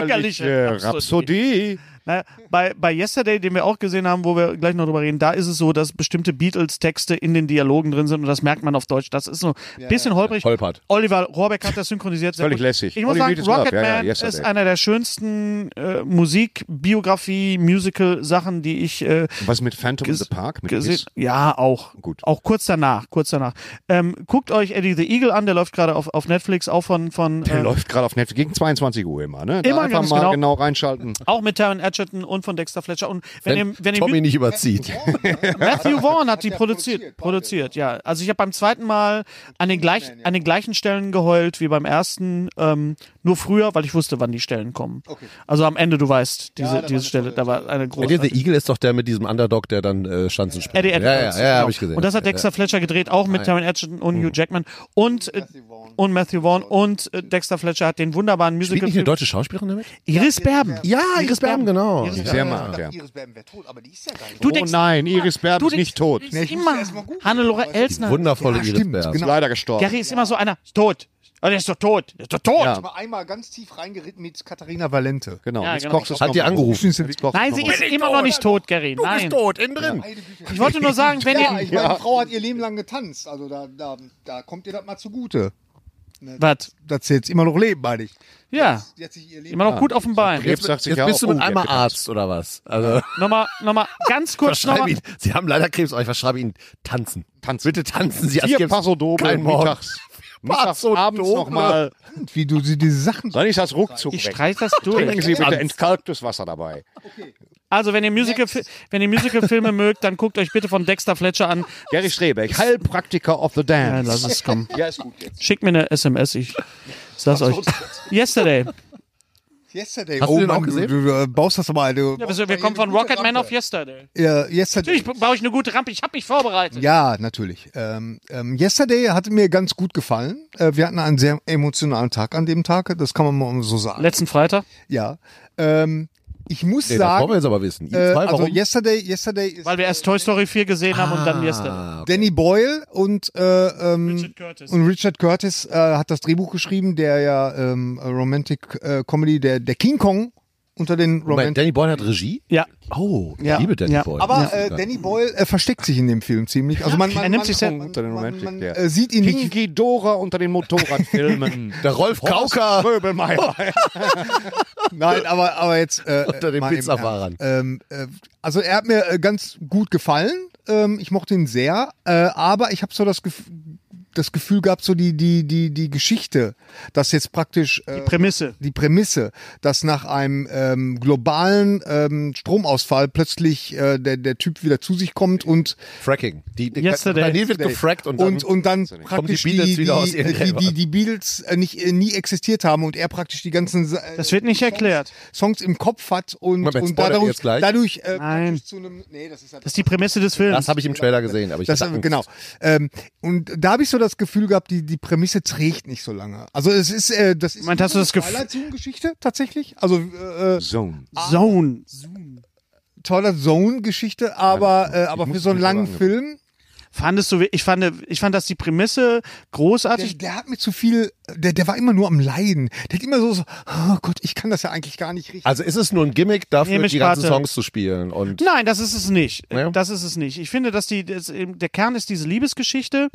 bürgerliche Rhapsodie. Naja, bei, bei Yesterday, den wir auch gesehen haben, wo wir gleich noch drüber reden, da ist es so, dass bestimmte Beatles-Texte in den Dialogen drin sind und das merkt man auf Deutsch. Das ist so ein bisschen holprig. Holpert. Oliver Rohrbeck hat das synchronisiert. Sehr Völlig gut. lässig. Ich muss Oliver sagen, Beatles Love, ja, ja, Rocketman Yesterday. ist einer der schönsten äh, Musik, Biografie, Musical-Sachen, die ich äh, Was mit Phantom in Ges- the Park? Mit gesehen Kiss? Ja, auch. Gut. Auch kurz danach, kurz danach. Ähm, guckt euch Eddie the Eagle an, der läuft gerade auf, auf Netflix, auch von, von Der äh, läuft gerade auf Netflix gegen 22 Uhr immer, ne? Da Immer einfach ganz mal genau. genau reinschalten. auch mit Taron Edgerton und von Dexter Fletcher. Und wenn, Wenn, ihr, Ähm, wenn ihr Tommy nicht überzieht. Matthew Vaughn hat die produziert. Produziert, ja. Also ich habe beim zweiten Mal an den, gleich, an den gleichen Stellen geheult wie beim ersten, ähm, nur früher, weil ich wusste, wann die Stellen kommen. Also am Ende, du weißt, diese, diese Stelle, da war eine große. Eddie the Eagle ist doch der mit diesem Underdog, der dann äh, Schanzen springt. Eddie Edwards. Ja, ja, Mhm. ja, genau. habe ich gesehen. Und das hat Dexter Fletcher gedreht, auch mit Taron Edgerton und Hugh Jackman und, äh, und Matthew Vaughn und äh, Dexter Fletcher hat den wunderbaren Spielt Musical. nicht eine deutsche Schauspielerin damit? Iris Berben. Ja, Iris Berben, genau. Ich sehr mag, ja. Du Oh denkst, Ah, nein, Iris Berb du ist denkst- nicht tot. ist immer Hannelore Elsner. Wundervolle Iris stimmt, Berben. Ist leider gestorben. Gary ist immer so einer, ist tot. Oh, der ist doch tot. Der ist doch tot. Ja. Mal einmal ganz tief reingeritten mit Katharina Valente. Genau. Ja, Jetzt genau. kochst du es Hat noch die mal hoch. angerufen? Jetzt kochst du Nein, es sie noch mal ist immer noch nicht tot, Gary. Nein. tot, innen drin. Ich wollte nur sagen, wenn Ja, ihr. ich meine, die Frau hat ihr Leben lang getanzt. Also da, da, da kommt ihr das mal zugute. Was? Dass sie jetzt immer noch leben, meine ich. Ja. Die hat sich ihr Leben Immer noch gut auf dem hoch. Bein. Krebs sagt sich Jetzt ja bist auch, du mit oh, einmal jetzt- Arzt oder was? Also, Nochmal, nochmal ganz kurz verschreibe nochmal. ihn. Sie haben leider Krebs, aber ich verschreibe Ihnen tanzen. Tanzen. Bitte tanzen Sie als Vier gäb's Pasodobe keinen Morgen. mittags. Mittags, Pasodoble. abends nochmal. gekannt, wie du sie diese Sachen Dann ist das ruckzuck Ich weg. streich das durch. Trinken Sie bitte entkalktes Wasser dabei. Also, wenn ihr Musical, wenn ihr Musicalfilme mögt, dann guckt euch bitte von Dexter Fletcher an. Gary Strebeck, Heilpraktiker of the Ja, Dance. lass es kommen. Ja, ist gut jetzt. Schickt mir eine SMS, ich sag's euch. Yesterday. Yesterday. Hast du den auch gesehen? Du, du, äh, baust das aber. Du, Ja, wir, wir kommen von Rocketman auf Yesterday. Ja, yesterday. Natürlich baue ich eine gute Rampe, ich habe mich vorbereitet. Ja, natürlich. Ähm, ähm, yesterday hat mir ganz gut gefallen. Äh, wir hatten einen sehr emotionalen Tag an dem Tag. Das kann man mal so sagen. Letzten Freitag. ja. Ähm, ich muss Nee, das wollen wir sagen, jetzt aber wissen. Ihr äh, zwei, also warum? yesterday, yesterday ist Weil wir erst Toy Story 4 gesehen haben und dann Yesterday. Mm. Danny Boyle und äh, ähm, Ah. Richard Curtis. und Richard Curtis äh, hat das Drehbuch geschrieben, der ja ähm, Romantic äh, Comedy, der der King Kong unter den Moment, Romantic. Danny Boyle hat Regie? Ja. Oh, ich Ja. liebe Danny Ja. Boyle. Aber Ja. äh, Danny Boyle äh, versteckt sich in dem Film ziemlich. Also man, man, Er nimmt man, sich sehr- man, Unter den Romantic, man, man, ja. äh, sieht ihn nicht. Pinky Dora unter den Motorradfilmen. der Rolf Kauker. Röbelmeier. Nein, aber aber jetzt äh, Unter den mal im Pizzafahrern. Ernst. Ähm, äh, also er hat mir äh, ganz gut gefallen. Ähm, ich mochte ihn sehr, äh, aber ich habe so das Gef das Gefühl gehabt, so die die die die Geschichte, dass jetzt praktisch äh, Prämisse. die Prämisse, dass nach einem ähm, globalen ähm, Stromausfall plötzlich äh, der, der Typ wieder zu sich kommt und Fracking. Die, die Yesterday. Planet wird gefrackt und, und, dann, und dann kommen die praktisch die, Beatles die, die, wieder aus ihren die, Gräbern. die, Beatles äh, nicht, äh, nie existiert haben und er praktisch die ganzen äh, Das wird nicht erklärt. Songs im Kopf hat und, Moment, und spoilert ihr dadurch, jetzt gleich? dadurch äh, Nein. praktisch zu einem. Nee, das ist ja Das ist die Prämisse des Films. das habe ich im Trailer gesehen. Aber ich oh. das, hatte Angst. genau. Ähm, und da habe ich so das Gefühl gehabt, die, die Prämisse trägt nicht so lange. Also es ist, äh, das ist Moment, hast du das Gefühl- Twilight Zone Geschichte tatsächlich. Also äh, Zone. Zone. Twilight Zone Geschichte, aber äh, aber für so einen langen Film, Fandest du, wir- ich fand, ich fand, dass die Prämisse großartig. der, der hat mir zu viel. Der, der war immer nur am Leiden. Der hat immer so, so oh Gott, ich kann das ja eigentlich gar nicht richtig. Also ist es nur ein Gimmick dafür, Nehme ich die ganzen Pate. Songs zu spielen. Und Nein, das ist es nicht. Ja. Das ist es nicht. Ich finde, dass die das, eben- der Kern ist diese Liebesgeschichte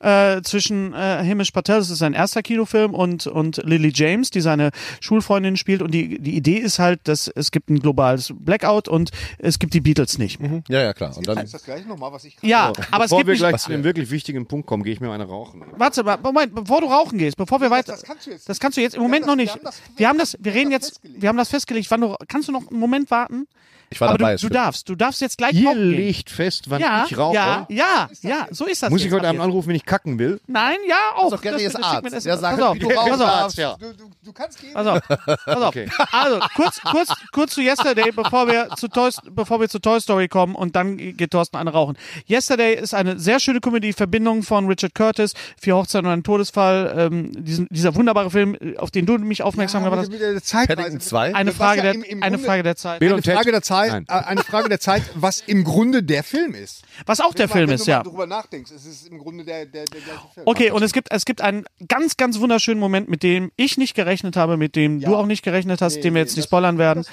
äh, zwischen äh, Hamish Patel, das ist sein erster Kinofilm, und und Lily James, die seine Schulfreundin spielt. Und die die Idee ist halt, dass es gibt ein globales Blackout und es gibt die Beatles nicht. ja, ja, klar. Und Also, dann, das gleich nochmal, was ich Ja, aber es Bevor gibt wir nicht. gleich zu einem wirklich wichtigen Punkt kommen, gehe ich mir eine rauchen. Warte mal, Moment, bevor du rauchen gehst, bevor wir weiter. das kannst du jetzt Das kannst du jetzt im Moment das- noch wir nicht. haben das- Wir haben das, wir reden das jetzt, festgelegt. wir haben das festgelegt. Wann du, kannst du noch einen Moment warten? ich war Aber dabei. du, es du stimmt. darfst, du darfst jetzt gleich Hier rauchen gehen. liegt fest, wann ja, ich rauche. ja, ja, ja, so ist das. Muss ich jetzt heute ab Abend jetzt. anrufen, wenn ich kacken will? Nein, ja, auch. doch, Gary ist Das- das schickt mir Arzt. das- Der sagt, pass auf, wie du rauchst, pass auf, darfst, ja. Du, du, du kannst gehen. pass auf, pass auf. Okay. Also kurz, kurz, kurz zu Yesterday, bevor wir zu Toy, bevor wir zu Toy Story kommen und dann geht Thorsten eine rauchen. Yesterday ist eine sehr schöne Komödie, Verbindung von Richard Curtis, vier Hochzeiten und ein Todesfall, ähm, diesen, dieser wunderbare Film, auf den du mich aufmerksam gemacht hast. wieder Zeit. Paddington 2. Eine was Frage, ja der, im- im eine Grunde- Frage der Zeit. Bill Eine und Ted. Frage, der Zeit, Nein. äh, eine Frage der Zeit, was im Grunde der Film ist. Was auch der Wenn Film du ist, mal ja. drüber nachdenkst, es ist im Grunde der, der, der gleiche Film. Okay, und es gibt, es gibt einen ganz, ganz wunderschönen Moment, mit dem ich nicht gerechnet habe, mit dem du auch nicht gerechnet hast, den wir jetzt nicht spoilern werden.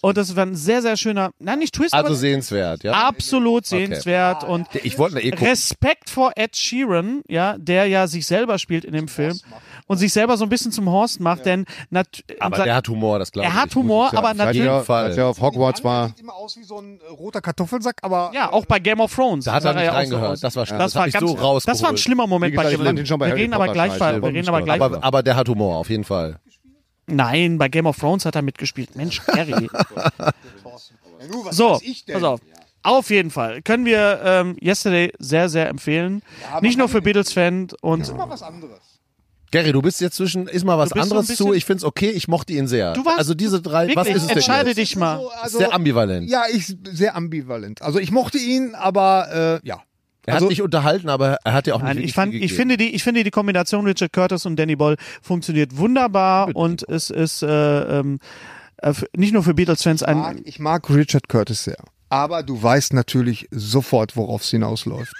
und das war ein sehr, sehr schöner, nein, nicht Twist, Also aber sehenswert, ja. absolut sehenswert. Ah, Und Ich wollte eh gucken. Respekt vor Ed Sheeran, ja, der ja sich selber spielt in dem Film und sich selber so ein bisschen zum Horst macht, denn nat Aber sa- der hat Humor, das glaube ich. Er hat Humor, aber auf jeden natürlich- Fall. Als er auf Hogwarts war. Sieht immer aus wie so ein äh, roter Kartoffelsack, aber ja, auch bei Game of Thrones. Da hat sah er nicht ja auch so reingehört. aus. Das war schlimm. Das, Das war hab ich ganz, so rausgeholt. Das war ein schlimmer Moment Wie gesagt, bei ich Game of fand ihn schon bei Wir Harry reden aber Potter gleich, scheiße. wir reden aber Aber- gleich. aber, aber der hat Humor, auf jeden Fall. Nein, bei Game of Thrones hat er mitgespielt. Mensch, Harry. so, pass auf. Auf jeden Fall können wir ähm, Yesterday sehr, sehr empfehlen. Nicht nur für Beatles-Fan und Gary, du bist jetzt zwischen, ist mal was Du bist so ein anderes zu, bisschen- ich find's okay, ich mochte ihn sehr. Du warst- also diese drei, was wirklich, ist es denn entscheide jetzt? dich mal. also, Sehr ambivalent. ja, ich sehr ambivalent. Also ich mochte ihn, aber äh, ja. er also- hat nicht unterhalten, aber er hat ja auch Nein, nicht ich, wirklich fand, viel ich, gegeben. finde die, ich finde die Kombination Richard Curtis und Danny Boyle funktioniert wunderbar und es ist äh, ähm, äh, f- nicht nur für Beatles-Fans Mag, ein. ich mag Richard Curtis sehr. Aber du weißt natürlich sofort, worauf es hinausläuft.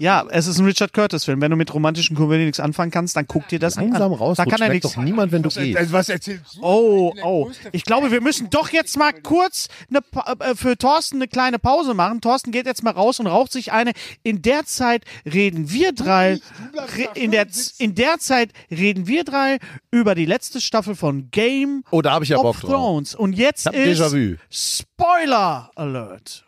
Ja, es ist ein Richard Curtis-Film. Wenn du mit romantischen Komödien nichts anfangen kannst, dann guck dir das nicht langsam an. raus. Da kann er schmeckt nichts. doch niemand, wenn du gehst. was erzählst du? Oh, oh. Ich glaube, wir müssen doch jetzt mal kurz eine, Pa- äh, für Thorsten eine kleine Pause machen. Thorsten geht jetzt mal raus und raucht sich eine. In der Zeit reden wir drei. re- In der, in der Zeit reden wir drei über die letzte Staffel von Game Oh, da habe ich ja Bock of drauf. Thrones. Und jetzt hab ist Déjà-vu. Spoiler Alert.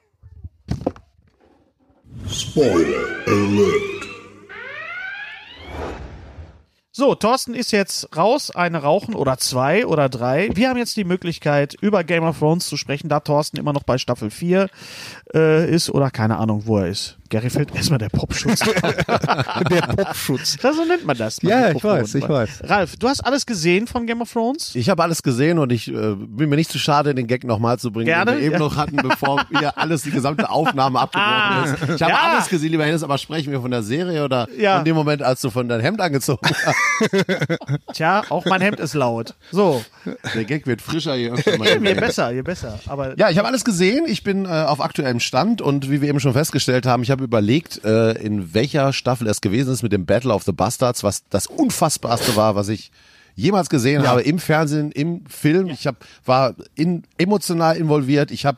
So, Thorsten ist jetzt raus, eine rauchen oder zwei oder drei. Wir haben jetzt die Möglichkeit, über Game of Thrones zu sprechen, da Thorsten immer noch bei Staffel 4 äh, ist oder keine Ahnung, wo er ist. Gary fällt erstmal der Popschutz. Der Popschutz. Das- so nennt man das. Ja, Mein ich Mikrofon. weiß, ich weiß. Ralf, du hast alles gesehen von Game of Thrones? Ich habe alles gesehen und ich äh, bin mir nicht zu schade, den Gag nochmal zu bringen, Gerne? den wir eben Ja. noch hatten, bevor wieder alles, die gesamte Aufnahme abgebrochen ist. Ich habe Ah. Ja. alles gesehen, lieber Hennes, aber sprechen wir von der Serie oder Ja. von dem Moment, als du von deinem Hemd angezogen hast. Tja, auch mein Hemd ist laut. So, Der Gag wird frischer, je öfter man je besser, je besser. Aber Äh, Ja, ich habe alles gesehen. Ich bin äh, auf aktuellem Stand und wie wir eben schon festgestellt haben, ich habe überlegt, äh, in welcher Staffel es gewesen ist mit dem Battle of the Bastards, was das unfassbarste war, was ich jemals gesehen habe im Fernsehen, im Film. Ich hab, war in, emotional involviert. Ich habe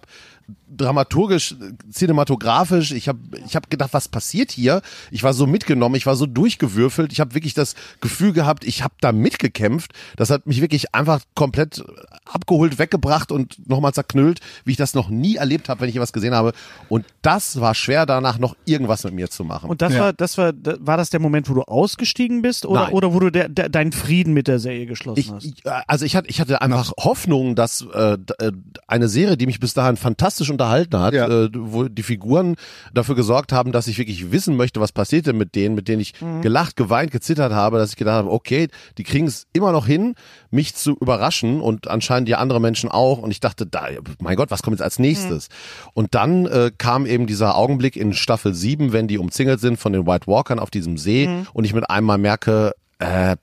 dramaturgisch, äh, cinematografisch. Ich habe ich hab gedacht, was passiert hier? Ich war so mitgenommen, ich war so durchgewürfelt. Ich habe wirklich das Gefühl gehabt, ich habe da mitgekämpft. Das hat mich wirklich einfach komplett abgeholt, weggebracht und nochmal zerknüllt, wie ich das noch nie erlebt habe, wenn ich hier was gesehen habe. Und das war schwer, danach noch irgendwas mit mir zu machen. Und das war, das war, da- war das der Moment, wo du ausgestiegen bist oder, Nein. oder wo du der, der, deinen Frieden mit der Serie geschlossen ich, hast? ich, äh, also ich hatte, ich hatte einfach Hoffnung, dass äh, d- äh, eine Serie, die mich bis dahin fantastisch unterhalten hat, Ja. äh, wo die Figuren dafür gesorgt haben, dass ich wirklich wissen möchte, was passiert denn mit denen, mit denen ich gelacht, geweint, gezittert habe, dass ich gedacht habe, okay, die kriegen es immer noch hin, mich zu überraschen und anscheinend die anderen Menschen auch. Und ich dachte, da, mein Gott, was kommt jetzt als nächstes? Und dann äh, kam eben dieser Augenblick in Staffel 7, wenn die umzingelt sind von den White Walkern auf diesem See und ich mit einmal merke, äh,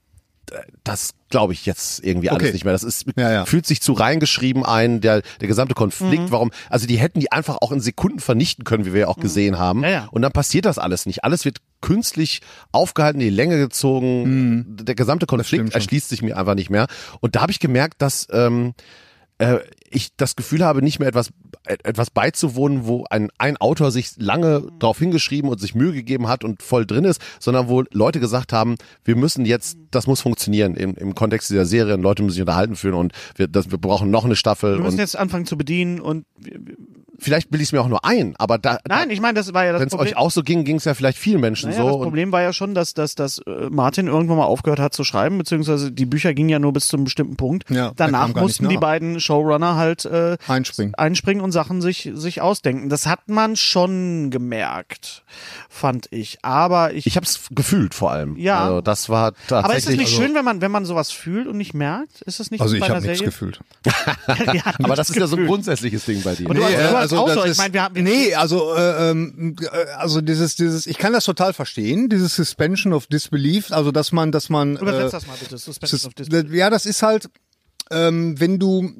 das glaube ich jetzt irgendwie alles Okay. nicht mehr. Das ist, Ja, Mhm. ja. fühlt sich zu reingeschrieben ein, der, der gesamte Konflikt, warum, also die hätten die einfach auch in Sekunden vernichten können, wie wir ja Mhm. auch gesehen haben. Ja, ja. Und dann passiert das alles nicht. Alles wird künstlich aufgehalten, in die Länge gezogen. Mhm. Der gesamte Konflikt erschließt sich mir einfach nicht mehr. Und da habe ich gemerkt, dass, ähm, ich das Gefühl habe, nicht mehr etwas, et- etwas beizuwohnen, wo ein, ein Autor sich lange drauf hingeschrieben und sich Mühe gegeben hat und voll drin ist, sondern wo Leute gesagt haben, wir müssen jetzt, das muss funktionieren im, im Kontext dieser Serie und Leute müssen sich unterhalten fühlen und wir, das, wir brauchen noch eine Staffel Wir müssen und jetzt anfangen zu bedienen und vielleicht bilde ich es mir auch nur ein, aber da, da nein, ich meine, das war ja das wenn es Problem. euch auch so ging, ging es ja vielleicht vielen Menschen naja, so. das und- Problem war ja schon, dass, dass, dass äh, Martin irgendwann mal aufgehört hat zu schreiben, beziehungsweise die Bücher gingen ja nur bis zu einem bestimmten Punkt. Ja, da Danach kam gar nicht mussten die nach. beiden Showrunner halt äh, Einspringen. einspringen und Sachen sich, sich ausdenken. Das hat man schon gemerkt, fand ich. Aber ich. ich habe es gefühlt vor allem. Ja. Also das war tatsächlich. aber ist es nicht also, schön, wenn man, wenn man sowas fühlt und nicht merkt? Ist es nicht Also so bei ich habe einer nichts Serie? gefühlt. Ja, aber das ist ja so ein Gefühl. grundsätzliches Ding bei dir. Und du hast, äh, du hast, also, auch so. Ich meine, wir haben. Wir nee, also, äh, ähm, äh, also dieses, dieses, ich kann das total verstehen, dieses Suspension of Disbelief, also dass man, dass man. Übersetz äh, das mal bitte. Suspension of Sus- Disbelief. Ja, das ist halt, ähm, wenn du,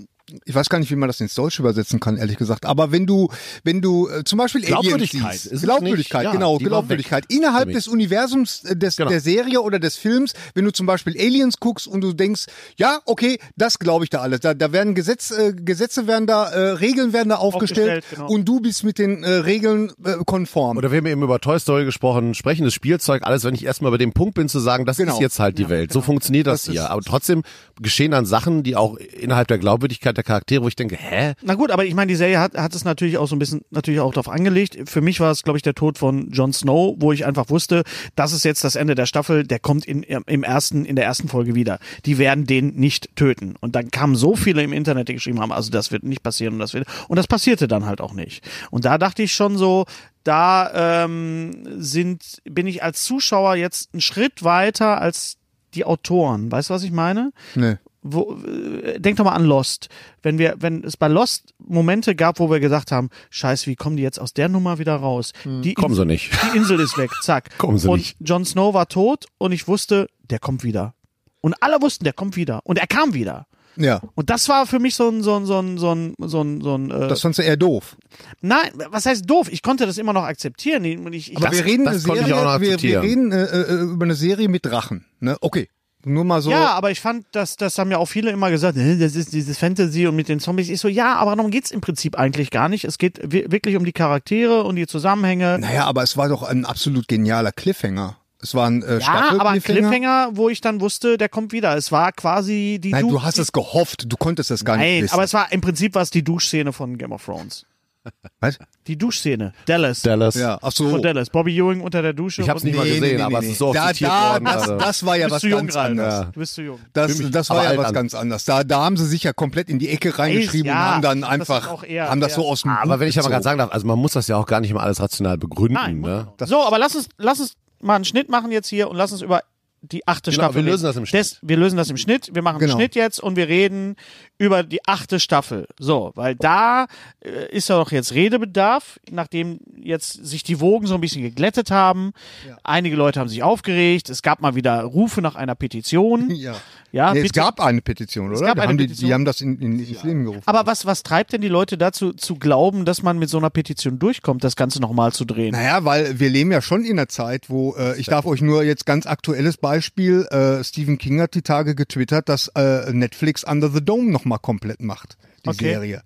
ich weiß gar nicht, wie man das ins Deutsche übersetzen kann, ehrlich gesagt, aber wenn du, wenn du äh, zum Beispiel Glaubwürdigkeit ist Aliens es siehst, Glaubwürdigkeit, nicht. Ja, genau, die war Glaubwürdigkeit weg für innerhalb mich. des Universums äh, des, Genau. der Serie oder des Films, wenn du zum Beispiel Aliens guckst und du denkst, ja, okay, das glaube ich da alles, da, da werden Gesetz, äh, Gesetze werden da, äh, Regeln werden da aufgestellt, Aufgestellt, genau. und du bist mit den äh, Regeln äh, konform. Oder wir haben eben über Toy Story gesprochen, sprechendes Spielzeug, alles, wenn ich erstmal bei dem Punkt bin zu sagen, das Genau. ist jetzt halt die Welt. So funktioniert das, hier. Aber trotzdem geschehen dann Sachen, die auch innerhalb der Glaubwürdigkeit der Charaktere, wo ich denke, hä? Na gut, aber ich meine, die Serie hat, hat es natürlich auch so ein bisschen natürlich auch darauf angelegt. Für mich war es, glaube ich, der Tod von Jon Snow, wo ich einfach wusste, das ist jetzt das Ende der Staffel, der kommt in, im ersten, in der ersten Folge wieder. Die werden den nicht töten. Und dann kamen so viele im Internet, die geschrieben haben, also das wird nicht passieren und das wird. Und das passierte dann halt auch nicht. Und da dachte ich schon so, da ähm, sind, bin ich als Zuschauer jetzt einen Schritt weiter als die Autoren. Weißt du, was ich meine? Nee. wo, äh, denk doch mal an Lost. Wenn wir, wenn es bei Lost Momente gab, wo wir gesagt haben, Scheiß, wie kommen die jetzt aus der Nummer wieder raus? Hm. Die, Kommen sie nicht. die Insel ist weg, zack. Kommen sie und nicht. Jon Snow war tot und ich wusste, der kommt wieder. Und alle wussten, der kommt wieder. Und er kam wieder. ja, Und das war für mich so ein, so ein, so ein, so ein, so ein, so ein äh, das fandst du eher doof. nein, was heißt doof? Ich konnte das immer noch akzeptieren. Ich, ich, Aber das, wir reden, eine das konnte ich Serie, auch noch wir, wir akzeptieren. reden äh, äh, über eine Serie mit Drachen. Ne? Okay, nur mal so. Ja, aber ich fand, dass das haben ja auch viele immer gesagt, "Äh, das ist dieses Fantasy und mit den Zombies. Ich so, ja, aber darum geht's im Prinzip eigentlich gar nicht. Es geht wi- wirklich um die Charaktere und die Zusammenhänge. Naja, aber es war doch ein absolut genialer Cliffhanger. Es war ein äh, Ja, aber ein Staffel-Cliffhanger. Cliffhanger, wo ich dann wusste, der kommt wieder. Es war quasi die Nein, Dusch- du hast es gehofft, du konntest es gar nicht Nein, wissen. aber es war im Prinzip was die Duschszene von Game of Thrones. Was? Die Duschszene. Dallas. Dallas. ja, ach so. Von Dallas. Bobby Ewing unter der Dusche. Ich hab's und- nicht mal Nee, nee, gesehen, nee, aber nee. es ist so oft da, zitiert da, worden. das, also. das war ja Du bist was zu jung, ganz Ralf. anderes. Du bist zu jung. Das, Fühl mich das war aber ja alt was an. ganz anderes. Da, da haben sie sich ja komplett in die Ecke reingeschrieben ja, und haben dann das ist einfach, auch eher- haben das so eher- aus dem Aber Hut wenn ich ja mal gezogen. gerade sagen darf, also man muss das ja auch gar nicht immer alles rational begründen. Nein. muss man ne? auch nicht. So, aber lass uns, lass uns mal einen Schnitt machen jetzt hier und lass uns über die achte Genau, Staffel. wir lösen reden. das im Schnitt. Des, wir lösen das im Schnitt. Wir machen Genau. einen Schnitt jetzt und wir reden über die achte Staffel. So, weil da äh, ist ja doch jetzt Redebedarf, nachdem jetzt sich die Wogen so ein bisschen geglättet haben. Einige Leute haben sich aufgeregt. Es gab mal wieder Rufe nach einer Petition. Ja. Ja, nee, Ah, es bitte. gab eine Petition, oder? gab Da eine haben die, Petition. die haben das in, in, ins Leben gerufen. Aber was, was treibt denn die Leute dazu, zu glauben, dass man mit so einer Petition durchkommt, das Ganze nochmal zu drehen? Naja, weil wir leben ja schon in einer Zeit, wo äh, ich darf euch nur jetzt ganz aktuelles Beispiel, äh, Stephen King hat die Tage getwittert, dass äh, Netflix Under the Dome nochmal komplett macht, die Okay. Serie.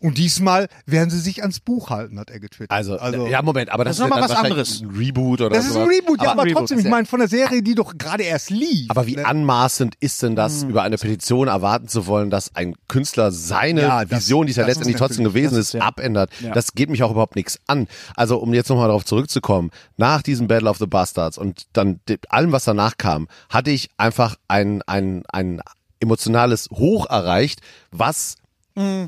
Und diesmal werden sie sich ans Buch halten, hat er getwittert. Also, ja, Moment, aber das, Das ist noch mal dann was wahrscheinlich anderes. Ein Reboot oder das ist ein sowas. Reboot, ja, aber, Reboot. trotzdem, ich meine, von der Serie, die doch gerade erst lief. ne? Aber wie anmaßend ist denn das, Hm. über eine Petition erwarten zu wollen, dass ein Künstler seine Ja, das- Vision, die es ja das ist letztendlich trotzdem gewesen ist, abändert? Das geht mich auch überhaupt nichts an. Also, um jetzt nochmal darauf zurückzukommen, nach diesem Battle of the Bastards und dann de- allem, was danach kam, hatte ich einfach ein, ein, ein emotionales Hoch erreicht, was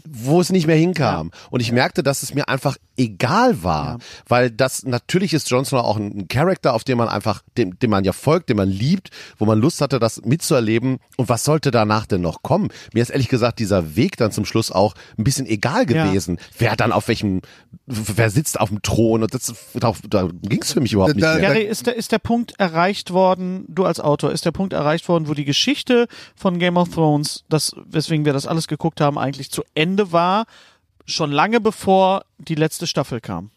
wo es nicht mehr hinkam. Und ich merkte, dass es mir einfach egal war, weil das natürlich ist Jon Snow auch ein ein Charakter, auf den man einfach, dem, dem man ja folgt, den man liebt, wo man Lust hatte, das mitzuerleben. Und was sollte danach denn noch kommen? Mir ist ehrlich gesagt dieser Weg dann zum Schluss auch ein bisschen egal Ja. gewesen. Wer dann auf welchem, wer sitzt auf dem Thron und das, da, da ging es für mich überhaupt nicht Da- mehr. da- Gary, ist der, ist der Punkt erreicht worden, du als Autor, ist der Punkt erreicht worden, wo die Geschichte von Game of Thrones, das, weswegen wir das alles geguckt haben, eigentlich zu Ende war, schon lange bevor die letzte Staffel kam?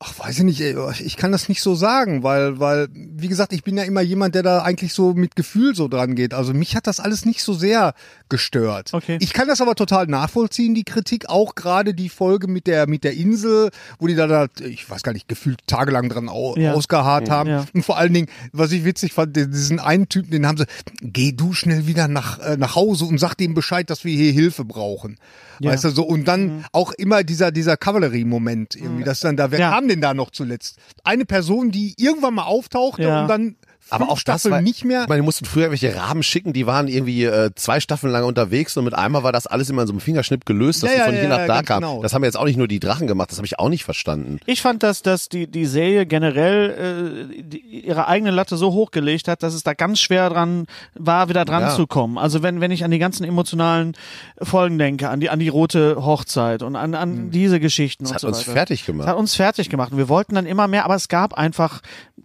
Ach, weiß ich nicht, ey, ich kann das nicht so sagen, weil, weil, wie gesagt, ich bin ja immer jemand, der da eigentlich so mit Gefühl so dran geht. Also mich hat das alles nicht so sehr gestört. Okay. Ich kann das aber total nachvollziehen, die Kritik, auch gerade die Folge mit der, mit der Insel, wo die da, da ich weiß gar nicht, gefühlt tagelang dran au Ja. ausgeharrt haben. Mhm. Ja. Und vor allen Dingen, was ich witzig fand, den- diesen einen Typen, den haben sie, geh du schnell wieder nach, äh, nach Hause und sag dem Bescheid, dass wir hier Hilfe brauchen. Weißt du, so, und dann Mhm. auch immer dieser, dieser Kavallerie-Moment irgendwie, dass dann da, wer Ja. kam denn da noch zuletzt? Eine Person, die irgendwann mal auftauchte Ja. und dann Aber auch das Staffeln war, nicht mehr. Ich meine, die mussten früher welche Raben schicken, die waren irgendwie äh, zwei Staffeln lang unterwegs und mit einmal war das alles immer in so einem Fingerschnipp gelöst, dass Ja, die ja, von hier ja, nach ja, da ganz kam. genau. Das haben jetzt auch nicht nur die Drachen gemacht, das habe ich auch nicht verstanden. Ich fand, dass, dass die, die Serie generell äh, die, ihre eigene Latte so hochgelegt hat, dass es da ganz schwer dran war, wieder dran Ja. zu kommen. Also wenn, wenn ich an die ganzen emotionalen Folgen denke, an die, an die rote Hochzeit und an, an diese Geschichten Das Hm. und hat so uns weiter. fertig Das gemacht. hat uns fertig gemacht. Und wir wollten dann immer mehr, aber es gab einfach,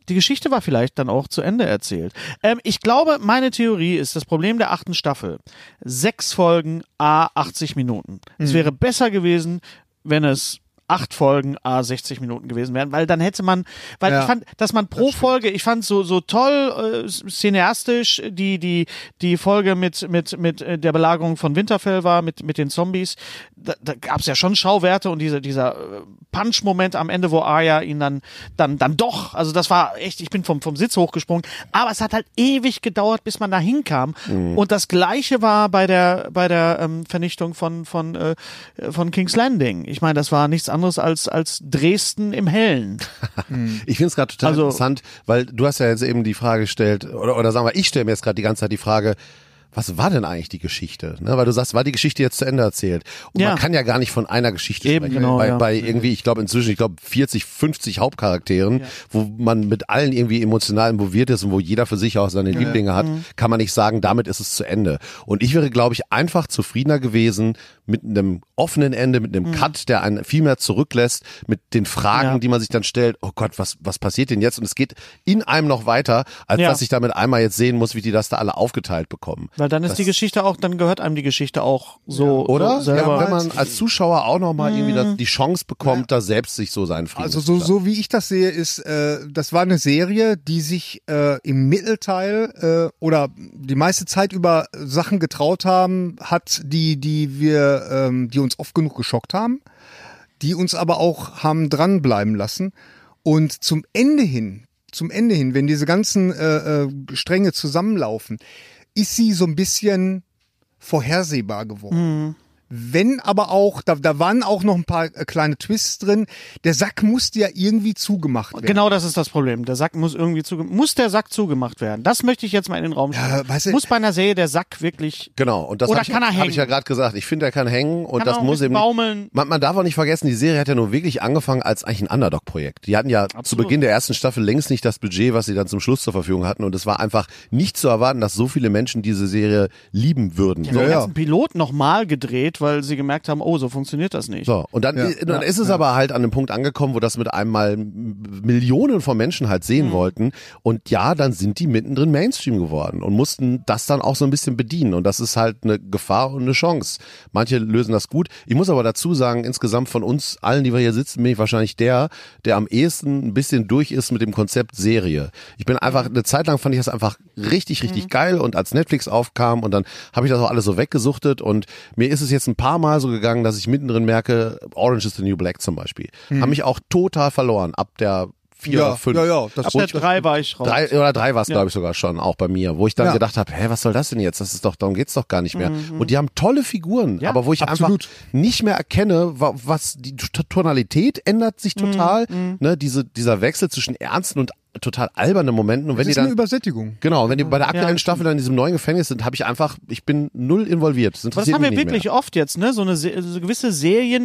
die Geschichte war vielleicht dann auch zu Ende erzählt. Ähm, ich glaube, meine Theorie ist, das Problem der achten Staffel, sechs Folgen, a 80 Minuten. Es wäre besser gewesen, wenn es acht Folgen, a 60 Minuten gewesen wären, weil dann hätte man, weil Ja. ich fand, dass man pro Folge, ich fand so so toll äh, cineastisch die die die Folge mit mit mit äh, der Belagerung von Winterfell war mit mit den Zombies, da, da gab es ja schon Schauwerte und diese dieser äh, Punch-Moment am Ende, wo Arya ihn dann dann dann doch, also das war echt, ich bin vom vom Sitz hochgesprungen, aber es hat halt ewig gedauert, bis man da hinkam Mhm. und das gleiche war bei der bei der ähm, Vernichtung von von äh, von Kings Landing. Ich meine, das war nichts anderes als als Dresden im Hellen. Hm. Ich finde es gerade total Also- interessant, weil du hast ja jetzt eben die Frage gestellt, oder, oder sagen wir, ich stelle mir jetzt gerade die ganze Zeit die Frage, was war denn eigentlich die Geschichte? Ne, weil du sagst, war die Geschichte jetzt zu Ende erzählt? Und Ja. man kann ja gar nicht von einer Geschichte Eben, sprechen. genau, bei, ja. bei Äh, irgendwie, ich glaube inzwischen, ich glaube 40, 50 Hauptcharakteren, wo man mit allen irgendwie emotional involviert ist und wo jeder für sich auch seine Lieblinge hat, Mhm. kann man nicht sagen, damit ist es zu Ende. Und ich wäre, glaube ich, einfach zufriedener gewesen mit einem offenen Ende, mit einem Cut, der einen viel mehr zurücklässt, mit den Fragen, Mhm. Ja. die man sich dann stellt, oh Gott, was, was passiert denn jetzt? Und es geht in einem noch weiter, als Ja. dass ich damit einmal jetzt sehen muss, wie die das da alle aufgeteilt bekommen. Weil dann ist die Geschichte auch, dann gehört einem die Geschichte auch so. Oder? So selber. halt Mhm. Ja, wenn man als Zuschauer auch nochmal irgendwie das, die Chance bekommt, da selbst sich so seinen Frieden Also zu so, schaffen. so wie ich das sehe, ist, äh, das war eine Serie, die sich äh, im Mittelteil äh, oder die meiste Zeit über Sachen getraut haben, hat, die, die wir, ähm, die uns oft genug geschockt haben, die uns aber auch haben dranbleiben lassen. Und zum Ende hin, zum Ende hin, wenn diese ganzen äh, äh, Stränge zusammenlaufen, ist sie so ein bisschen vorhersehbar geworden. Wenn aber auch, da, da waren auch noch ein paar äh, kleine Twists drin. Der Sack musste ja irgendwie zugemacht werden. Genau das ist das Problem. Der Sack muss irgendwie zuge muss der Sack zugemacht werden. Das möchte ich jetzt mal in den Raum stellen. Ja, weißt du- muss bei einer Serie der Sack wirklich Genau, und das Oder habe ich, kann er hab ich hängen? ja gerade gesagt. Ich finde, er kann hängen und Kann das auch ein muss bisschen eben. baumeln. Man, man darf auch nicht vergessen, die Serie hat ja nun wirklich angefangen als eigentlich ein Underdog-Projekt. Die hatten ja zu Beginn der ersten Staffel längst nicht das Budget, was sie dann zum Schluss zur Verfügung hatten. Und es war einfach nicht zu erwarten, dass so viele Menschen diese Serie lieben würden. ja, den ganzen Pilot nochmal gedreht, weil sie gemerkt haben, oh, so funktioniert das nicht. So, und dann, dann ist es aber halt an einem Punkt angekommen, wo das mit einmal m- Millionen von Menschen halt sehen wollten. Und ja, dann sind die mittendrin Mainstream geworden und mussten das dann auch so ein bisschen bedienen. Und das ist halt eine Gefahr und eine Chance. Manche lösen das gut. Ich muss aber dazu sagen, insgesamt von uns allen, die wir hier sitzen, bin ich wahrscheinlich der, der am ehesten ein bisschen durch ist mit dem Konzept Serie. Ich bin einfach, Mhm. eine Zeit lang fand ich das einfach richtig, richtig geil und als Netflix aufkam und dann habe ich das auch alles so weggesuchtet und mir ist es jetzt ein paar Mal so gegangen, dass ich mittendrin merke, Orange is the New Black zum Beispiel, haben mich auch total verloren ab der vier Mhm. Ja, oder fünf. ja, ja, das Ab Ab der drei war ich raus. Drei oder drei war es, glaube ich, sogar schon, auch bei mir, wo ich dann gedacht habe, hä, was soll das denn jetzt? Das ist doch, darum geht's doch gar nicht mehr. Mhm, Und die haben tolle Figuren, aber wo ich absolut. einfach nicht mehr erkenne, wa- was die T- Tonalität ändert Mhm, sich total, ne, diese, dieser Wechsel zwischen ernsten und total albernen Momenten und wenn Das die ist eine dann Übersättigung. Genau, und wenn die bei der aktuellen das Staffel dann in diesem neuen Gefängnis sind, habe ich einfach, ich bin null involviert. Das, Aber interessiert das haben mich wir nicht wirklich Mehr. oft jetzt, ne? So eine, Se so eine gewisse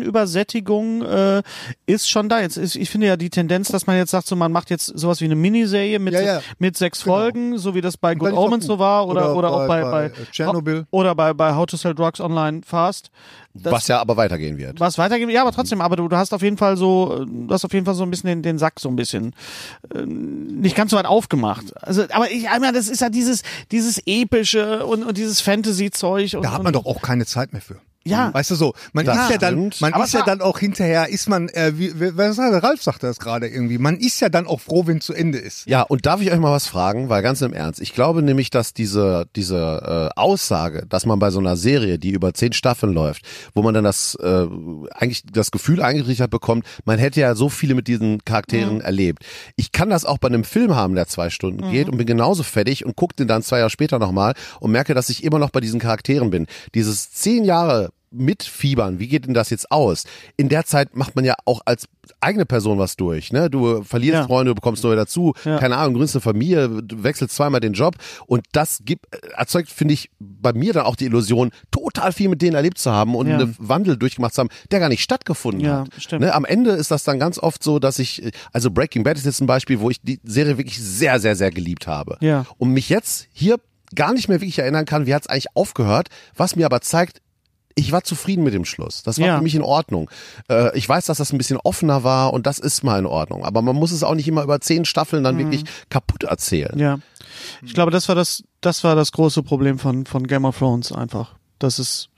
Serienübersättigung äh, ist schon da. Jetzt ist, ich finde ja die Tendenz, dass man jetzt sagt, so man macht jetzt sowas wie eine Miniserie mit, Ja, ja. mit sechs Folgen, so wie das bei Good dann ist auch Omens gut. so war oder, oder, Oder auch bei, bei- bei, bei, äh, Chernobyl. oder bei, bei How to Sell Drugs Online Fast. Das- Was ja aber weitergehen wird. was weitergeben. Ja, aber trotzdem, aber du, du hast auf jeden Fall so, du hast auf jeden Fall so ein bisschen den, den Sack so ein bisschen äh, nicht ganz so weit aufgemacht. Also, aber ich einmal, das ist ja dieses, dieses epische und, und dieses Fantasy-Zeug. und- Da hat und- man doch auch keine Zeit mehr für. Ja. Weißt du so, man Das ist ja dann, stimmt. man Aber ist ja es war- dann auch hinterher, ist man, äh, wie, wie, was sagt, der? Ralf sagte das gerade irgendwie, man ist ja dann auch froh, wenn es zu Ende ist. Ja, und darf ich euch mal was fragen? Weil ganz im Ernst, ich glaube nämlich, dass diese, diese äh, Aussage, dass man bei so einer Serie, die über zehn Staffeln läuft, wo man dann das äh, eigentlich das Gefühl eingetrichtert bekommt, man hätte ja so viele mit diesen Charakteren erlebt. Ich kann das auch bei einem Film haben, der zwei Stunden geht und bin genauso fertig und gucke den dann zwei Jahre später nochmal und merke, dass ich immer noch bei diesen Charakteren bin. Dieses zehn Jahre mitfiebern, wie geht denn das jetzt aus? In der Zeit macht man ja auch als eigene Person was durch, ne? Du verlierst Ja. Freunde, du bekommst neue dazu, keine Ahnung, gründest eine Familie, du wechselst zweimal den Job und das gibt, erzeugt, finde ich, bei mir dann auch die Illusion, total viel mit denen erlebt zu haben und Ja. einen Wandel durchgemacht zu haben, der gar nicht stattgefunden Ja, hat. stimmt. Ne? Am Ende ist das dann ganz oft so, dass ich, also Breaking Bad ist jetzt ein Beispiel, wo ich die Serie wirklich sehr, sehr, sehr geliebt habe Ja. und mich jetzt hier gar nicht mehr wirklich erinnern kann, wie hat es eigentlich aufgehört, was mir aber zeigt, ich war zufrieden mit dem Schluss. Das war Ja. für mich in Ordnung. Äh, ich weiß, dass das ein bisschen offener war und das ist mal in Ordnung. Aber man muss es auch nicht immer über zehn Staffeln dann wirklich kaputt erzählen. Mhm. Ja. Ich glaube, das war das, das war das große Problem von, von Game of Thrones einfach. Dass es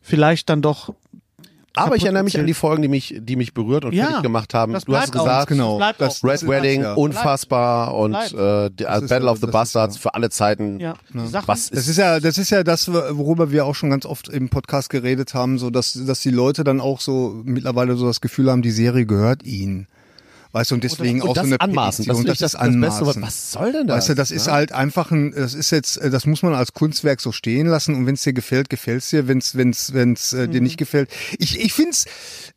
vielleicht dann doch. aber ich kaputt erinnere mich an erzählt. die Folgen, die mich, die mich berührt und Ja. fertig gemacht haben. Das Du hast bleibt auch. gesagt, Genau. Das bleibt auch. Red Wedding, ja. unfassbar und Bleibt. äh, die, ist Battle ja- of the das ist Bastards ja. für alle Zeiten. Ja. Die Sachen- Was Das ist ja, das ist ja das, worüber wir auch schon ganz oft im Podcast geredet haben, so dass, dass die Leute dann auch so mittlerweile so das Gefühl haben, die Serie gehört ihnen. Weißt du, und deswegen und auch Oh, das so eine anmaßen, das Petition, finde ich das, das Beste. Wort. Was soll denn das? ne? Weißt du, das ist halt einfach ein, das ist jetzt, äh, das muss man als Kunstwerk so stehen lassen und wenn es dir gefällt, gefällt es dir, wenn es wenn's, wenn's, äh, dir nicht Mhm. gefällt. Ich, ich finde es,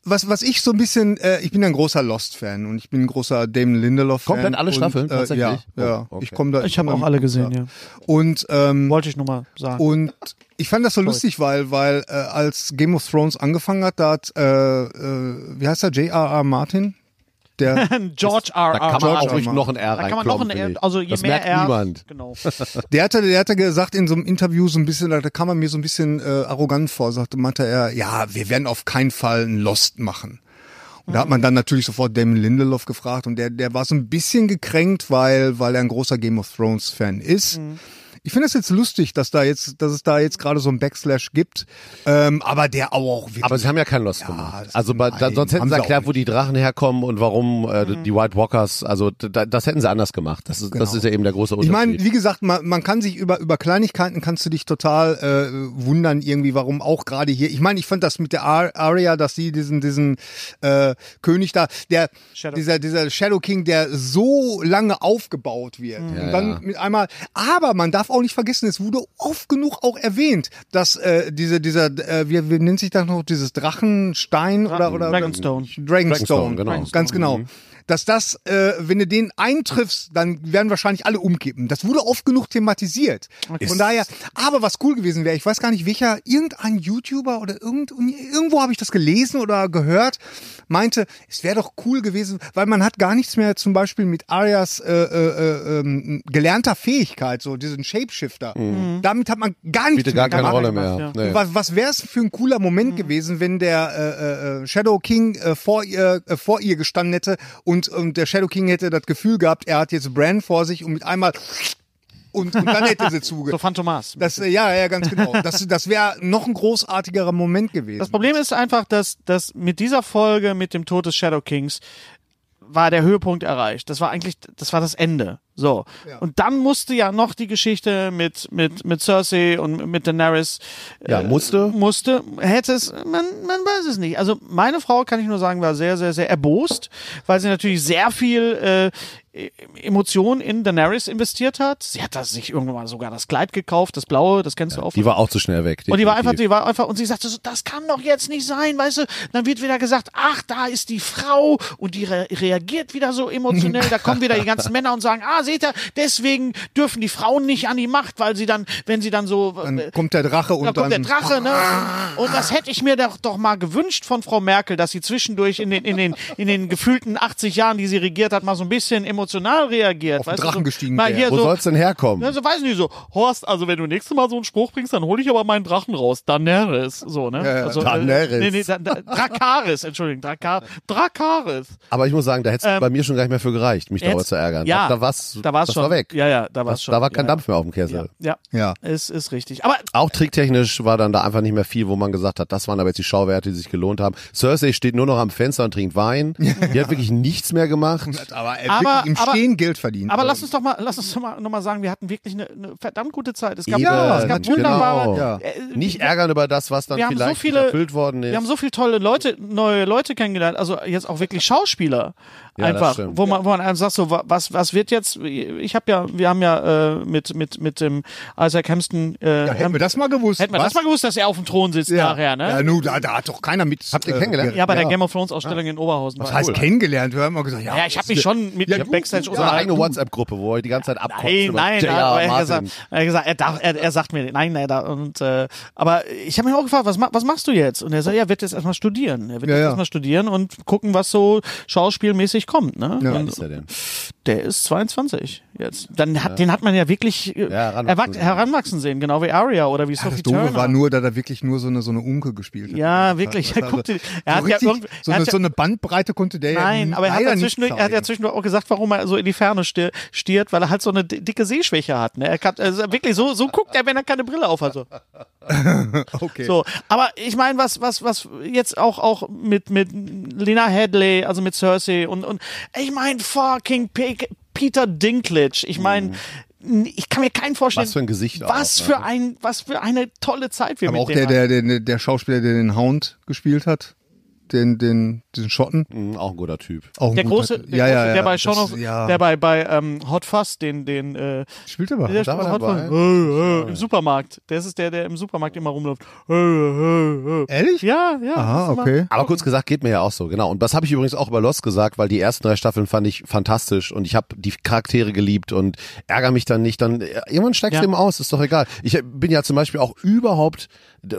was, was ich so ein bisschen, äh, ich bin ein großer Lost-Fan und ich bin ein großer Damon Lindelof-Fan. Komplett alle und, Staffeln, Äh, tatsächlich? ja, ja. Oh, okay. Ich komme da. Ich habe komm auch da- alle gesehen, ja. Und, ähm, Wollte ich nur mal sagen. und ich fand das so lustig, weil, weil äh, als Game of Thrones angefangen hat, da hat, äh, äh, wie heißt er, J.R.R. Martin? Der, George R. Da kann man auch George ruhig Orwell. noch ein R Da kann man noch reinkloppen, ein finde ich. R, also je das mehr merkt R. niemand. Genau. der, hatte, der hatte gesagt in so einem Interview so ein bisschen, da kam er mir so ein bisschen äh, arrogant vor, sagte, meinte er, ja, Ah, wir werden auf keinen Fall einen Lost machen. Und da hat man dann natürlich sofort Damon Lindelof gefragt und der, der war so ein bisschen gekränkt, weil, weil er ein großer Game of Thrones Fan ist. Ich finde das jetzt lustig, dass da jetzt, dass es da jetzt gerade so einen Backslash gibt, ähm, aber der auch wirklich Aber sie haben ja keinen Lost gemacht. das- Also bei, da, nein, sonst hätten haben sie sie auch Mhm. erklärt, wo die Drachen herkommen und warum äh, die White Walkers, also da, das hätten sie anders gemacht. Das ist, das ist ja eben der große Genau. Ich Unterschied. meine, wie gesagt, man, man kann sich über, über Kleinigkeiten kannst du dich total äh, wundern irgendwie, warum auch gerade hier. Ich meine, ich fand das mit der Ar Aria, dass sie diesen diesen äh, König da, der Shadow- dieser dieser Shadow King, der so lange aufgebaut wird und dann ja. mit einmal. Aber man darf auch nicht vergessen, es wurde oft genug auch erwähnt, dass äh, diese dieser äh, wie, wie nennt sich das noch dieses Drachenstein oder oder Dragonstone. Dragonstone, Dragonstone, genau. ganz genau. Dass das, äh, wenn du den eintriffst, dann werden wahrscheinlich alle umkippen. Das wurde oft genug thematisiert. Von daher, aber was cool gewesen wäre, ich weiß gar nicht welcher, irgendein YouTuber oder irgend, irgendwo habe ich das gelesen oder gehört, meinte, es wäre doch cool gewesen, weil man hat gar nichts mehr zum Beispiel mit Arias äh, äh, äh, ähm, gelernter Fähigkeit, so diesen Shapeshifter. Damit hat man gar nichts Bitte Mhm. gar keine gemacht. Rolle gemacht, mehr. ja. Nee. Was, was wäre es für ein cooler Mhm. Moment gewesen, wenn der äh, äh, Shadow King äh, vor, ihr, äh, vor ihr gestanden hätte und, und der Shadow "Oh, King hätte das Gefühl gehabt, er hat jetzt Bran vor sich und mit einmal und, und dann hätte sie zuge. So Phantomas. Das, äh, ja, ja, ganz genau. Das, das wäre noch ein großartigerer Moment gewesen. Das Problem ist einfach, dass, dass mit dieser Folge, mit dem Tod des Shadow Kings, war der Höhepunkt erreicht. Das war eigentlich, das war das Ende. So. Und dann musste ja noch die Geschichte mit, mit, mit Cersei und mit Daenerys. äh, Ja, musste. Musste, hätte es, man, man weiß es nicht. Also meine Frau, kann ich nur sagen, war sehr, sehr, sehr erbost, weil sie natürlich sehr viel äh, Emotion in Daenerys investiert hat. Sie hat das sich irgendwann mal sogar das Kleid gekauft, das blaue, das kennst du auch. von Die war auch zu schnell weg. und die war einfach, definitiv. die war einfach, und sie sagte so, das kann doch jetzt nicht sein, weißt du. Dann wird wieder gesagt, ach, da ist die Frau und die re reagiert wieder so emotionell. Da kommen wieder die ganzen Männer und sagen, ah, seht ihr, deswegen dürfen die Frauen nicht an die Macht, weil sie dann, wenn sie dann so, äh, dann kommt der Drache und da kommt der dann Drache, ne? Und das hätte ich mir doch, doch mal gewünscht von Frau Merkel, dass sie zwischendurch in den, in den, in den gefühlten 80 Jahren, die sie regiert hat, mal so ein bisschen emotional reagiert. Auf den weißt du, Drachen so, gestiegen Mal wäre. hier Wo so, soll's denn herkommen? Ne, so weiß nicht so, Horst, also wenn du nächstes Mal so einen Spruch bringst, dann hole ich aber meinen Drachen raus. Daenerys, so, ne? also, Daenerys. Äh, nee, nee, da, da, Drakaris, Entschuldigung, Drakar, Drakaris. aber ich muss sagen, da hätte es bei mir schon gar nicht mehr für gereicht, mich darüber Ähm, Jetzt- zu ärgern. ja, da, da war's, Da war's das schon. war weg. Ja, ja, da war's das, schon. da war kein ja, Dampf mehr auf dem Kessel. Ja, Ja. es ist richtig. Aber Auch tricktechnisch war dann da einfach nicht mehr viel, wo man gesagt hat, das waren aber jetzt die Schauwerte, die sich gelohnt haben. Cersei steht nur noch am Fenster und trinkt Wein. Die hat wirklich nichts mehr gemacht. aber er Aber- aber, im aber- Stehen Geld verdient. Aber lass uns doch mal, lass uns doch mal nochmal sagen, wir hatten wirklich eine, eine verdammt gute Zeit. Es gab, Eben, es gab genau. wunderbare. Ja. äh, Nicht ärgern über das, was dann wir haben so vielleicht nicht viele- erfüllt worden ist. Wir haben so viele tolle Leute, neue Leute kennengelernt, also jetzt auch wirklich Schauspieler Ja, das einfach, stimmt. wo man, wo man einem sagt so, wa- was, was wird jetzt, ich habe ja, wir haben ja äh, mit, mit, mit dem Isaac Hampton. Äh, Ja, hätten wir das mal gewusst. hätten wir was? das mal gewusst, dass er auf dem Thron sitzt nachher, ne? Ja, nu, da, da hat doch keiner mit. äh, Habt ihr kennengelernt? Ja, bei der Game of Thrones Ausstellung in Oberhausen. Das heißt kennengelernt. Wir haben immer gesagt, ja. ja, ich habe mich schon mit du- Backstage So eine unterhalten. eigene WhatsApp-Gruppe, wo er die ganze Zeit abkotzt. Nein, über nein, J.R. aber er, hat Martin. gesagt, er, hat gesagt, er, darf, er, er sagt mir, nein, nein, da, und, äh, aber ich habe mich auch gefragt, was, ma- was machst du jetzt? Und er sagt, ja, er wird jetzt erstmal studieren. Er wird Ja, jetzt ja. erstmal studieren und gucken, was so schauspielmäßig kommt, ne? Wie alt Und ist er denn? der ist 22 jetzt. Dann hat, den hat man ja wirklich äh, Ja, heranwachsen erwachsen, sehen. heranwachsen sehen, genau wie Aria oder wie das Sophie Doofe Turner. war nur, dass er wirklich nur so eine, so eine Unke gespielt hat. ja, wirklich. Er Also, guckte, so er hat ja richtig- irgendwie, so, er eine, hat ja, so eine Bandbreite konnte der Nein, ja aber er hat, leider ja nicht zwischendurch, er hat ja zeigen. zwischendurch auch gesagt, warum er so in die Ferne stir- stiert, weil er halt so eine di- dicke Sehschwäche hat. Ne? Er kann, also wirklich, so, so guckt er, wenn er keine Brille auf hat. So. Okay. So, aber ich meine, was, was, was jetzt auch, auch mit, mit Lena Headley, also mit Cersei und, und ich meine, fucking Pe Peter Dinklage. Ich meine, Mhm. ich kann mir keinen vorstellen, Was für ein Gesicht auch, was ne? für ein, was für eine tolle Zeit wir Aber mit auch dem der, hatten. der, der, der Schauspieler, der den Hound gespielt hat, den, den, den Schotten, Hm, Auch ein guter Typ. auch ein der guter- große, der, ja, große, ja, ja, der bei das- Shaun of, ja. der bei, bei ähm, Hot Fuzz, den, den, äh, spielt aber. Der da war Spruch hat dabei. von, äh, äh, im Supermarkt. Das ist der, der im Supermarkt immer rumläuft. Äh, äh, äh. Ehrlich? Ja, ja. Aha, das ist Ah, okay. Aber kurz gesagt, geht mir ja auch so, genau. Und das habe ich übrigens auch über Lost gesagt, weil die ersten drei Staffeln fand ich fantastisch und ich habe die Charaktere geliebt und ärgere mich dann nicht. Dann äh, irgendwann steigst Ja. du eben aus, ist doch egal. Ich äh, bin ja zum Beispiel auch überhaupt,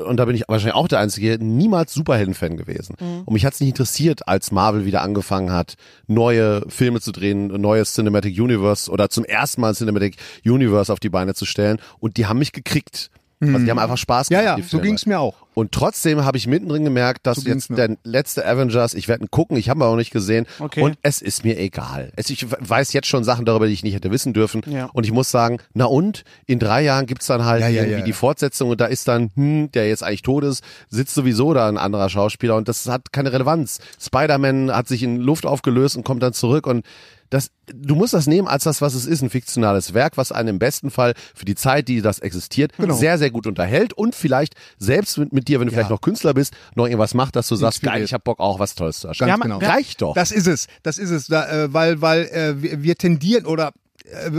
und da bin ich wahrscheinlich auch der Einzige, niemals Superhelden-Fan gewesen. Mhm. Und mich hat es nicht interessiert, als Marvel wieder angefangen hat, neue Filme zu drehen, neues Cinematic Universe oder zum ersten Mal Cinematic Universe auf die Beine zu stellen. Und die haben mich gekriegt. Also die haben einfach Spaß Mhm. Ja, gemacht. ja, die so Filme. ging's mir auch. Und trotzdem habe ich mittendrin gemerkt, dass So ging's jetzt der letzte Avengers, ich werde ihn gucken, ich habe ihn auch nicht gesehen. Okay. Und es ist mir egal. Es, ich weiß jetzt schon Sachen darüber, die ich nicht hätte wissen dürfen. Ja. Und ich muss sagen, na und? In drei Jahren gibt's dann halt Ja, ja, irgendwie ja, die ja. Fortsetzung und da ist dann, hm, der jetzt eigentlich tot ist, sitzt sowieso da ein anderer Schauspieler und das hat keine Relevanz. Spider-Man hat sich in Luft aufgelöst und kommt dann zurück und das, du musst das nehmen als das, was es ist, ein fiktionales Werk, was einen im besten Fall für die Zeit, die das existiert, sehr, sehr gut unterhält und vielleicht selbst mit, mit dir, wenn du vielleicht noch Künstler bist, noch irgendwas macht, dass du sagst, Inspiriert. geil, ich hab Bock auch was Tolles zu erschaffen. Ja, man- genau. Reicht doch. Das ist es, das ist es, da, äh, weil, weil äh, wir, wir tendieren oder äh,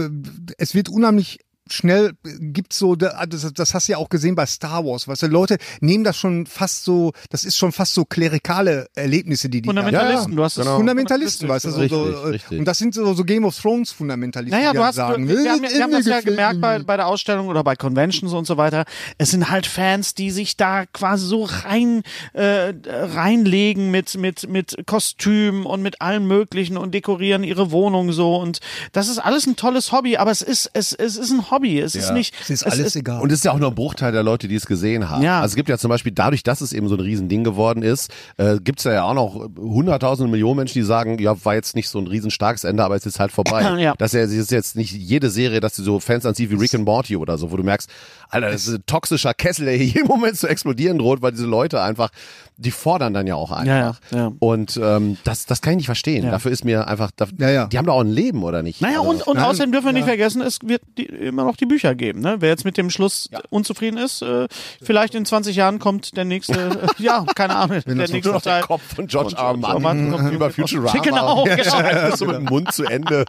es wird unheimlich schnell äh, gibt's so da- das, das hast du ja auch gesehen bei Star Wars weißt du Leute nehmen das schon fast so das ist schon fast so klerikale Erlebnisse die die Fundamentalisten, da, ja, ja. du hast es- Fundamentalisten weißt du so, so Richtig, äh, richtig. und das sind so, so Game of Thrones Fundamentalisten Naja, die du dann hast, sagen du, ne, wir, haben, wir haben das ja gefällt mir gemerkt bei, nicht. bei der Ausstellung oder bei Conventions und so weiter. Es sind halt Fans, die sich da quasi so rein äh, reinlegen mit mit mit Kostümen und mit allem Möglichen und dekorieren ihre Wohnung so und das ist alles ein tolles Hobby, aber es ist es es ist ein Hobby, es ist nicht es ist alles egal Und es ist ja auch nur ein Bruchteil der Leute, die es gesehen haben. Ja. Also es gibt ja zum Beispiel, dadurch, dass es eben so ein Riesending geworden ist, äh, gibt es ja auch noch hunderttausende Millionen Menschen, die sagen, ja, war jetzt nicht so ein riesenstarkes Ende, aber es ist halt vorbei. Ja. Das ist ja- es ist jetzt nicht jede Serie, dass du so Fans anziehst wie Rick and Morty oder so, wo du merkst, Alter, das ist ein toxischer Kessel, der hier jeden Moment zu explodieren droht, weil diese Leute einfach, die fordern dann ja auch einfach. Ja, ja, ja. Und ähm, das, das kann ich nicht verstehen. Dafür ist mir einfach, da, Ja, ja. die haben doch auch ein Leben, oder nicht? Naja, Also- und, und außerdem dürfen wir nicht vergessen, es wird die, immer noch die Bücher geben. Ne? Wer jetzt mit dem Schluss unzufrieden ist, äh, vielleicht in 20 Jahren kommt der nächste, äh, ja, keine Ahnung, der nächste der Teil. Kopf von George R. R. Martin Martin kommt über mit- Futurama. Genau, genau. so mit dem Mund zu Ende.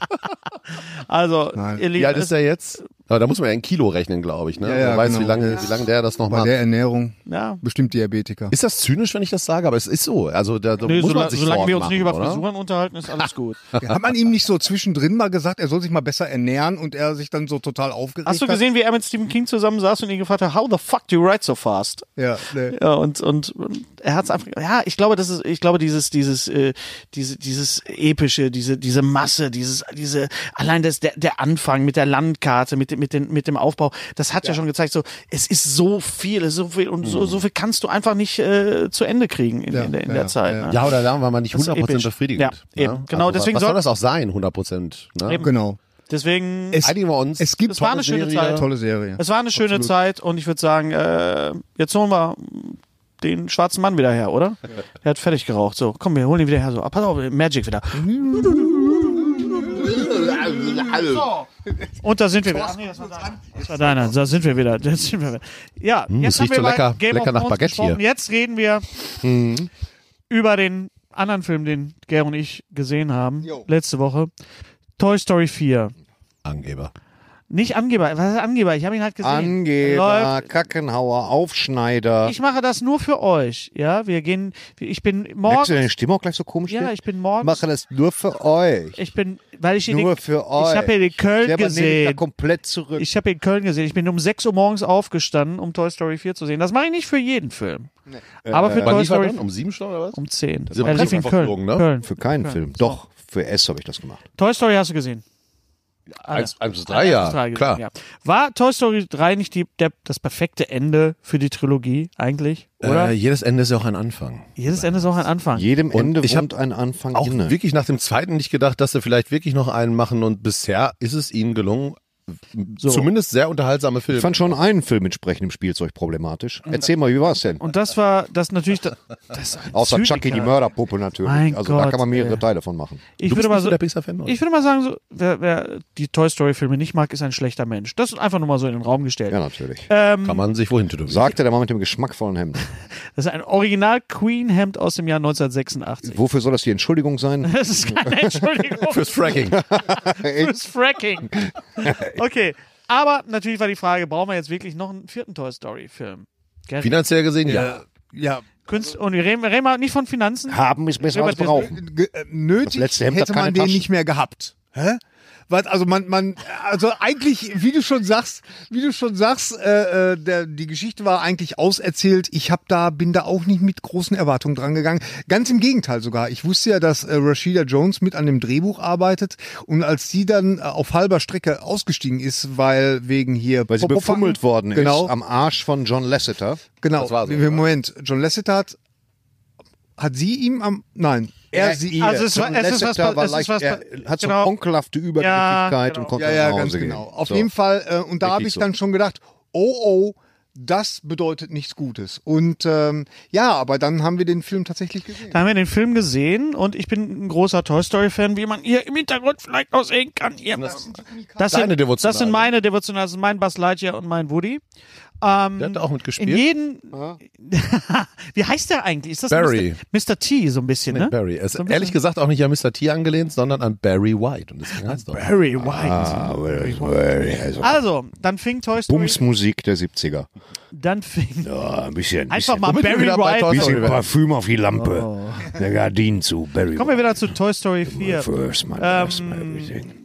Also, ihr Lieben, Wie alt es- ist der jetzt? Aber da muss man ja in Kilo rechnen, glaube ich. Ne? Ja, ja, Wer weiß, wie genau. lange Ja. wie lang der das noch bei macht. der Ernährung ja. bestimmt Diabetiker Ist das zynisch, wenn ich das sage? Aber es ist so. Also da, da Nee, muss solange, man sich solange Sorgen wir uns nicht über machen, oder? Frisuren unterhalten, ist alles gut. hat man ihm nicht so zwischendrin mal gesagt er soll sich mal besser ernähren und er sich dann so total aufgeregt Hast du hat? gesehen, wie er mit Stephen King zusammen saß und ihn gefragt hat, how the fuck do you write so fast? ja ne. nee. Ja, und, und er hat's einfach, ja, ich glaube, das ist, ich glaube, dieses, dieses, äh, diese, dieses epische, diese, diese Masse, dieses, diese, allein das, der, der Anfang mit der Landkarte, mit, dem- mit, den, mit dem Aufbau, das hat ja. schon gezeigt, so, es ist so viel, es ist so viel, und so, so viel kannst du einfach nicht äh, zu Ende kriegen in, in der, in Mhm. ja, der ja, Zeit. ja. Ne? Ja, oder da war man nicht Das ist 100% episch. befriedigend. Ja, eben. ne? Genau, also, deswegen was soll soll- das auch sein, 100%? Ne? genau Deswegen, Es- Einigen wir uns. es gibt Das war eine schöne Zeit. tolle Serie es war eine schöne Zeit, und ich würde sagen, äh, jetzt holen wir den schwarzen Mann wieder her, oder? Er hat fertig geraucht, so, komm, wir holen ihn wieder her, so, Ah, pass auf, Magic wieder. Und da sind wir wieder. Ach nee, das war deiner. Das war deiner. Da sind wir wieder. Da sind wir wieder. Ja, jetzt es haben riecht so wir über Hm, lecker- Game lecker of nach Thrones Baguette gesprochen. hier. Hm. Jetzt reden wir über den anderen Film, den Ger und ich gesehen haben letzte Woche. Toy Story 4. Angeber. Nicht Angeber. Was ist Angeber? Ich habe ihn halt gesehen. Angeber, Läuft. Kackenhauer, Aufschneider. Ich mache das nur für euch. Ja, wir gehen. Ich bin Merkst du deine morgens. Stimme auch gleich so komisch? Ja, wird? ich bin morgens. mache das nur für euch. Ich bin, weil ich hier nur den, für euch. Ich habe hier den Köln Selber nehme ich da gesehen. komplett zurück. Ich habe in Köln gesehen. Ich bin um 6 Uhr morgens aufgestanden, um Toy Story 4 zu sehen. Das mache ich nicht für jeden Film. Aber für Wann Toy lief er Story dann? Um sieben Stunden oder was? um 10. Sie haben Er lief in einfach Köln. geflogen, ne? Köln. für keinen Film. Doch, für S habe ich das gemacht. Toy Story hast du gesehen. Alle. Eins, eins bis drei, Alle ja. hast du drei gesehen, Klar. ja. War Toy Story 3 nicht die, der, das perfekte Ende für die Trilogie eigentlich? Oder? Äh, jedes Ende ist ja auch ein Anfang. Jedes Ende ist auch ein Anfang. Jedem Und Ende ich hab wohnt ein Anfang Auch inne. wirklich nach dem zweiten nicht gedacht, dass sie vielleicht wirklich noch einen machen und bisher ist es ihnen gelungen. Zumindest sehr unterhaltsame Filme. Ich fand schon einen Film mit sprechendem Spielzeug problematisch. Erzähl mal, wie war es denn? Und das war das natürlich. Das, das ist ein Außer Zyniker. Chucky die Mörderpuppe natürlich. Mein also da Gott, kann man mehrere ey. Teile von machen. Ich du würde bist mal nicht so so, der Pixar-Fan, oder? ich würde mal sagen, so, wer, wer die Toy Story-Filme nicht mag, ist ein schlechter Mensch. Das ist einfach nur mal so in den Raum gestellt. Ja, natürlich. Äh, Kann man sich wohin tätowieren. Sagte der Mann mit dem geschmackvollen Hemd. Das ist ein Original Queen Hemd aus dem Jahr 1986. Wofür soll das die Entschuldigung sein? Das ist keine Entschuldigung Fürs Fracking. fürs Fracking. Okay, aber natürlich war die Frage, brauchen wir jetzt wirklich noch einen vierten Toy Story Film? Gell? Finanziell gesehen, ja. Ja, Kunst und wir reden, wir reden mal nicht von Finanzen. Haben ist besser als Robert, brauchen. ge- äh, nötig Das letzte Hemd hat hätte man keine den Taschen. nicht mehr gehabt. Hä? Was, also man, man, also eigentlich, wie du schon sagst, wie du schon sagst, äh, äh, der, die Geschichte war eigentlich auserzählt. Ich habe da, bin da auch nicht mit großen Erwartungen dran gegangen. Ganz im Gegenteil sogar. Ich wusste ja, dass äh, Rashida Jones mit an dem Drehbuch arbeitet und als sie dann äh, auf halber Strecke ausgestiegen ist, weil wegen hier Weil sie Popopacken- befummelt worden ist genau, am Arsch von John Lasseter. Genau. Das war so, Im ja. Moment, John Lasseter hat, hat sie ihm am, nein, er, sie ihr. Also es war- John es ist was Lasseter pa- war es ist leicht, was pa- er hat so genau. onkelhafte Übergriffigkeit und genau. konnte Ja, dann ja, nach ganz Hause genau. gehen. Auf So. jeden Fall. Äh, und da habe Richtig ich so. dann schon gedacht, oh, oh, das bedeutet nichts Gutes. Und ähm, ja, aber dann haben wir den Film tatsächlich gesehen. Da haben wir den Film gesehen und ich bin ein großer Toy Story Fan, wie man hier im Hintergrund vielleicht auch sehen kann. Hier. Das, Deine sind, Devotionale. das sind meine Devotionale, das sind mein Buzz Lightyear und mein Woody. Der hat auch In mitgespielt. jeden. Wie heißt der eigentlich? Ist das Barry. Mr. Mr. T so ein bisschen, ne? Barry. Er ist So ein bisschen- ehrlich gesagt auch nicht an Mr. T angelehnt, sondern an Barry White. Und deswegen heißt er. Barry White. Ah. Also Also, dann fing Toy Story. Bumsmusik der 70er. Dann fing. Ja, ein bisschen. Einfach bisschen, mal Womit wir Barry wieder bei White. Toy bisschen Sorry. Parfüm auf die Lampe. Der Gardinen zu. Barry Kommen wir wieder zu Toy Story 4. First, my last, my everything.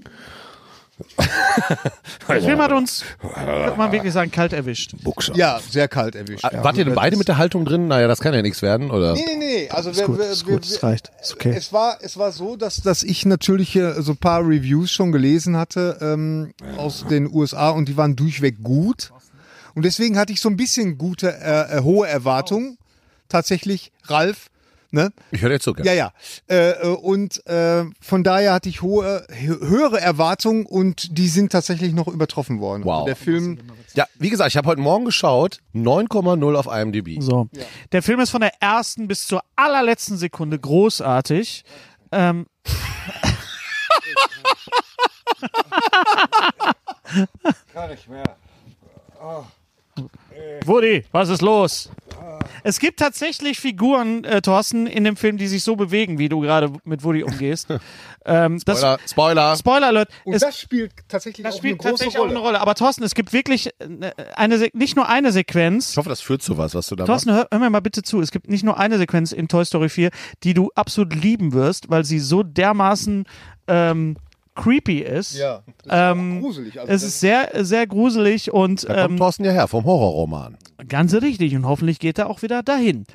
Der Film hat uns, könnte man wirklich sagen, kalt erwischt. Buchse. Ja, sehr kalt erwischt. Äh, Ah, Wart ihr denn beide mit der Haltung drin? Naja, das kann ja nichts werden, oder? Nee, nee, nee. Also Ist wir- gut, wir- ist wir- gut, es wir- reicht. Ist okay. Es war, es war so, dass, dass ich natürlich äh, so ein paar Reviews schon gelesen hatte ähm, aus den USA und die waren durchweg gut. Und deswegen hatte ich so ein bisschen gute, äh, äh, hohe Erwartungen. Tatsächlich, Ralf, ne? Ich höre jetzt so gerne. Ja, ja. Äh, äh, und äh, von daher hatte ich hohe, hö- höhere Erwartungen und die sind tatsächlich noch übertroffen worden. Wow. Also der Film, Ja, wie gesagt, ich habe heute Morgen geschaut, 9,0 auf IMDb. So. Der Film ist von der ersten bis zur allerletzten Sekunde großartig. Ähm. Ah. Äh. Kann nicht mehr. Woody, was ist los? Es gibt tatsächlich Figuren, äh, Thorsten, in dem Film, die sich so bewegen, wie du gerade mit Woody umgehst. ähm, das, Spoiler, Spoiler. Spoiler Alert. und es, das spielt tatsächlich das auch spielt eine große tatsächlich auch Rolle. eine Rolle. Aber Thorsten, es gibt wirklich äh, eine, Se- nicht nur eine Sequenz. Ich hoffe, das führt zu was, was du da machst. Thorsten, hör, hör mir mal bitte zu. Es gibt nicht nur eine Sequenz in Toy Story 4, die du absolut lieben wirst, weil sie so dermaßen ähm, creepy ist. Ja, das ist Ähm, auch gruselig. Also es das- ist sehr, sehr gruselig und Da kommt ähm, Thorsten ja her, vom Horrorroman. ganz richtig. Und hoffentlich geht er auch wieder dahin.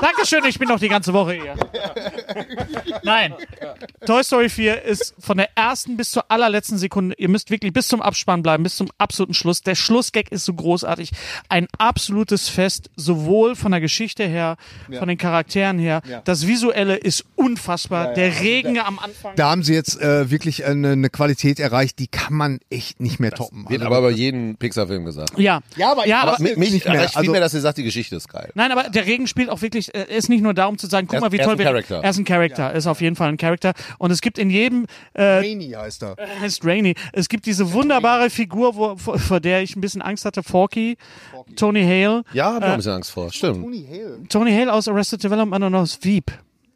Dankeschön, ich bin noch die ganze Woche hier. Nein, Toy Story 4 ist von der ersten bis zur allerletzten Sekunde. Ihr müsst wirklich bis zum Abspann bleiben, bis zum absoluten Schluss. Der Schlussgag ist so großartig. Ein absolutes Fest, sowohl von der Geschichte her, von den Charakteren her. Das Visuelle ist unfassbar. Also Der Regen am Anfang. da haben sie jetzt äh, wirklich eine, eine Qualität erreicht, die kann man echt nicht mehr toppen. Wird Also, aber über jeden Pixar-Film gesagt. ja, ja, aber, ja, Aber mich, mich nicht mehr. erreicht viel Also- mehr, dass ihr sagt, die Geschichte ist geil. Nein, aber der Regen spielt auch wirklich, äh, ist nicht nur darum zu sagen, guck Er- mal, wie er ist toll ein wir. Charakter. Er ist ein Charakter, ist auf jeden Fall ein Charakter. Und es gibt in jedem, äh, Rainy heißt er. heißt Rainy, es gibt diese wunderbare Figur, wo, vor, vor der ich ein bisschen Angst hatte, Forky, Tony Hale. Ja, hab ich auch ein bisschen Angst vor. Stimmt. Tony Hale. Tony Hale aus Arrested Development und aus Veep.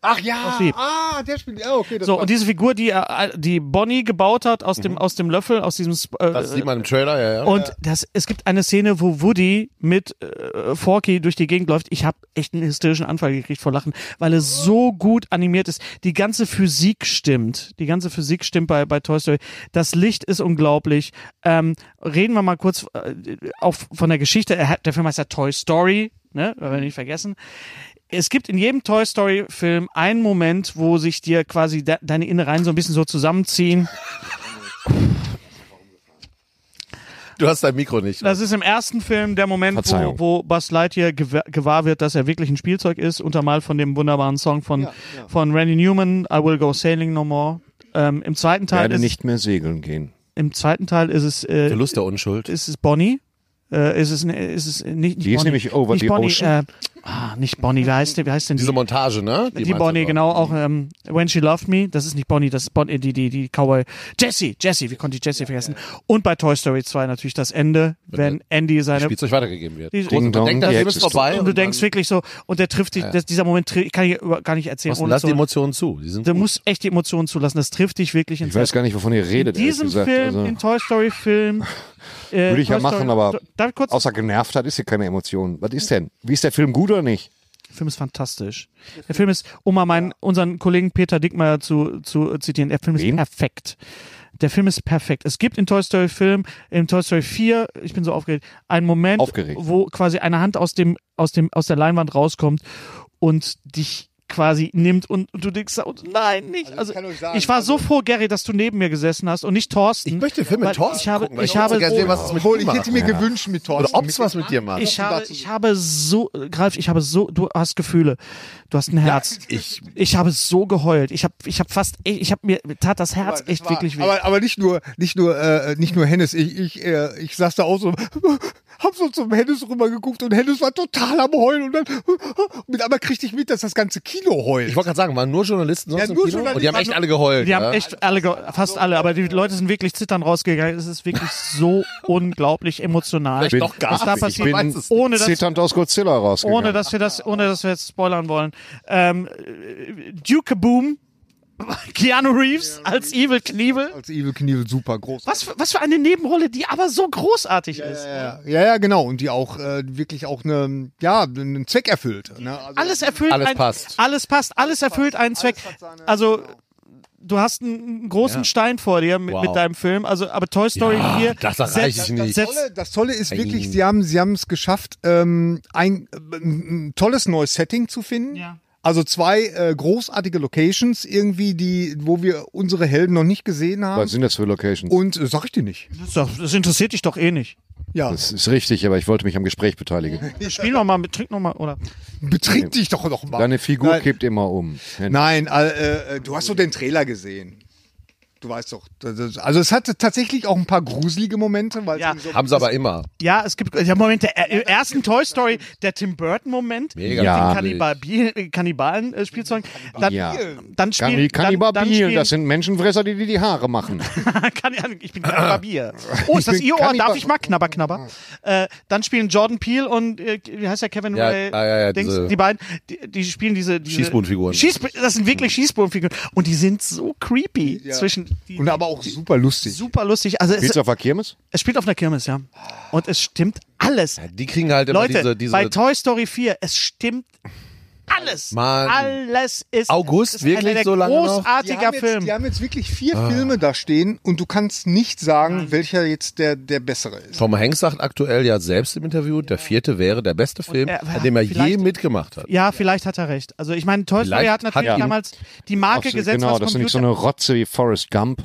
Ach ja, Aus Sieb. ah, der spielt. Ja, okay, das So, war- und diese Figur, die, äh, die Bonnie gebaut hat aus dem, aus dem Löffel, aus diesem. Sp- Äh, Mhm. Das sieht man im Trailer, ja, ja. und das, es gibt eine Szene, wo Woody mit äh, Forky durch die Gegend läuft. Ich habe echt einen hysterischen Anfall gekriegt vor Lachen, weil es so gut animiert ist. Die ganze Physik stimmt. Die ganze Physik stimmt bei, bei Toy Story. Das Licht ist unglaublich. Ähm, reden wir mal kurz äh, auch von der Geschichte. Er hat, der Film heißt ja Toy Story, ne? Wollen wir nicht vergessen. Es gibt in jedem Toy Story Film einen Moment, wo sich dir quasi de deine Innereien so ein bisschen so zusammenziehen. Du hast dein Mikro nicht. Das ist im ersten Film der Moment, wo, Verzeihung. wo Buzz Lightyear gewa- gewahr wird, dass er wirklich ein Spielzeug ist, untermalt von dem wunderbaren Song von, von Randy Newman, I Will Go Sailing No More. Ähm, im, zweiten Teil Werde ist, nicht mehr segeln gehen. Im zweiten Teil ist es, äh, Verlust der Unschuld. ist es Bonnie. Äh, ist es, ne- ist es nicht, nicht Die ist Bonnie. nämlich over nicht the Bonnie, ocean. Äh, ah, nicht Bonnie, wie heißt, der- wie heißt denn die? Diese Montage, ne? Die, meinst du Bonnie, doch. genau, auch Mhm. ähm, When She Loved Me, das ist nicht Bonnie, das ist Bonnie, die, die, die Cowboy. Jessie, Jessie, wie konnte ich Jessie vergessen? Und bei Toy Story 2 natürlich das Ende, wenn Andy seine Spielzeug weitergegeben wird. Die- Ding dong, Denkt, das die Leben Hexe ist ist vorbei. Und du denkst dann- wirklich so, und der trifft dich, das, dieser Moment tri- kann ich über- gar nicht erzählen. Thorsten, lass die zu, Emotionen zu. Die sind du musst echt die Emotionen zulassen, das trifft dich wirklich ins Ich weiß gar nicht, wovon ihr redet. In ehrlich diesem gesagt. Film, Also, in Toy Story Film. äh, Würde ich ja Toy Story- machen, aber Darf ich kurz? außer genervt hat, ist hier keine Emotion. Was ist denn? Wie ist der Film gut oder nicht? Der Film ist fantastisch. Der Film ist, um mal meinen, unseren Kollegen Peter Dickmeyer zu, zu zitieren, der Film ist Wen? perfekt. Der Film ist perfekt. Es gibt in Toy Story Film, im Toy Story 4, ich bin so aufgeregt, einen Moment, Aufgeregt. wo quasi eine Hand aus dem, aus dem, aus der Leinwand rauskommt und dich quasi nimmt und, und du denkst, oh, nein, nicht. Also, ich, kann euch sagen, war so also- froh, Gary, dass du neben mir gesessen hast und nicht Thorsten. Ich möchte den Film mit weil Thorsten Ich habe, gucken, weil ich ich habe, auch so gerne- was es mit Obwohl, ihm ich hätte mir macht. Ja. gewünscht mit Also Thorsten. Oder ob's was mit dir macht. ich habe, ich habe so, Greif, ich habe so, du hast Gefühle, du hast ein Herz. ich- ich habe so geheult. Ich habe, ich habe fast, ich habe mir mir tat das Herz echt war, wirklich weh. Aber, aber nicht nur, nicht nur, äh, nicht nur Hennes. Ich, ich, äh, ich saß da auch so, hab so zum Hennes rübergeguckt und Hennes war total am Heulen und dann, mit einmal kriegte ich mit, dass das ganze Kino heult. Ich wollte gerade sagen, waren nur Journalisten sonst Ja, im nur Kino? Und die haben Journalisten, echt alle geheult. die haben ja? echt alle, ge- fast alle, aber die Leute sind wirklich zittern rausgegangen. Es ist wirklich so unglaublich emotional. Vielleicht doch gar was da nicht. Ich passiert, weiß Bin es nicht. ohne dass zitternd aus Godzilla rausgegangen. ohne dass wir das, ohne dass wir jetzt spoilern wollen. Ähm, äh, Duke Boom, Keanu Reeves als Evil Knievel. Als Evil Knievel super groß. Was für, was für eine Nebenrolle, die aber so großartig ist. Ja, ja, ja, genau. Und die auch äh, wirklich auch eine, ja, einen Zweck erfüllt. Ne? Also, Alles erfüllt Alles ein, passt. Alles passt, alles erfüllt einen Zweck. also du hast einen großen Stein vor dir mit, Wow. mit deinem Film, also aber Toy Story 4 das erreiche ich nicht. Das setzt Tolle, das Tolle ist wirklich, sie haben sie haben es geschafft, ähm, ein, äh, ein tolles neues Setting zu finden. Ja. Also zwei äh, großartige Locations irgendwie, die, wo wir unsere Helden noch nicht gesehen haben. Was sind das für Locations? Und äh, sag ich dir nicht. Das ist doch- Das interessiert dich doch eh nicht. Ja, das ist richtig, aber ich wollte mich am Gespräch beteiligen. Spiel noch mal, mit- trink noch mal oder betrink dich doch noch mal. Deine Figur Nein. kippt immer um. Nein, äh, äh, du hast doch den Trailer gesehen. Du weißt doch. das ist- Also es hatte tatsächlich auch ein paar gruselige Momente, weil Ja. es so Haben sie aber immer. Ja, es gibt der Moment der äh, im ersten Toy Story, der Tim Burton Moment Mega. mit Ja. den Kannibal Bi- äh, Kannibalen äh, Spielzeugen. Dann, Ja. dann Kann spielen die Kannibal dann, dann Biel, spielen, das sind Menschenfresser, die dir die Haare machen. Kann- ich bin Ah. Kannibabier. Oh, ist das bin Ihr Ohr? Kannibal- Darf ich mal knabber, knabber? Äh, dann spielen Jordan Peele und, äh, wie heißt der, Kevin Ah. Ja, ah, Ray? ja, ja, ja, Dings, diese- die beiden, die, die spielen diese... diese Schießbudenfiguren. Schießb das sind wirklich Mhm. Schießbodenfiguren. Und die sind so creepy. Zwischen die, und aber auch super lustig. super lustig. Also es, Pizza auf der Kirmes? es spielt auf einer Kirmes, ja. Und es stimmt alles. Die kriegen halt immer Leute, diese, diese bei Toy Story 4, es stimmt alles. Mann. Alles ist... August, es ist wirklich einer der so lange noch? Die Großartiger haben, jetzt, Film. die haben jetzt wirklich vier Filme da stehen und du kannst nicht sagen, welcher jetzt der, der bessere ist. Tom Hanks sagt aktuell ja selbst im Interview, der vierte wäre der beste Film, er- an dem er je vielleicht- mitgemacht hat. Ja, vielleicht hat er recht. Also ich meine, Toy Story Vielleicht hat natürlich hat ihm- damals die Marke Absolut, gesetzt, genau, was das ist Computer nicht so eine Rotze wie Forrest Gump.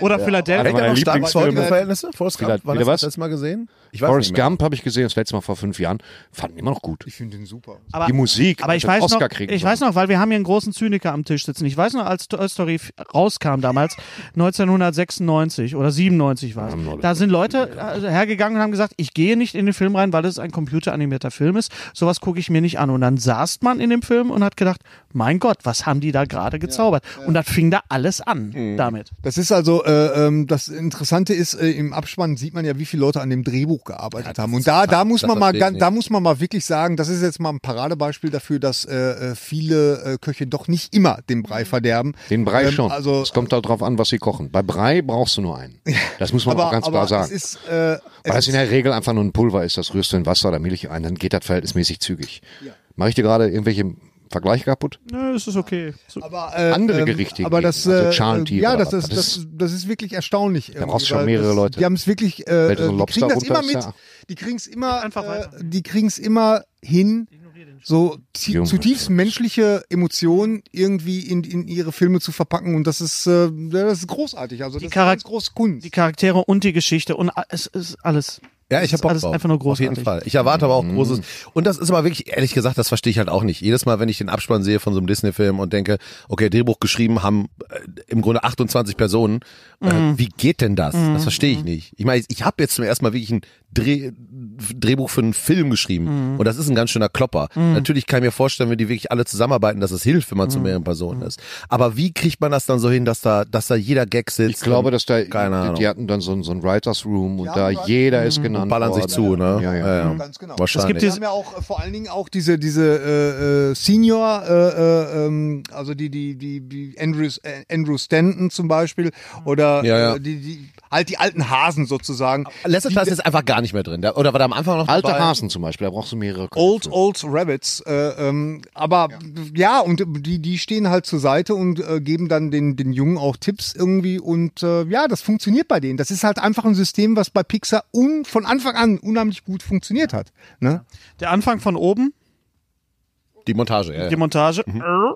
oder Philadelphia. Einer meiner Lieblingsfilme. Verhältnisse? Forrest Gump, Vielleicht- wann hast wieder du was? das letzte Mal gesehen? Ich weiß Forrest nicht mehr. Gump habe ich gesehen, das letzte Mal vor fünf Jahren. Fand ihn immer noch gut. Ich finde den super. Aber, die Musik, aber ich hätte einen weiß Oscar noch, kriegen ich sollen. weiß noch, weil wir haben hier einen großen Zyniker am Tisch sitzen. Ich weiß noch, als Toy Story f- rauskam damals, 1996 oder 97 war es, da sind Leute äh, hergegangen und haben gesagt, ich gehe nicht in den Film rein, weil es ein computeranimierter Film ist. Sowas gucke ich mir nicht an. Und dann saß man in dem Mhm. Film und hat gedacht, mein Gott, was haben die da gerade gezaubert? Und dann fing da alles an damit. Das Das ist also, äh, ähm, das Interessante ist, äh, im Abspann sieht man ja, wie viele Leute an dem Drehbuch gearbeitet haben. Und da, da muss das man mal, verstehe ich gan- nicht. da muss man mal wirklich sagen, das ist jetzt mal ein Paradebeispiel dafür, dass äh, äh, viele äh, Köche doch nicht immer den Brei Mhm. verderben. Den Brei Ähm, schon. Also, es kommt darauf an, was sie kochen. Bei Brei brauchst du nur einen. Das muss man auch ganz klar sagen. Es ist, äh, Weil es das in der Regel einfach nur ein Pulver ist, das rührst du in Wasser oder Milch ein, dann geht das verhältnismäßig zügig. Mache ich dir gerade irgendwelche Vergleiche kaputt? Nö, es ist okay. So. aber, äh, andere ähm, Gerichte Aber geben, das, also äh, Schalentiere ja, oder das was. ist, Das das, das ist wirklich erstaunlich. Da brauchst du schon mehrere das, Leute. Die haben es wirklich, äh, Wenn du so einen die kriegen das Lobster immer mit, runterst, die kriegen es immer, Einfach äh, weiter. die kriegen es immer hin, so ti- Junge. zutiefst menschliche Emotionen irgendwie in, in ihre Filme zu verpacken und das ist, äh, das ist großartig. Also das ist Charak- ganz groß Kunst. Die Charaktere und die Geschichte und a- es ist alles. Ja, ich Es ist habe Bock alles drauf. einfach nur Auf großartig. jeden Fall. Ich erwarte aber auch Mhm. großes. Und das ist aber wirklich, ehrlich gesagt, das verstehe ich halt auch nicht. Jedes Mal, wenn ich den Abspann sehe von so einem Disney-Film und denke, okay, Drehbuch geschrieben haben äh, im Grunde 28 Personen. Äh, Mhm. Wie geht denn das? Das verstehe ich nicht. Ich meine, ich habe jetzt zum ersten Mal wirklich ein Dreh, Drehbuch für einen Film geschrieben. Mhm. Und das ist ein ganz schöner Klopper. Natürlich kann ich mir vorstellen, wenn die wirklich alle zusammenarbeiten, dass es hilft, wenn man Mhm. zu mehreren Personen ist. Aber wie kriegt man das dann so hin, dass da, dass da jeder Gag sitzt? Ich glaube, und- dass da, Keine Ahnung. die hatten dann so, ein- so ein Writers Room und da jeder Mhm. ist genannt. ballern sich worden. zu, ne? Ja, ja. Ganz genau. Wahrscheinlich. Es gibt Wir haben ja auch äh, vor allen Dingen auch diese diese äh, äh, Senior, äh, äh, ähm, also die die die, die Andrews, äh, Andrew Stanton zum Beispiel Mhm. oder Ja, ja. Äh, die die halt die alten Hasen sozusagen. Letzter Klasse ist einfach gar nicht mehr drin. Da- Oder war da am Anfang noch Alte dabei? Hasen zum Beispiel, da brauchst du mehrere. Köpfe. Old Old Rabbits, äh, ähm, aber ja. und die die stehen halt zur Seite und äh, geben dann den den Jungen auch Tipps irgendwie und äh, ja, das funktioniert bei denen. Das ist halt einfach ein System, was bei Pixar un, von Anfang an unheimlich gut funktioniert hat. Ne? Der Anfang von oben, Die Montage, ja. die ja. Montage.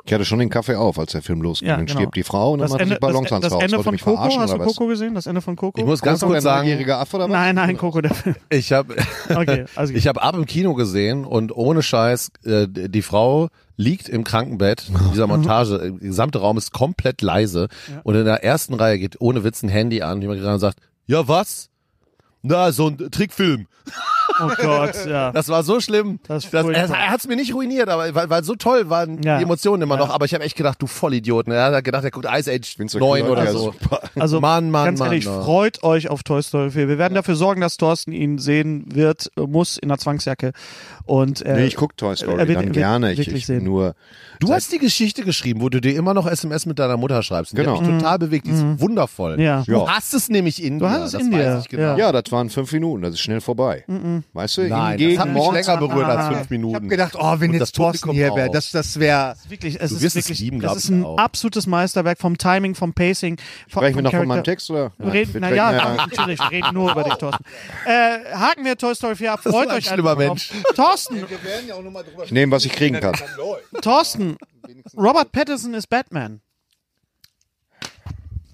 Ich hatte schon den Kaffee auf, als der Film losging. Ja, Mhm. dann genau. stirbt die Frau und dann Das macht Ende, die Ballons das, ans das Haus. Ende Wollt ihr von mich Coco, verarschen hast du oder was? Coco gesehen? Das Ende von Coco? Ich muss ganz Coco, kurz der sagen, neunjährige Affe oder was? nein, nein, Coco, der Film. ich habe Okay, also ich hab ab im Kino gesehen und ohne Scheiß, äh, die Frau liegt im Krankenbett in dieser Montage. äh, Der gesamte Raum ist komplett leise und in der ersten Reihe geht ohne Witz ein Handy an. Jemand geht ran und sagt, ja was? Na, so ein Trickfilm. Oh Gott, ja. Das war so schlimm. Das ist er furchtbar. er hat's mir nicht ruiniert, aber weil, weil so toll waren Ja. die Emotionen immer noch. Aber ich habe echt gedacht, du Vollidioten. Er hat gedacht, er guckt Ice Age 9 oder ja, so. super. Also Mann, Mann, ganz Mann, ehrlich, ja. freut euch auf Toy Story 4. Wir werden dafür sorgen, dass Thorsten ihn sehen wird, äh, muss in der Zwangsjacke. Und äh, Nee, ich guck Toy Story er wird- er dann wird gerne. Ich, wirklich ich sehen. nur Du hast die Geschichte geschrieben, wo du dir immer noch SMS mit deiner Mutter schreibst. Genau. Genau. Die hat mich total bewegt. Die ist wundervoll. Mhm. Ja. Du hast es nämlich in Du dir. hast es das in dir. Weiß ich genau. Ja, das waren fünf Minuten, das ist schnell vorbei. Weißt du, Nein, das hat hingegen mich morgens länger berührt als fünf Ich habe Minuten. gedacht, oh, wenn Und das jetzt Thorsten Publikum hier wäre, auch. das das wäre wirklich, es Du ist wirst es wirklich, lieben, glaub das ist ich ein auch. absolutes Meisterwerk vom Timing, vom Pacing. Vom, Sprechen wir vom noch von Charakter. meinem Text oder? Wir Reden, Wir na ja, treten- natürlich, wir reden nur über dich, Thorsten. Äh, haken wir Toy Story 4 ab, ist freut ein euch schlimmer einfach drauf. Thorsten, Ich nehme, was ich kriegen kann. Thorsten, Robert Pattinson ist Batman.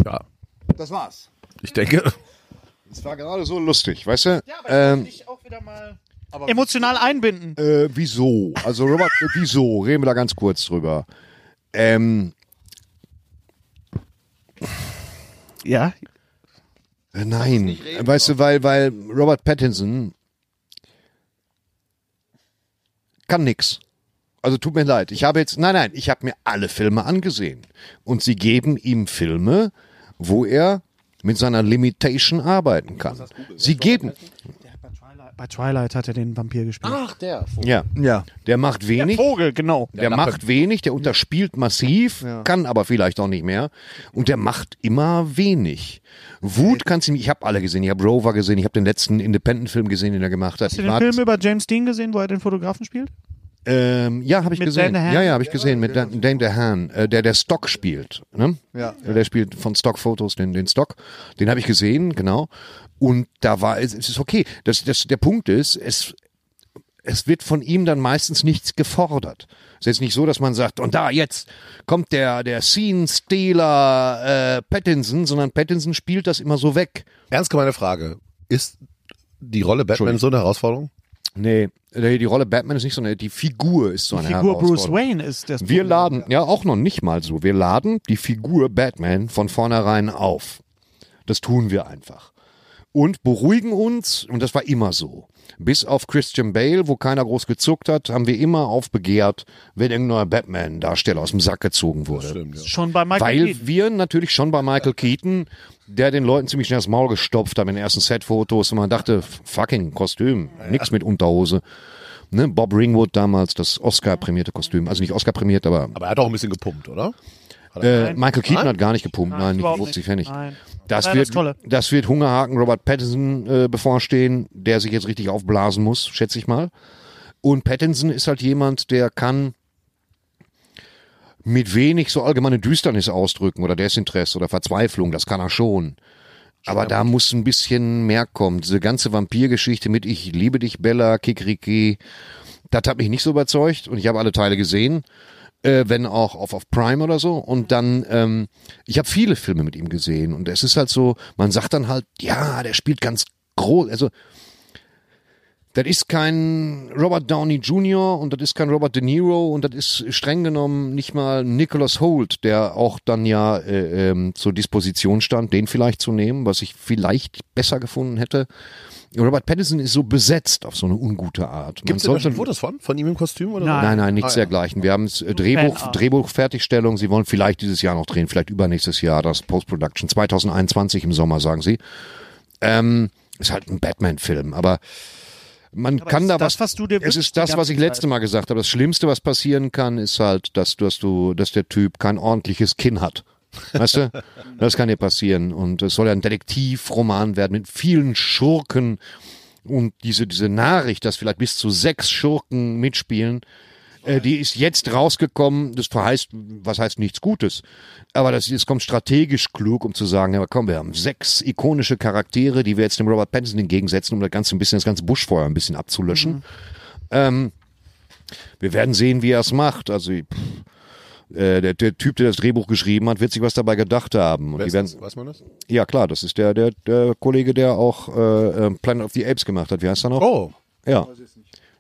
Ja, Das war's. ich denke. Das war gerade so lustig, weißt du? ähm, ich auch wieder mal emotional einbinden. äh, wieso? Also Robert, äh, wieso? Reden wir da ganz kurz drüber. Ähm, Ja, äh, nein, weißt du, weil, weil Robert Pattinson kann nix. Also tut mir leid. Ich habe jetzt, nein, nein, ich habe mir alle Filme angesehen. Und sie geben ihm Filme, wo er mit seiner Limitation arbeiten kann. Sie geben, bei Twilight hat er den Vampir gespielt. Ach, der. ja, Ja. der macht wenig. Vogel, genau. Der macht wenig, der unterspielt massiv, kann aber vielleicht auch nicht mehr. Und der macht immer wenig. Äh, Wut kannst du nicht, ich habe alle gesehen, ich habe Rover gesehen, ich habe den letzten Independent-Film gesehen, den er gemacht hat. Hast du Ich den war- Film über James Dean gesehen, wo er den Fotografen spielt? ähm, ja, habe ich mit gesehen. Dan DeHaan? Ja, ja, habe ich gesehen, mit Dan, Dan DeHaan, äh, der der Stock spielt. Ne? Ja. Der spielt von Stock-Fotos den, den Stock. Den habe ich gesehen, genau. Und da war, es, es ist okay. Das, das, der Punkt ist, es, es wird von ihm dann meistens nichts gefordert. Es ist jetzt nicht so, dass man sagt, und da jetzt kommt der, der Scene-Stealer äh, Pattinson, sondern Pattinson spielt das immer so weg. Ernst gemeine Frage. Ist die Rolle Batman so eine Herausforderung? Nee, die die Rolle Batman ist nicht so eine, die Figur ist so eine Figur Bruce Herausforderung. Wayne ist das. Wir laden, ja auch noch nicht mal so, wir laden die Figur Batman von vornherein auf. Das tun wir einfach. und beruhigen uns, und das war immer so. Bis auf Christian Bale, wo keiner groß gezuckt hat, haben wir immer aufbegehrt, wenn irgendein neuer Batman-Darsteller aus dem Sack gezogen wurde. Schon bei Michael Weil Keaton. wir natürlich schon bei Michael Keaton, der den Leuten ziemlich schnell das Maul gestopft hat in den ersten Set-Fotos und man dachte, fucking Kostüm, nix mit Unterhose. Ne, Bob Ringwood damals, das Oscar-prämierte Kostüm. Also nicht Oscar-prämiert, aber, Aber er hat auch ein bisschen gepumpt, oder? äh, Michael Keaton hat gar nicht gepumpt. Nein, nicht überhaupt 50 Pfennig. Nein. Das, Nein, wird, das Tolle. das wird Hungerhaken Robert Pattinson äh, bevorstehen, der sich jetzt richtig aufblasen muss, schätze ich mal. Und Pattinson ist halt jemand, der kann mit wenig so allgemeine Düsternis ausdrücken oder Desinteresse oder Verzweiflung, das kann er schon. Aber da muss ein bisschen mehr kommen. Diese ganze Vampirgeschichte mit Ich liebe dich, Bella, Kikriki, das hat mich nicht so überzeugt und ich habe alle Teile gesehen äh, wenn auch auf, auf Prime oder so. Und dann, ähm, ich habe viele Filme mit ihm gesehen und es ist halt so, man sagt dann halt, ja, der spielt ganz groß, also das ist kein Robert Downey Jr. und das ist kein Robert De Niro und das ist streng genommen nicht mal Nicholas Hoult, der auch dann ja äh, ähm, zur Disposition stand, den vielleicht zu nehmen, was ich vielleicht besser gefunden hätte. Robert Pattinson ist so besetzt auf so eine ungute Art. Man Gibt es da sollte- schon Fotos von? Von ihm im Kostüm oder Nein. Nein, nein, nichts Ah, ja. dergleichen. Wir haben es, äh, Drehbuch, Fanart. Drehbuch Fertigstellung. Sie wollen vielleicht dieses Jahr noch drehen, vielleicht übernächstes Jahr das Post-Production 2021 im Sommer, sagen Sie. Ähm, ist halt ein Batman-Film, aber man kann ist da das, was. was du dir es wünschst ist die das, ganze was ich letzte Mal gesagt habe. Das Schlimmste, was passieren kann, ist halt, dass, du- dass du, dass der Typ kein ordentliches Kinn hat. Weißt du? Das kann dir passieren. Und es soll ja ein Detektivroman werden mit vielen Schurken. Und diese, diese Nachricht, dass vielleicht bis zu sechs Schurken mitspielen, äh, die ist jetzt rausgekommen. Das verheißt, was heißt nichts Gutes. Aber das, es kommt strategisch klug, um zu sagen, ja, komm, wir haben sechs ikonische Charaktere, die wir jetzt dem Robert Pattinson entgegensetzen, um das ganze ein bisschen, das ganze Buschfeuer ein bisschen abzulöschen. Ähm, wir werden sehen, wie er es macht. Also, pff, äh, der, der Typ, der das Drehbuch geschrieben hat, wird sich was dabei gedacht haben. Und Wer die ist werden, das? Weiß man das? ja, klar, das ist der, der, der Kollege, der auch äh, äh, Planet of the Apes gemacht hat. Wie heißt er noch? Oh, Ja.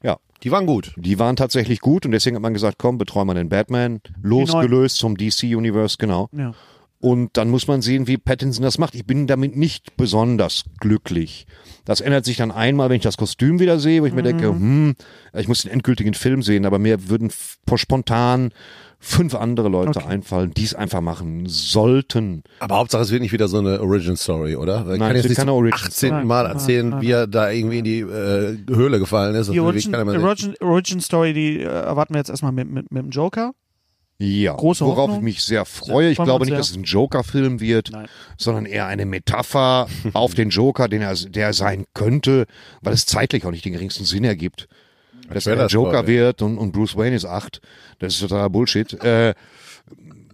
Ja, die waren gut. die waren tatsächlich gut und deswegen hat man gesagt, komm, betreuen wir den Batman. Losgelöst vom DC-Universe, genau. Ja. Und dann muss man sehen, wie Pattinson das macht. Ich bin damit nicht besonders glücklich. Das ändert sich dann einmal, wenn ich das Kostüm wieder sehe, wo ich mir denke, hm, ich muss den endgültigen Film sehen, aber mir würden f- spontan fünf andere Leute einfallen, die es einfach machen sollten. Aber Hauptsache, es wird nicht wieder so eine Origin Story, oder? Nein, kann es jetzt wird nicht keine zum Origin 18. Mal erzählen, wie er da irgendwie in die äh, Höhle gefallen ist. Die Das will Origin, keiner mehr sehen. Origin, Origin Story, die äh, erwarten wir jetzt erstmal mit, mit, mit dem Joker. Ja, Große worauf Hoffnung. ich mich sehr freue. Ich Freuen wir glaube uns nicht, sehr. dass es ein Joker-Film wird, Nein. sondern eher eine Metapher auf den Joker, den er, der er sein könnte, weil es zeitlich auch nicht den geringsten Sinn ergibt. Dass er der Trailer-Spoiler. Joker wird und, und Bruce Wayne ist acht. Das ist totaler Bullshit. Äh,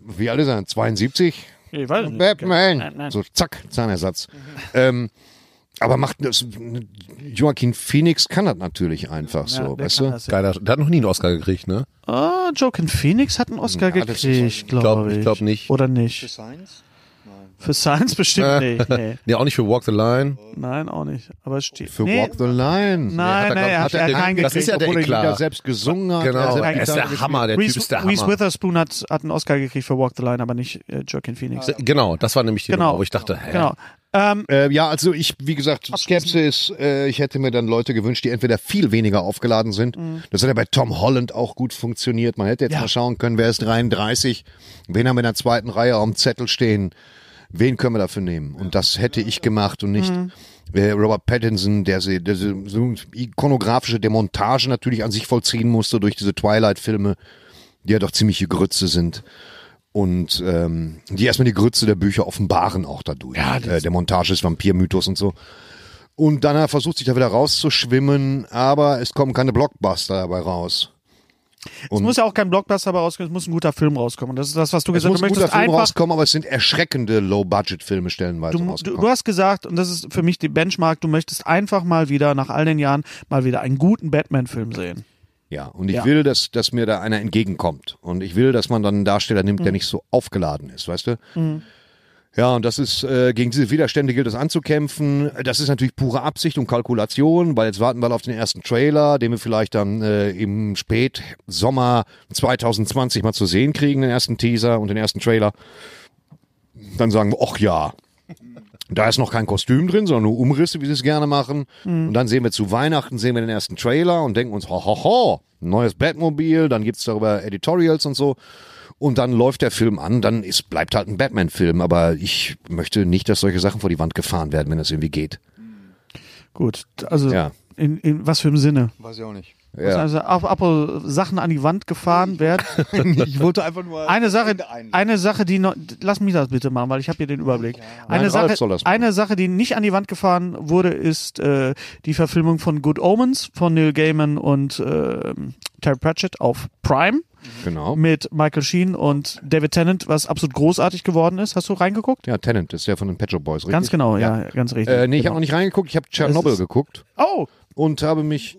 wie alle sagen, 72? Ich weiß nicht. Batman. Nein, nein. So, zack, Zahnersatz. ähm, aber macht das, Joaquin Phoenix kann das natürlich einfach Ja, so, wer weißt kann du? das denn? Geiler, der hat noch nie einen Oscar gekriegt, ne? Ah, Joaquin Phoenix hat einen Oscar Ja, das ist- gekriegt, glaub- glaube ich. ich glaub nicht. Oder nicht? Für Science? Für Science bestimmt nicht. Nee. Nee, auch nicht für Walk the Line. Nein, auch nicht. Aber es steht. Für nee, Walk the Nein, Line. Nee, hat nein, er hat, er, er hat glaub- keinen das gekriegt. ist ja der obwohl er ihn Eklat. da selbst gesungen hat. er Genau, selbst er ist Gitarre der Hammer, der Typ ist der Reese Hammer. Witherspoon hat, hat einen Oscar gekriegt für Walk the Line, aber nicht äh, Joaquin Phoenix. Genau, das war nämlich die Genau. Nummer, wo ich dachte, hä? Genau. Ähm, Äh, ja, also ich, wie gesagt, Skepsis. Äh, ich hätte mir dann Leute gewünscht, die entweder viel weniger aufgeladen sind. Das hat ja bei Tom Holland auch gut funktioniert. Man hätte jetzt Ja. mal schauen können, wer ist 33, wen haben wir in der zweiten Reihe auf dem Zettel stehen, wen können wir dafür nehmen. Und das hätte ich gemacht und nicht äh, Robert Pattinson, der, sie- der sie- so ikonografische Demontage natürlich an sich vollziehen musste durch diese Twilight-Filme, die ja doch ziemliche Grütze sind und ähm, die erstmal die Grütze der Bücher offenbaren auch dadurch. Ja, äh, der Montage des Vampirmythos und so. Und dann er versucht sich da wieder rauszuschwimmen, aber es kommen keine Blockbuster dabei raus. es muss ja auch kein Blockbuster dabei rauskommen, es muss ein guter Film rauskommen. Das ist das, was du Es gesagt hast. muss Du ein guter möchtest Film einfach rauskommen, aber es sind erschreckende Low-Budget-Filme stellenweise Du, du, rausgekommen. du hast gesagt, und das ist für mich die Benchmark, du möchtest einfach mal wieder, nach all den Jahren, mal wieder einen guten Batman-Film sehen. ja, und ich Ja. will, dass, dass mir da einer entgegenkommt. Und ich will, dass man dann einen Darsteller nimmt, der nicht so aufgeladen ist, weißt du? Ja, und das ist, äh, gegen diese Widerstände gilt es anzukämpfen. Das ist natürlich pure Absicht und Kalkulation, weil jetzt warten wir auf den ersten Trailer, den wir vielleicht dann äh, im Spätsommer 2020 mal zu sehen kriegen, den ersten Teaser und den ersten Trailer. Dann sagen wir, ach ja, Da ist noch kein Kostüm drin, sondern nur Umrisse, wie sie es gerne machen. Und dann sehen wir zu Weihnachten, sehen wir den ersten Trailer und denken uns, ho, ho, ho, ein neues Batmobil, dann gibt's darüber Editorials und so. Und dann läuft der Film an, dann ist, bleibt halt ein Batman-Film. Aber ich möchte nicht, dass solche Sachen vor die Wand gefahren werden, wenn das irgendwie geht. Gut, also Ja. in, in was für einem Sinne? Weiß ich auch nicht. Ja. Also ab, ab Sachen an die Wand gefahren werden. ich wollte einfach nur Eine Sache, Ende einleiten. eine Sache, die noch, lass mich das bitte machen, weil ich habe hier den Überblick. Eine, Nein, Sache, Ralf soll das machen. eine Sache, die nicht an die Wand gefahren wurde, ist äh, die Verfilmung von Good Omens von Neil Gaiman und äh, Terry Pratchett auf Prime Genau. mit Michael Sheen und David Tennant, was absolut großartig geworden ist. Hast du reingeguckt? Ja, Tennant ist ja von den Pet Shop Boys, richtig? Ganz genau, ja, ganz richtig. Äh, nee, ich habe genau. noch nicht reingeguckt, ich habe Tschernobyl ist- geguckt Oh, und habe mich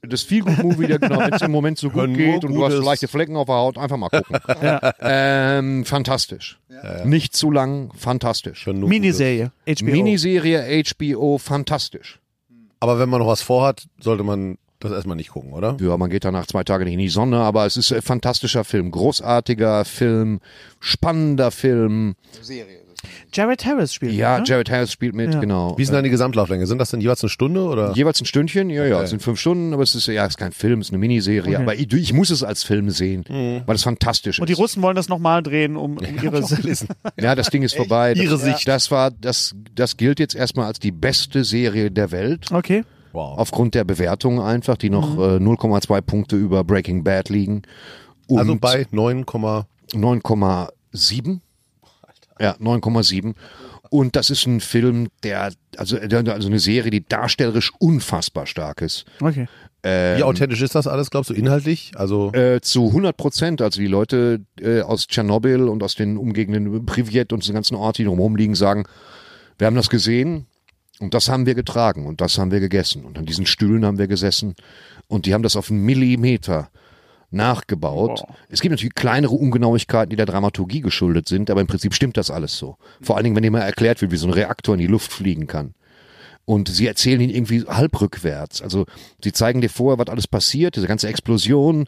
das Feelgood-Movie, der genau wenn's im Moment so gut Wenn geht nur und du hast Gutes- leichte Flecken auf der Haut, einfach mal gucken. ähm, fantastisch. Äh, Nicht zu lang, fantastisch. Schon nur Miniserie, HBO. Miniserie HBO, fantastisch. Gutes. Aber wenn man noch was vorhat, sollte man das erstmal nicht gucken, oder? Ja, man geht danach zwei Tage nicht in die Sonne, aber es ist ein fantastischer Film, großartiger Film, spannender Film. Jared Harris spielt. Ja, ne? Jared Harris spielt mit, Ja. genau. Äh, Wie ist denn dann die Gesamtlauflänge? Sind das dann jeweils eine Stunde oder? Jeweils ein Stündchen, ja, Äh. ja, es sind fünf Stunden, aber es ist ja es ist kein Film, es ist eine Miniserie. Aber ich, ich muss es als Film sehen, Mhm. weil es fantastisch ist. Und die Russen wollen das nochmal drehen, um, um ihre Also ja, das Ding ist vorbei. Ihre das, Sicht. Das war, das, das gilt jetzt erstmal als die beste Serie der Welt. Okay. Wow. Aufgrund der Bewertung einfach, die noch äh, 0,2 Punkte über Breaking Bad liegen. Und Also bei 9, 9,7. Ja, 9,7. Und das ist ein Film, der, also, der- also eine Serie, die darstellerisch unfassbar stark ist. Okay. Ähm. wie authentisch ist das alles, glaubst du, inhaltlich? Also, Äh, zu 100 Prozent, also die Leute äh, aus Tschernobyl und aus den umgegenden Privet und den ganzen Orten, die drumherum liegen, sagen, wir haben das gesehen und das haben wir getragen und das haben wir gegessen und an diesen Stühlen haben wir gesessen und die haben das auf einen Millimeter nachgebaut. Es gibt natürlich kleinere Ungenauigkeiten, die der Dramaturgie geschuldet sind, aber im Prinzip stimmt das alles so. Vor allen Dingen, wenn dir mal erklärt wird, wie so ein Reaktor in die Luft fliegen kann. Und sie erzählen ihn irgendwie halb rückwärts. Also sie zeigen dir vorher, was alles passiert, diese ganze Explosion.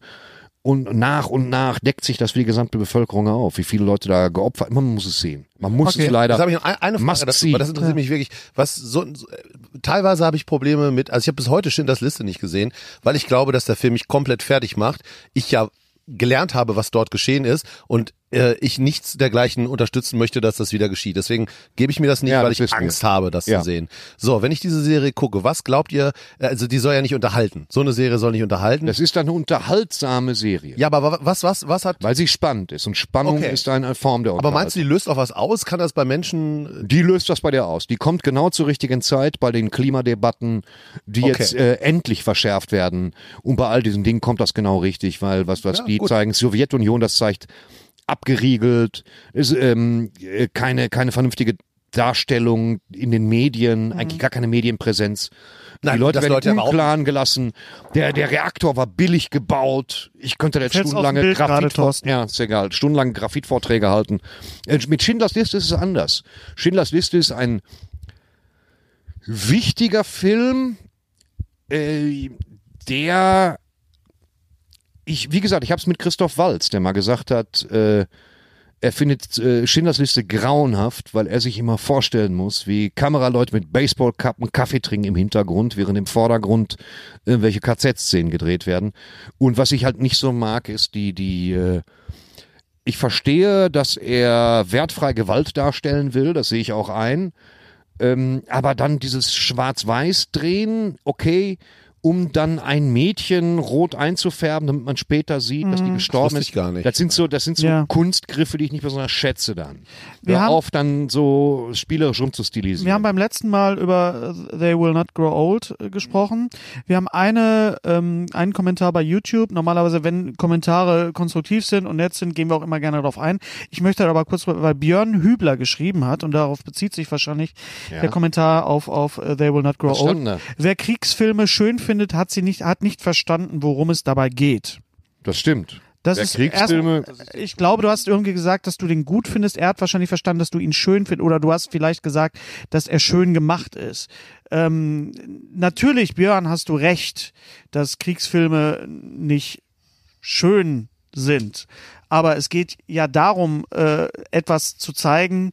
Und nach und nach deckt sich das für die gesamte Bevölkerung auf, wie viele Leute da geopfert. Man muss es sehen. Man muss es leider. Das habe ich noch ein- eine Frage Must dazu, see. weil das interessiert mich wirklich. Was so, so äh, teilweise habe ich Probleme mit, also ich habe bis heute Schindlers Liste nicht gesehen, weil ich glaube, dass der Film mich komplett fertig macht. Ich ja gelernt habe, was dort geschehen ist und äh, ich nichts dergleichen unterstützen möchte, dass das wieder geschieht. Deswegen gebe ich mir das nicht, Ja, weil das ich wissen wir. Angst habe, das Ja. zu sehen. So, wenn ich diese Serie gucke, was glaubt ihr, also die soll ja nicht unterhalten. So eine Serie soll nicht unterhalten. Das ist dann eine unterhaltsame Serie. ja, aber wa- was, was, was hat, Weil sie spannend ist. Und Spannung Okay. ist eine Form der aber meinst du, Unterhaltung. die löst auch was aus? Kann das bei Menschen, äh, Die löst das bei dir aus. Die kommt genau zur richtigen Zeit bei den Klimadebatten, die Okay. jetzt äh, endlich verschärft werden. Und bei all diesen Dingen kommt das genau richtig, weil was, was die zeigen, Sowjetunion, das zeigt abgeriegelt, ist, ähm, äh, keine, keine vernünftige Darstellung in den Medien, eigentlich gar keine Medienpräsenz. Mhm. Nein, die Leute das werden Leute im aber auch- Unklaren gelassen. Der, der Reaktor war billig gebaut. Ich könnte da jetzt Fällt's aus dem stundenlange Bild gerade, Graphit, Thorsten. ja, ist egal. Stundenlang Graphitvorträge halten. Äh, Mit Schindlers Liste ist es anders. Schindlers Liste ist ein wichtiger Film, äh, der ich, wie gesagt, ich habe es mit Christoph Walz, der mal gesagt hat, äh, er findet äh, Schindlers Liste grauenhaft, weil er sich immer vorstellen muss, wie Kameraleute mit Baseballkappen Kaffee trinken im Hintergrund, während im Vordergrund irgendwelche KZ-Szenen gedreht werden. Und was ich halt nicht so mag, ist die, die, äh, ich verstehe, dass er wertfrei Gewalt darstellen will, das sehe ich auch ein. Ähm, aber dann dieses Schwarz-Weiß-Drehen, okay, um dann ein Mädchen rot einzufärben, damit man später sieht, dass die gestorben Mhm. wusste ist. ich gar nicht. Das sind so, das sind so Ja. Kunstgriffe, die ich nicht besonders schätze dann. Wir Hör haben- auf, dann so spielerisch rumzustilisieren. Wir haben beim letzten Mal über äh, They Will Not Grow Old äh, gesprochen. Wir haben eine, ähm, einen Kommentar bei YouTube. Normalerweise, wenn Kommentare konstruktiv sind und nett sind, gehen wir auch immer gerne darauf ein. Ich möchte aber kurz, weil Björn Hübler geschrieben hat und darauf bezieht sich wahrscheinlich der Kommentar auf, auf äh, They Will Not Grow Was stand Old. denn da? Wer Kriegsfilme schön findet, hat sie nicht, hat nicht verstanden, worum es dabei geht. das stimmt. Das Der ist Kriegsfilme, Erst, ich glaube, du hast irgendwie gesagt, dass du den gut findest. Er hat wahrscheinlich verstanden, dass du ihn schön findest. Oder du hast vielleicht gesagt, dass er schön gemacht ist. Ähm, natürlich, Björn, hast du recht, dass Kriegsfilme nicht schön sind. Aber es geht ja darum, äh, etwas zu zeigen,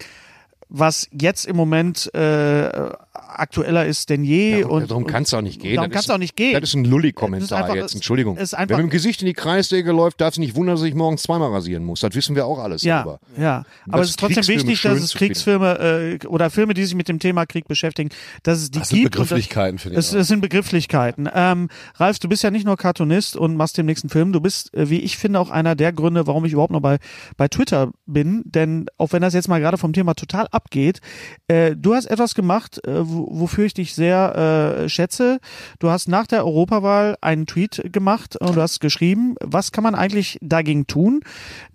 was jetzt im Moment äh, aktueller ist denn je. Ja, und, darum und- kann's auch nicht gehen. Darum Das kann's ist- auch nicht gehen. Das ist ein Lulli-Kommentar Das ist einfach- jetzt, Entschuldigung. ist Wenn einfach- du mit dem Gesicht in die Kreissäge läuft, darfst du nicht wundern, dass ich morgens zweimal rasieren muss. Das wissen wir auch alles ja, drüber. ja. Aber es ist trotzdem Kriegsfilme wichtig, schön dass es zu finden. Kriegsfilme äh, oder Filme, die sich mit dem Thema Krieg beschäftigen, dass es die Das sind gibt. und Begrifflichkeiten, finde ich Es, auch. es sind Begrifflichkeiten. Ähm, Ralf, du bist ja nicht nur Cartoonist und machst den nächsten Film. Du bist, äh, wie ich finde, auch einer der Gründe, warum ich überhaupt noch bei, bei Twitter bin. Denn auch wenn das jetzt mal gerade vom Thema total abgeht, äh, du hast etwas gemacht, äh, wo- wofür ich dich sehr äh, schätze. Du hast nach der Europawahl einen Tweet gemacht und du hast geschrieben, was kann man eigentlich dagegen tun,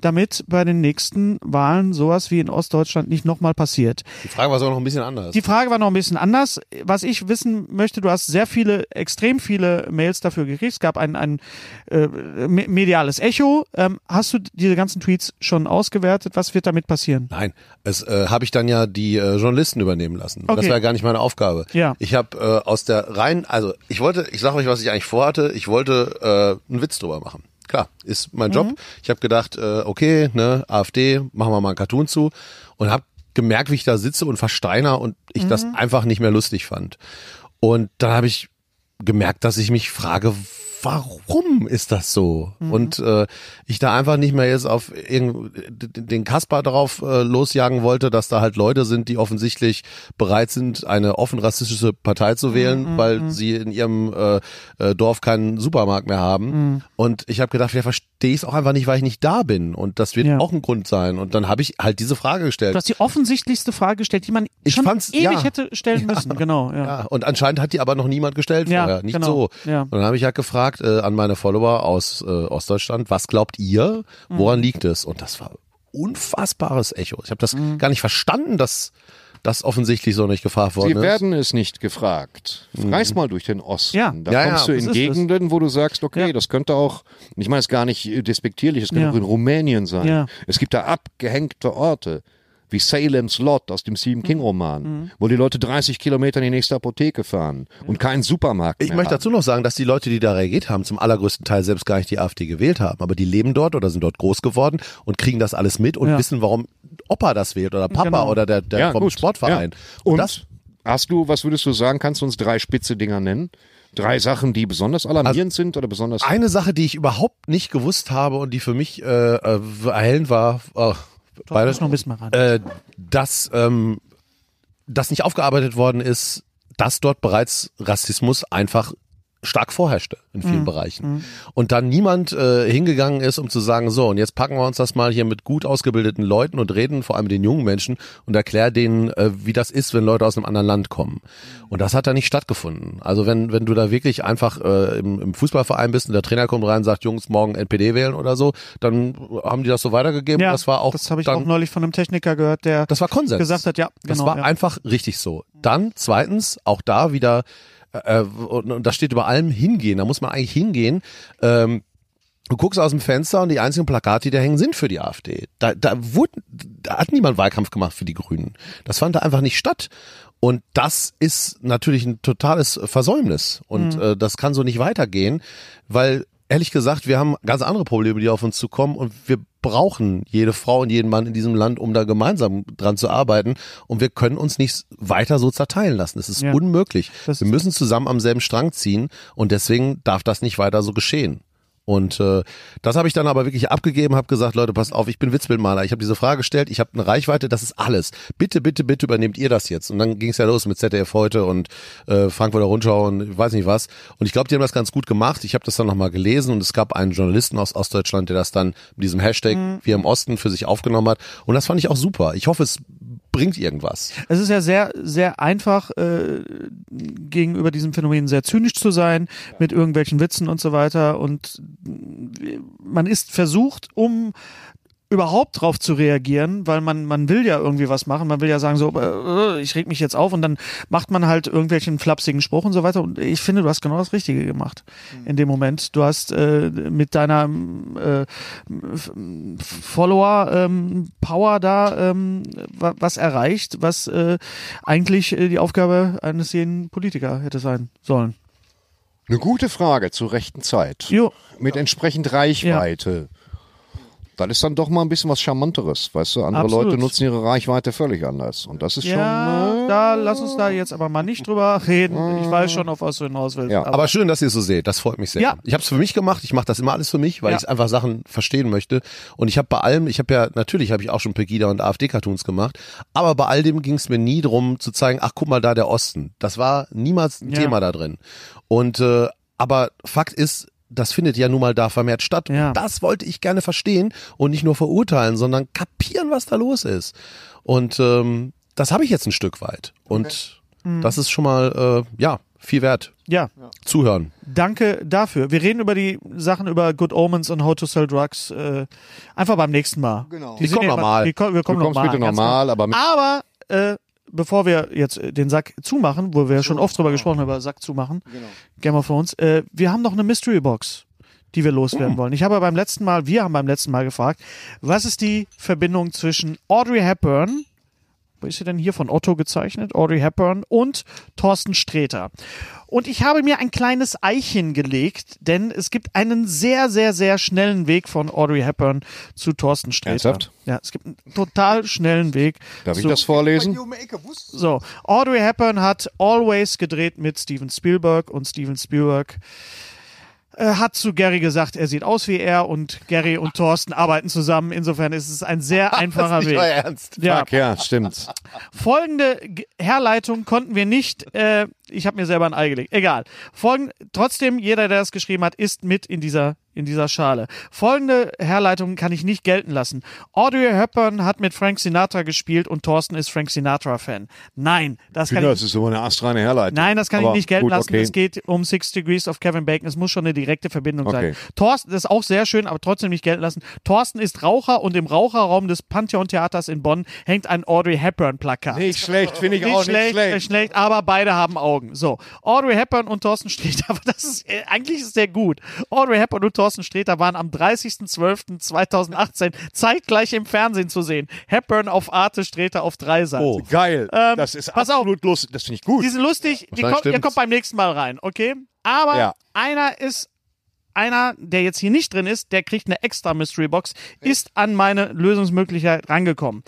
damit bei den nächsten Wahlen sowas wie in Ostdeutschland nicht nochmal passiert. Die Frage war sogar noch ein bisschen anders. Die Frage war noch ein bisschen anders. Was ich wissen möchte, du hast sehr viele, extrem viele Mails dafür gekriegt. Es gab ein, ein äh, me- mediales Echo. Ähm, hast du diese ganzen Tweets schon ausgewertet? Was wird damit passieren? Nein, es äh, habe ich dann ja die äh, Journalisten übernehmen lassen. Okay. Das war ja gar nicht meine Aufgabe. Ja. Ich habe äh, aus der rein, also ich wollte, ich sage euch, was ich eigentlich vorhatte. Ich wollte äh, einen Witz drüber machen. Klar, ist mein Mhm. Job. Ich habe gedacht, äh, okay, ne, AfD, machen wir mal einen Cartoon zu und habe gemerkt, wie ich da sitze und versteiner und ich das Mhm. einfach nicht mehr lustig fand. Und dann habe ich gemerkt, dass ich mich frage, warum ist das so? Und äh, ich da einfach nicht mehr jetzt auf irgend- d- den Kasper drauf äh, losjagen wollte, dass da halt Leute sind, die offensichtlich bereit sind, eine offen rassistische Partei zu wählen, weil sie in ihrem äh, äh, Dorf keinen Supermarkt mehr haben. Und ich habe gedacht, ja, verstehe ich es auch einfach nicht, weil ich nicht da bin. Und das wird Ja. auch ein Grund sein. Und dann habe ich halt diese Frage gestellt. Du hast die offensichtlichste Frage gestellt, die man Ich schon fand's- ewig ja. hätte stellen müssen. Genau, ja. Ja, und anscheinend hat die aber noch niemand gestellt Ja, vorher. Nicht genau, so. ja. Und dann habe ich halt gefragt äh, an meine Follower aus äh, Ostdeutschland, was glaubt ihr, Mhm. woran liegt es? Und das war unfassbares Echo. Ich habe das Mhm. gar nicht verstanden, dass das offensichtlich so nicht gefragt worden Sie ist. werden es nicht gefragt. Reis mal durch den Osten. Ja. Da Mhm. Ja, ja, kommst das du ist in es. Gegenden, wo du sagst, okay, Ja. das könnte auch, und ich meine es gar nicht äh, despektierlich, es könnte Ja. auch in Rumänien sein. Ja. Es gibt da abgehängte Orte, wie Salem's Lot aus dem Mhm. Stephen King Roman, wo die Leute 30 Kilometer in die nächste Apotheke fahren und keinen Supermarkt ich mehr möchte haben. dazu noch sagen, dass die Leute, die da reagiert haben, zum allergrößten Teil selbst gar nicht die AfD gewählt haben. Aber die leben dort oder sind dort groß geworden und kriegen das alles mit und Ja. wissen, warum Opa das wählt oder Papa Genau. oder der, der vom gut. Sportverein. Ja. Und, das hast du, was würdest du sagen, kannst du uns drei spitze Dinger nennen? Drei Sachen, die besonders alarmierend Also sind oder besonders... Eine Sache, die ich überhaupt nicht gewusst habe und die für mich äh, äh, erhellend war, oh, Doch, beides, muss noch ein bisschen mal ran. äh, dass ähm, das nicht aufgearbeitet worden ist, dass dort bereits Rassismus einfach stark vorherrschte in Mhm. vielen Bereichen. Und dann niemand äh, hingegangen ist, um zu sagen, so, und jetzt packen wir uns das mal hier mit gut ausgebildeten Leuten und reden vor allem den jungen Menschen und erklären denen, äh, wie das ist, wenn Leute aus einem anderen Land kommen. Und das hat da nicht stattgefunden. Also wenn, wenn du da wirklich einfach äh, im, im Fußballverein bist und der Trainer kommt rein und sagt, Jungs, morgen NPD wählen oder so, dann haben die das so weitergegeben. ja, das war auch, das habe ich dann, auch neulich von einem Techniker gehört, der das war Konsens. gesagt hat, ja, Das genau, war ja. einfach richtig so. Dann zweitens, auch da wieder, äh, und, und das steht über allem, hingehen. Da muss man eigentlich hingehen. Ähm, du guckst aus dem Fenster und die einzigen Plakate, die da hängen, sind für die AfD. Da, da, wurde, da hat niemand Wahlkampf gemacht für die Grünen. Das fand da einfach nicht statt. Und das ist natürlich ein totales Versäumnis. Und Mhm. äh, das kann so nicht weitergehen, weil ehrlich gesagt, wir haben ganz andere Probleme, die auf uns zukommen und wir brauchen jede Frau und jeden Mann in diesem Land, um da gemeinsam dran zu arbeiten. Und wir können uns nicht weiter so zerteilen lassen. Es ist Ja. unmöglich. Das wir ist- müssen zusammen am selben Strang ziehen und deswegen darf das nicht weiter so geschehen. Und äh, das habe ich dann aber wirklich abgegeben, habe gesagt, Leute, passt auf, ich bin Witzbildmaler, ich habe diese Frage gestellt, ich habe eine Reichweite, das ist alles. Bitte, bitte, bitte übernehmt ihr das jetzt. Und dann ging es ja los mit ZDF heute und äh, Frankfurter Rundschau und ich weiß nicht was. Und ich glaube, die haben das ganz gut gemacht. Ich habe das dann nochmal gelesen und es gab einen Journalisten aus Ostdeutschland, der das dann mit diesem Hashtag Wir im Osten für sich aufgenommen hat. Und das fand ich auch super. Ich hoffe, es bringt irgendwas. Es ist ja sehr, sehr einfach, äh, gegenüber diesem Phänomen sehr zynisch zu sein, mit irgendwelchen Witzen und so weiter. Und äh, man ist versucht, um überhaupt drauf zu reagieren, weil man man will ja irgendwie was machen, man will ja sagen so äh, äh, ich reg mich jetzt auf und dann macht man halt irgendwelchen flapsigen Spruch und so weiter und ich finde du hast genau das Richtige gemacht in dem Moment du hast äh, mit deiner äh, Follower ähm, Power da ähm, wa- was erreicht, was äh, eigentlich äh, die Aufgabe eines jeden Politiker hätte sein sollen. Eine gute Frage zur rechten Zeit. Jo, Mit entsprechend Reichweite. Das ist dann doch mal ein bisschen was Charmanteres, weißt du? Andere Absolut. Leute nutzen ihre Reichweite völlig anders. Und das ist schon. Ja, äh, da lass uns da jetzt aber mal nicht drüber reden. Ich weiß schon, auf was du hinaus willst. Ja, Aber schön, dass ihr es so seht. Das freut mich sehr. Ja. Ich habe es für mich gemacht. Ich mache das immer alles für mich, weil Ja. ich einfach Sachen verstehen möchte. Und ich habe bei allem, ich habe ja natürlich habe ich auch schon Pegida und AfD-Cartoons gemacht, aber bei all dem ging es mir nie drum zu zeigen, ach guck mal da der Osten. Das war niemals ein Ja. Thema da drin. Und äh, aber Fakt ist das findet ja nun mal da vermehrt statt. Ja. Und Das wollte ich gerne verstehen und nicht nur verurteilen, sondern kapieren, was da los ist. Und ähm, das habe ich jetzt ein Stück weit. Und Mhm. das ist schon mal, äh, ja, viel wert. ja. Zuhören. Danke dafür. Wir reden über die Sachen über Good Omens und How to Sell Drugs äh, einfach beim nächsten Mal. Genau. Die kommen normal. Die, ko- wir du kommen kommst nochmal. bitte normal, aber mit Aber äh, bevor wir jetzt äh, den Sack zumachen, wo wir ja schon oft drüber gesprochen haben, über Sack zumachen, gerne mal für uns, äh, wir haben noch eine Mystery Box, die wir loswerden Hm. wollen. Ich habe ja beim letzten Mal, wir haben beim letzten Mal gefragt, was ist die Verbindung zwischen Audrey Hepburn, wo ist sie denn hier von Otto gezeichnet, Audrey Hepburn und Thorsten Sträter. Und ich habe mir ein kleines Eichen gelegt, denn es gibt einen sehr, sehr, sehr schnellen Weg von Audrey Hepburn zu Thorsten Sträter. Ernsthaft? Ja, es gibt einen total schnellen Weg. Darf ich zu- das vorlesen? so, Audrey Hepburn hat Always gedreht mit Steven Spielberg und Steven Spielberg äh, hat zu Gary gesagt, er sieht aus wie er und Gary und Thorsten arbeiten zusammen. Insofern ist es ein sehr einfacher Weg. Ernst. Ja. Fuck, ja, stimmt. Folgende G- Herleitung konnten wir nicht, äh, ich habe mir selber ein Ei gelegt, egal. Folgen, trotzdem, jeder, der das geschrieben hat, ist mit in dieser, in dieser Schale. Folgende Herleitung kann ich nicht gelten lassen. Audrey Hepburn hat mit Frank Sinatra gespielt und Thorsten ist Frank Sinatra-Fan. Nein, das kann Kinder, ich das ist so eine astreine Herleitung. Nein, das kann Aber ich nicht gelten gut, lassen. Okay. Es geht um Six Degrees of Kevin Bacon. Es muss schon eine direkte Verbindung Okay. sein. Thorsten das ist auch sehr schön, aber trotzdem nicht gelten lassen. Thorsten ist Raucher und im Raucherraum des Pantheon Theaters in Bonn hängt ein Audrey Hepburn-Plakat. Nicht schlecht, finde ich auch schlecht, nicht äh, schlecht. schlecht, aber beide haben Augen. So, Audrey Hepburn und Thorsten Sträter, aber das ist, äh, eigentlich ist der gut. Audrey Hepburn und Thorsten Sträter waren am 30.12.2018 zeitgleich im Fernsehen zu sehen. Hepburn auf Arte, Sträter auf Dreisat. Oh, geil. Ähm, das ist pass auf. absolut lustig. Das finde ich gut. Die sind lustig, die wahrscheinlich kommt, der stimmt's. kommt beim nächsten Mal rein, okay? Aber Ja. einer ist, einer, der jetzt hier nicht drin ist, der kriegt eine extra Mystery Box, ist an meine Lösungsmöglichkeit rangekommen.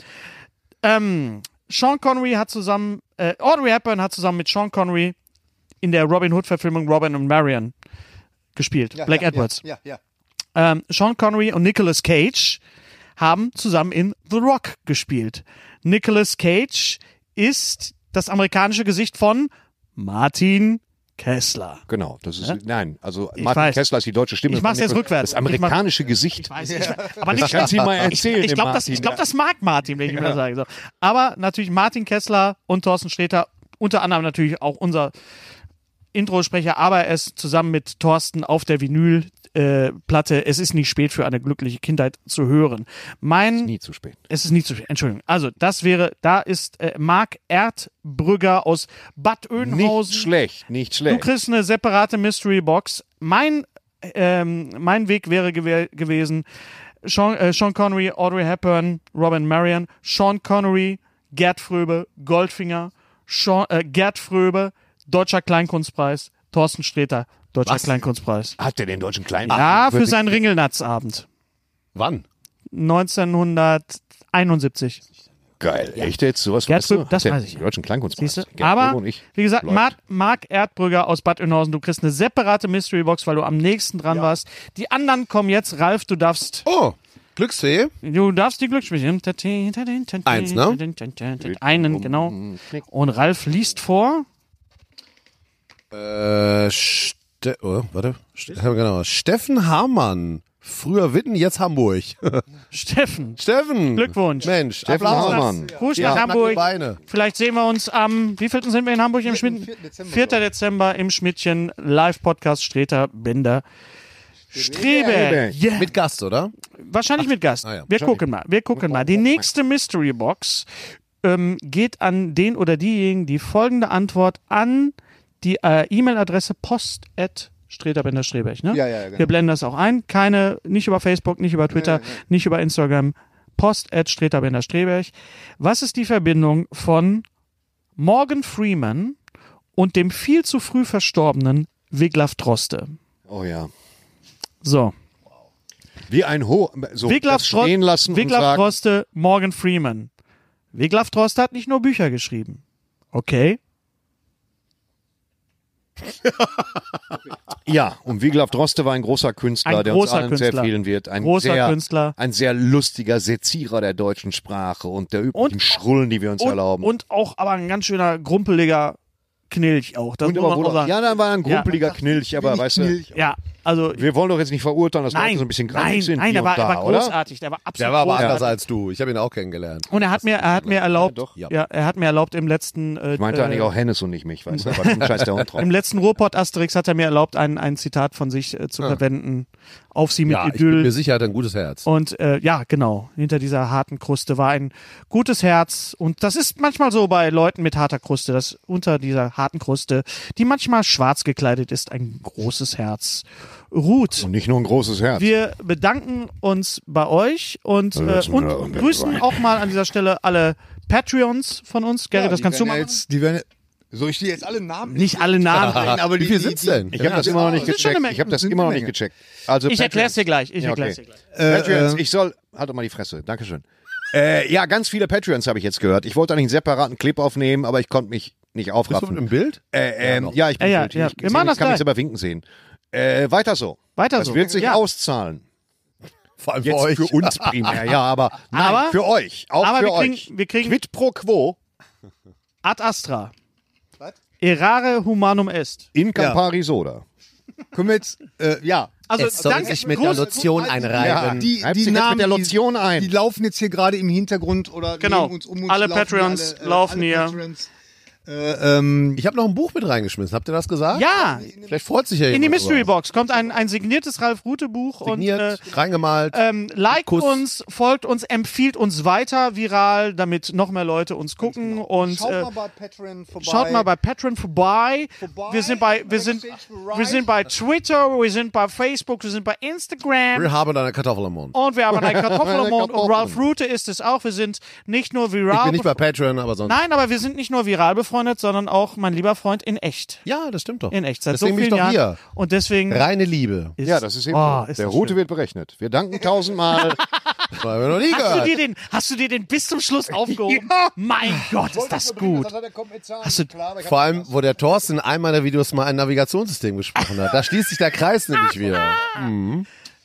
Ähm, Sean Connery hat zusammen, äh, Audrey Hepburn hat zusammen mit Sean Connery in der Robin Hood-Verfilmung Robin und Marion gespielt. Black Edwards. Ja, ja. Ähm, Sean Connery und Nicolas Cage haben zusammen in The Rock gespielt. Nicolas Cage ist das amerikanische Gesicht von Martin Kessler. Genau, das ist, nein, also Ich Martin weiß. Kessler ist die deutsche Stimme. Ich mach's von jetzt Nicolas- rückwärts. Das amerikanische Gesicht. Weiß Also ich, aber nicht Das kannst du ihm mal Ich, erzählen, ich dem glaube, das, Martin. ich glaub, das mag Martin, wenn ich ihm das sage. So. Aber natürlich Martin Kessler und Thorsten Sträter, unter anderem natürlich auch unser Introsprecher, aber er ist zusammen mit Thorsten auf der Vinylplatte. Äh, Platte. es ist nicht spät für eine glückliche Kindheit zu hören. Mein Nie zu spät. es ist nicht zu viel. Entschuldigung. Also, das wäre, da ist äh, Marc Erdbrügger aus Bad Nicht Oeynhausen. schlecht, nicht Du schlecht. kriegst eine separate Mystery Box. Mein, ähm, mein Weg wäre gewe gewesen: Sean, äh, Sean Connery, Audrey Hepburn, Robin Marion, Sean Connery, Gerd Fröbe, Goldfinger, Sean, äh, Gerd Fröbe, Deutscher Kleinkunstpreis, Thorsten Sträter, Deutscher Kleinkunstpreis. Hat der den deutschen Kleinen? Ja, Ah, für seinen Ringelnatzabend. Wann? 1971. Geil. Echt jetzt? Sowas Gerd weißt du? Fröbe, das Hat der weiß ich. Deutschen Kleinkunstpreis. Siehst du? Gerd Fröbe Aber und ich. wie gesagt, Läuft. Marc, Marc Erdbrügger aus Bad Oeynhausen, du kriegst eine separate Mystery Box, weil du am nächsten dran warst. Die anderen kommen jetzt. Ralf, du darfst, Oh, Glücksfee. du darfst die Glücksspiele. Eins, ne? Einen, genau. Und Ralf liest vor. Äh, Ste oh, warte. Ste genau. Steffen Hamann. Früher Witten, jetzt Hamburg. Steffen. Steffen. Glückwunsch. Mensch, Steffen Applaus. Hamann. Gruß Ja, nach Hamburg. knackige Beine. Vielleicht sehen wir uns am, wie vielten sind wir in Hamburg im Schmidtchen? 4. Dezember, im Schmidtchen. Live-Podcast Streter Bender. Strebe. Strebe. Yeah. Mit Gast, oder? Wahrscheinlich mit Gast. ah ja, wir gucken mal. Wir gucken mal. Die nächste Mystery Box ähm, geht an den oder diejenigen, die folgende Antwort an die äh, E-Mail-Adresse post at Streter-Strebech. Ne? Ja, ja, genau. Wir blenden das auch ein. Keine, nicht über Facebook, nicht über Twitter, nicht über Instagram. Post at Streter-Strebech. Was ist die Verbindung von Morgan Freeman und dem viel zu früh verstorbenen Wiglaf Droste? Oh ja. So. Oh Wie ein Ho... So, Wiglaf das stehen lassen und Wiglaf sagen, Droste, Morgan Freeman. Wiglaf Droste hat nicht nur Bücher geschrieben. Okay. Ja, und Wiglaf Droste war ein großer Künstler, Ein der großer uns allen sehr Künstler. fehlen wird. Ein Großer sehr, Künstler. Ein sehr lustiger Sezierer der deutschen Sprache und der üblichen Und- Schrullen, die wir uns Und, erlauben. und auch aber ein ganz schöner, grumpeliger Knilch auch. Das Und muss immer man wurde auch auch, sagen. ja, dann war er ein Ja. grumpeliger Knilch, aber weißt du, Ja, also wir wollen doch jetzt nicht verurteilen, dass nein, Leute so ein bisschen nein, krank sind. nein, hier der war, und da, der war oder? großartig, der war absolut Der war aber anders großartig. als du. Ich habe ihn auch kennengelernt. Und er hat mir, er hat mir erlaubt, doch. ja. er hat mir erlaubt im letzten, äh, Ich meinte eigentlich äh, auch Hennes und nicht mich, weißt du, aber den scheiß der Hund drauf. im letzten Ruhrpott Asterix hat er mir erlaubt, ein, ein Zitat von sich äh, zu verwenden. Auf sie mit Ja, ich bin mir Idyll. sicher, er hat ein gutes Herz. Und äh, ja, genau, hinter dieser harten Kruste war ein gutes Herz. Und das ist manchmal so bei Leuten mit harter Kruste, dass unter dieser harten Kruste, die manchmal schwarz gekleidet ist, ein großes Herz ruht. Und nicht nur ein großes Herz. Wir bedanken uns bei euch und, äh, das muss und man auch mit grüßen rein. auch mal an dieser Stelle alle Patreons von uns. Gary, das die kannst du werden mal machen. Jetzt, die werden, soll ich dir jetzt alle Namen Nicht alle Namen. aber Wie die- viel die- sind's die- denn? ich habe das Ja, immer noch nicht das ist schon eine gecheckt. Menge. Ich habe das Sind immer noch eine nicht Menge. gecheckt. Also Ich erklär's dir gleich. Ich Ja, erklär's okay. dir gleich. Patreons, ich soll. Halt doch mal die Fresse. Dankeschön. Äh, ja, ganz viele Patreons habe ich jetzt gehört. Ich wollte eigentlich einen separaten Clip aufnehmen, aber ich konnte mich nicht Bist du aufraffen. im Bild? Äh, ähm, ja, ich bin Ja, ja, schuld. ja. Ich, Wir machen ich das kann gleich. mich selber winken sehen. Äh, weiter so. Weiter das so. wird sich Ja. auszahlen. Vor allem Jetzt für euch. für uns primär, ja, aber, nein, Aber- für euch, auch aber für wir kriegen- euch. wir kriegen- Quid pro quo Ad Astra. Errare humanum est. in Campari Soda. Können wir jetzt, äh, ja. Also Gruß- Ja, Die, reibt sich die jetzt Namen, mit der Lotion die, ein. die laufen jetzt hier gerade im Hintergrund oder Genau. neben uns um uns Alle laufen Patreons alle, äh, laufen alle hier. Patreons. Äh, ähm, Ich habe noch ein Buch mit reingeschmissen. Habt ihr das gesagt? Ja, Vielleicht freut sich ja in jemand die Mystery drüber. Box kommt ein, ein signiertes Ralf Rute Buch Signiert, und äh, reingemalt. ähm, liked Kuss. uns, folgt uns, empfiehlt uns weiter viral, damit noch mehr Leute uns gucken genau. und schaut äh, mal bei Patreon vorbei. Schaut mal bei Patreon vorbei. Vorbei, Wir sind bei, wir sind, Backstage Variety. wir sind bei Twitter, wir sind bei Facebook, wir sind bei Instagram. Wir haben eine Kartoffel im Mund. Und wir haben einen Kartoffelmond und Kartoffeln. Ralf Rute ist es auch. Wir sind nicht nur Ich viral. bin nicht bei befreundet- Patreon, aber sonst. Nein, aber wir sind nicht nur viral befreundet, sondern auch mein lieber Freund in echt. Ja, das stimmt doch. In echt. Seit Deswegen so bin ich vielen doch Jahren. hier. Und deswegen Reine Liebe. ist, Ja, das ist eben. Oh, so. ist der das Route schön. wird berechnet. Wir danken tausendmal. Das haben wir noch nie Hast du, dir gehört. den, hast du dir den bis zum Schluss aufgehoben? Mein Gott, ist das gut. Hast du- Vor allem, wo der Thorsten in einem meiner Videos mal ein Navigationssystem gesprochen hat. Da schließt sich der Kreis nämlich wieder.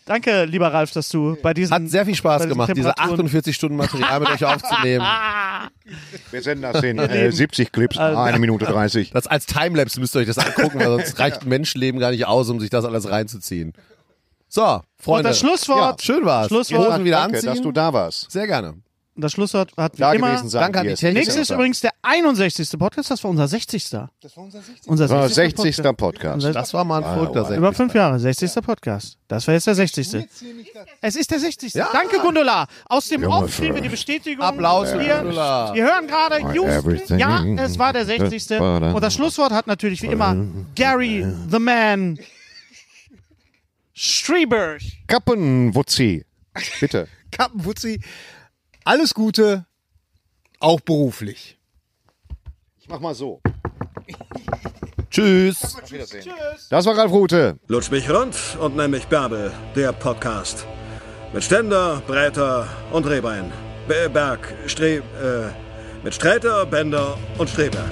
Danke, lieber Ralf, dass du bei diesem. Hat sehr viel Spaß bei diesen gemacht, diese Temperaturen- 48 Stunden Material mit euch aufzunehmen. Wir senden das hin. Äh, 70 Clips, eine Minute 30. Das als Timelapse müsst ihr euch das angucken, weil sonst reicht ein Menschenleben gar nicht aus, um sich das alles reinzuziehen. So, Freunde. Und das Schlusswort. schön war's. Schlusswort. Die Hosen wieder Danke, anziehen. dass du da warst. Sehr gerne. Das Schlusswort hat wie Da immer. gewesen sein. Danke an die Yes. Technik. Nächstes ist übrigens der 61. Podcast. Das war unser 60. Das war unser 60. So, Unser 60. 60. Podcast. Podcast. Das war mal ein verrückter Sekt. Über fünf Jahre, 60. Podcast. Das war jetzt der 60. Es ist der 60. Danke, Gundula. Aus dem Junge, Off kriegen wir die für- Bestätigung. Applaus für wir, Gundula. wir hören gerade, Houston, everything. ja, es war der 60. Und das Schlusswort hat natürlich wie immer Gary, the man, Strieber. Kappenwutzi. Bitte. Kappenwutzi. Alles Gute, auch beruflich. Ich mach mal so. Tschüss. Das war Ralf Rute. Lutsch mich rund und nenn mich Bärbel, der Podcast. Mit Ständer, Breiter und Rehbein. Be- Berg, Stre... Äh, mit Streiter, Bender und Streberg.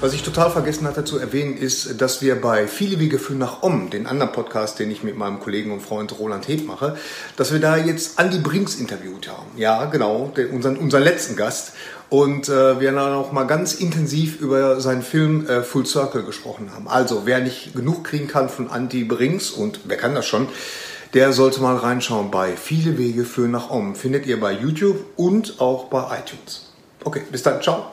Was ich total vergessen hatte zu erwähnen, ist, dass wir bei Viele wie Gefühl nach Om, den anderen Podcast, den ich mit meinem Kollegen und Freund Roland Heeth mache, dass wir da jetzt Andy Brinks interviewt haben. Ja, genau, den, unseren, unseren letzten Gast. Und äh, wir dann auch mal ganz intensiv über seinen Film äh, Full Circle gesprochen haben. Also, wer nicht genug kriegen kann von Andy Brinks, und wer kann das schon, der sollte mal reinschauen bei Viele Wege führen nach Om. Findet ihr bei YouTube und auch bei iTunes. Okay, bis dann, ciao.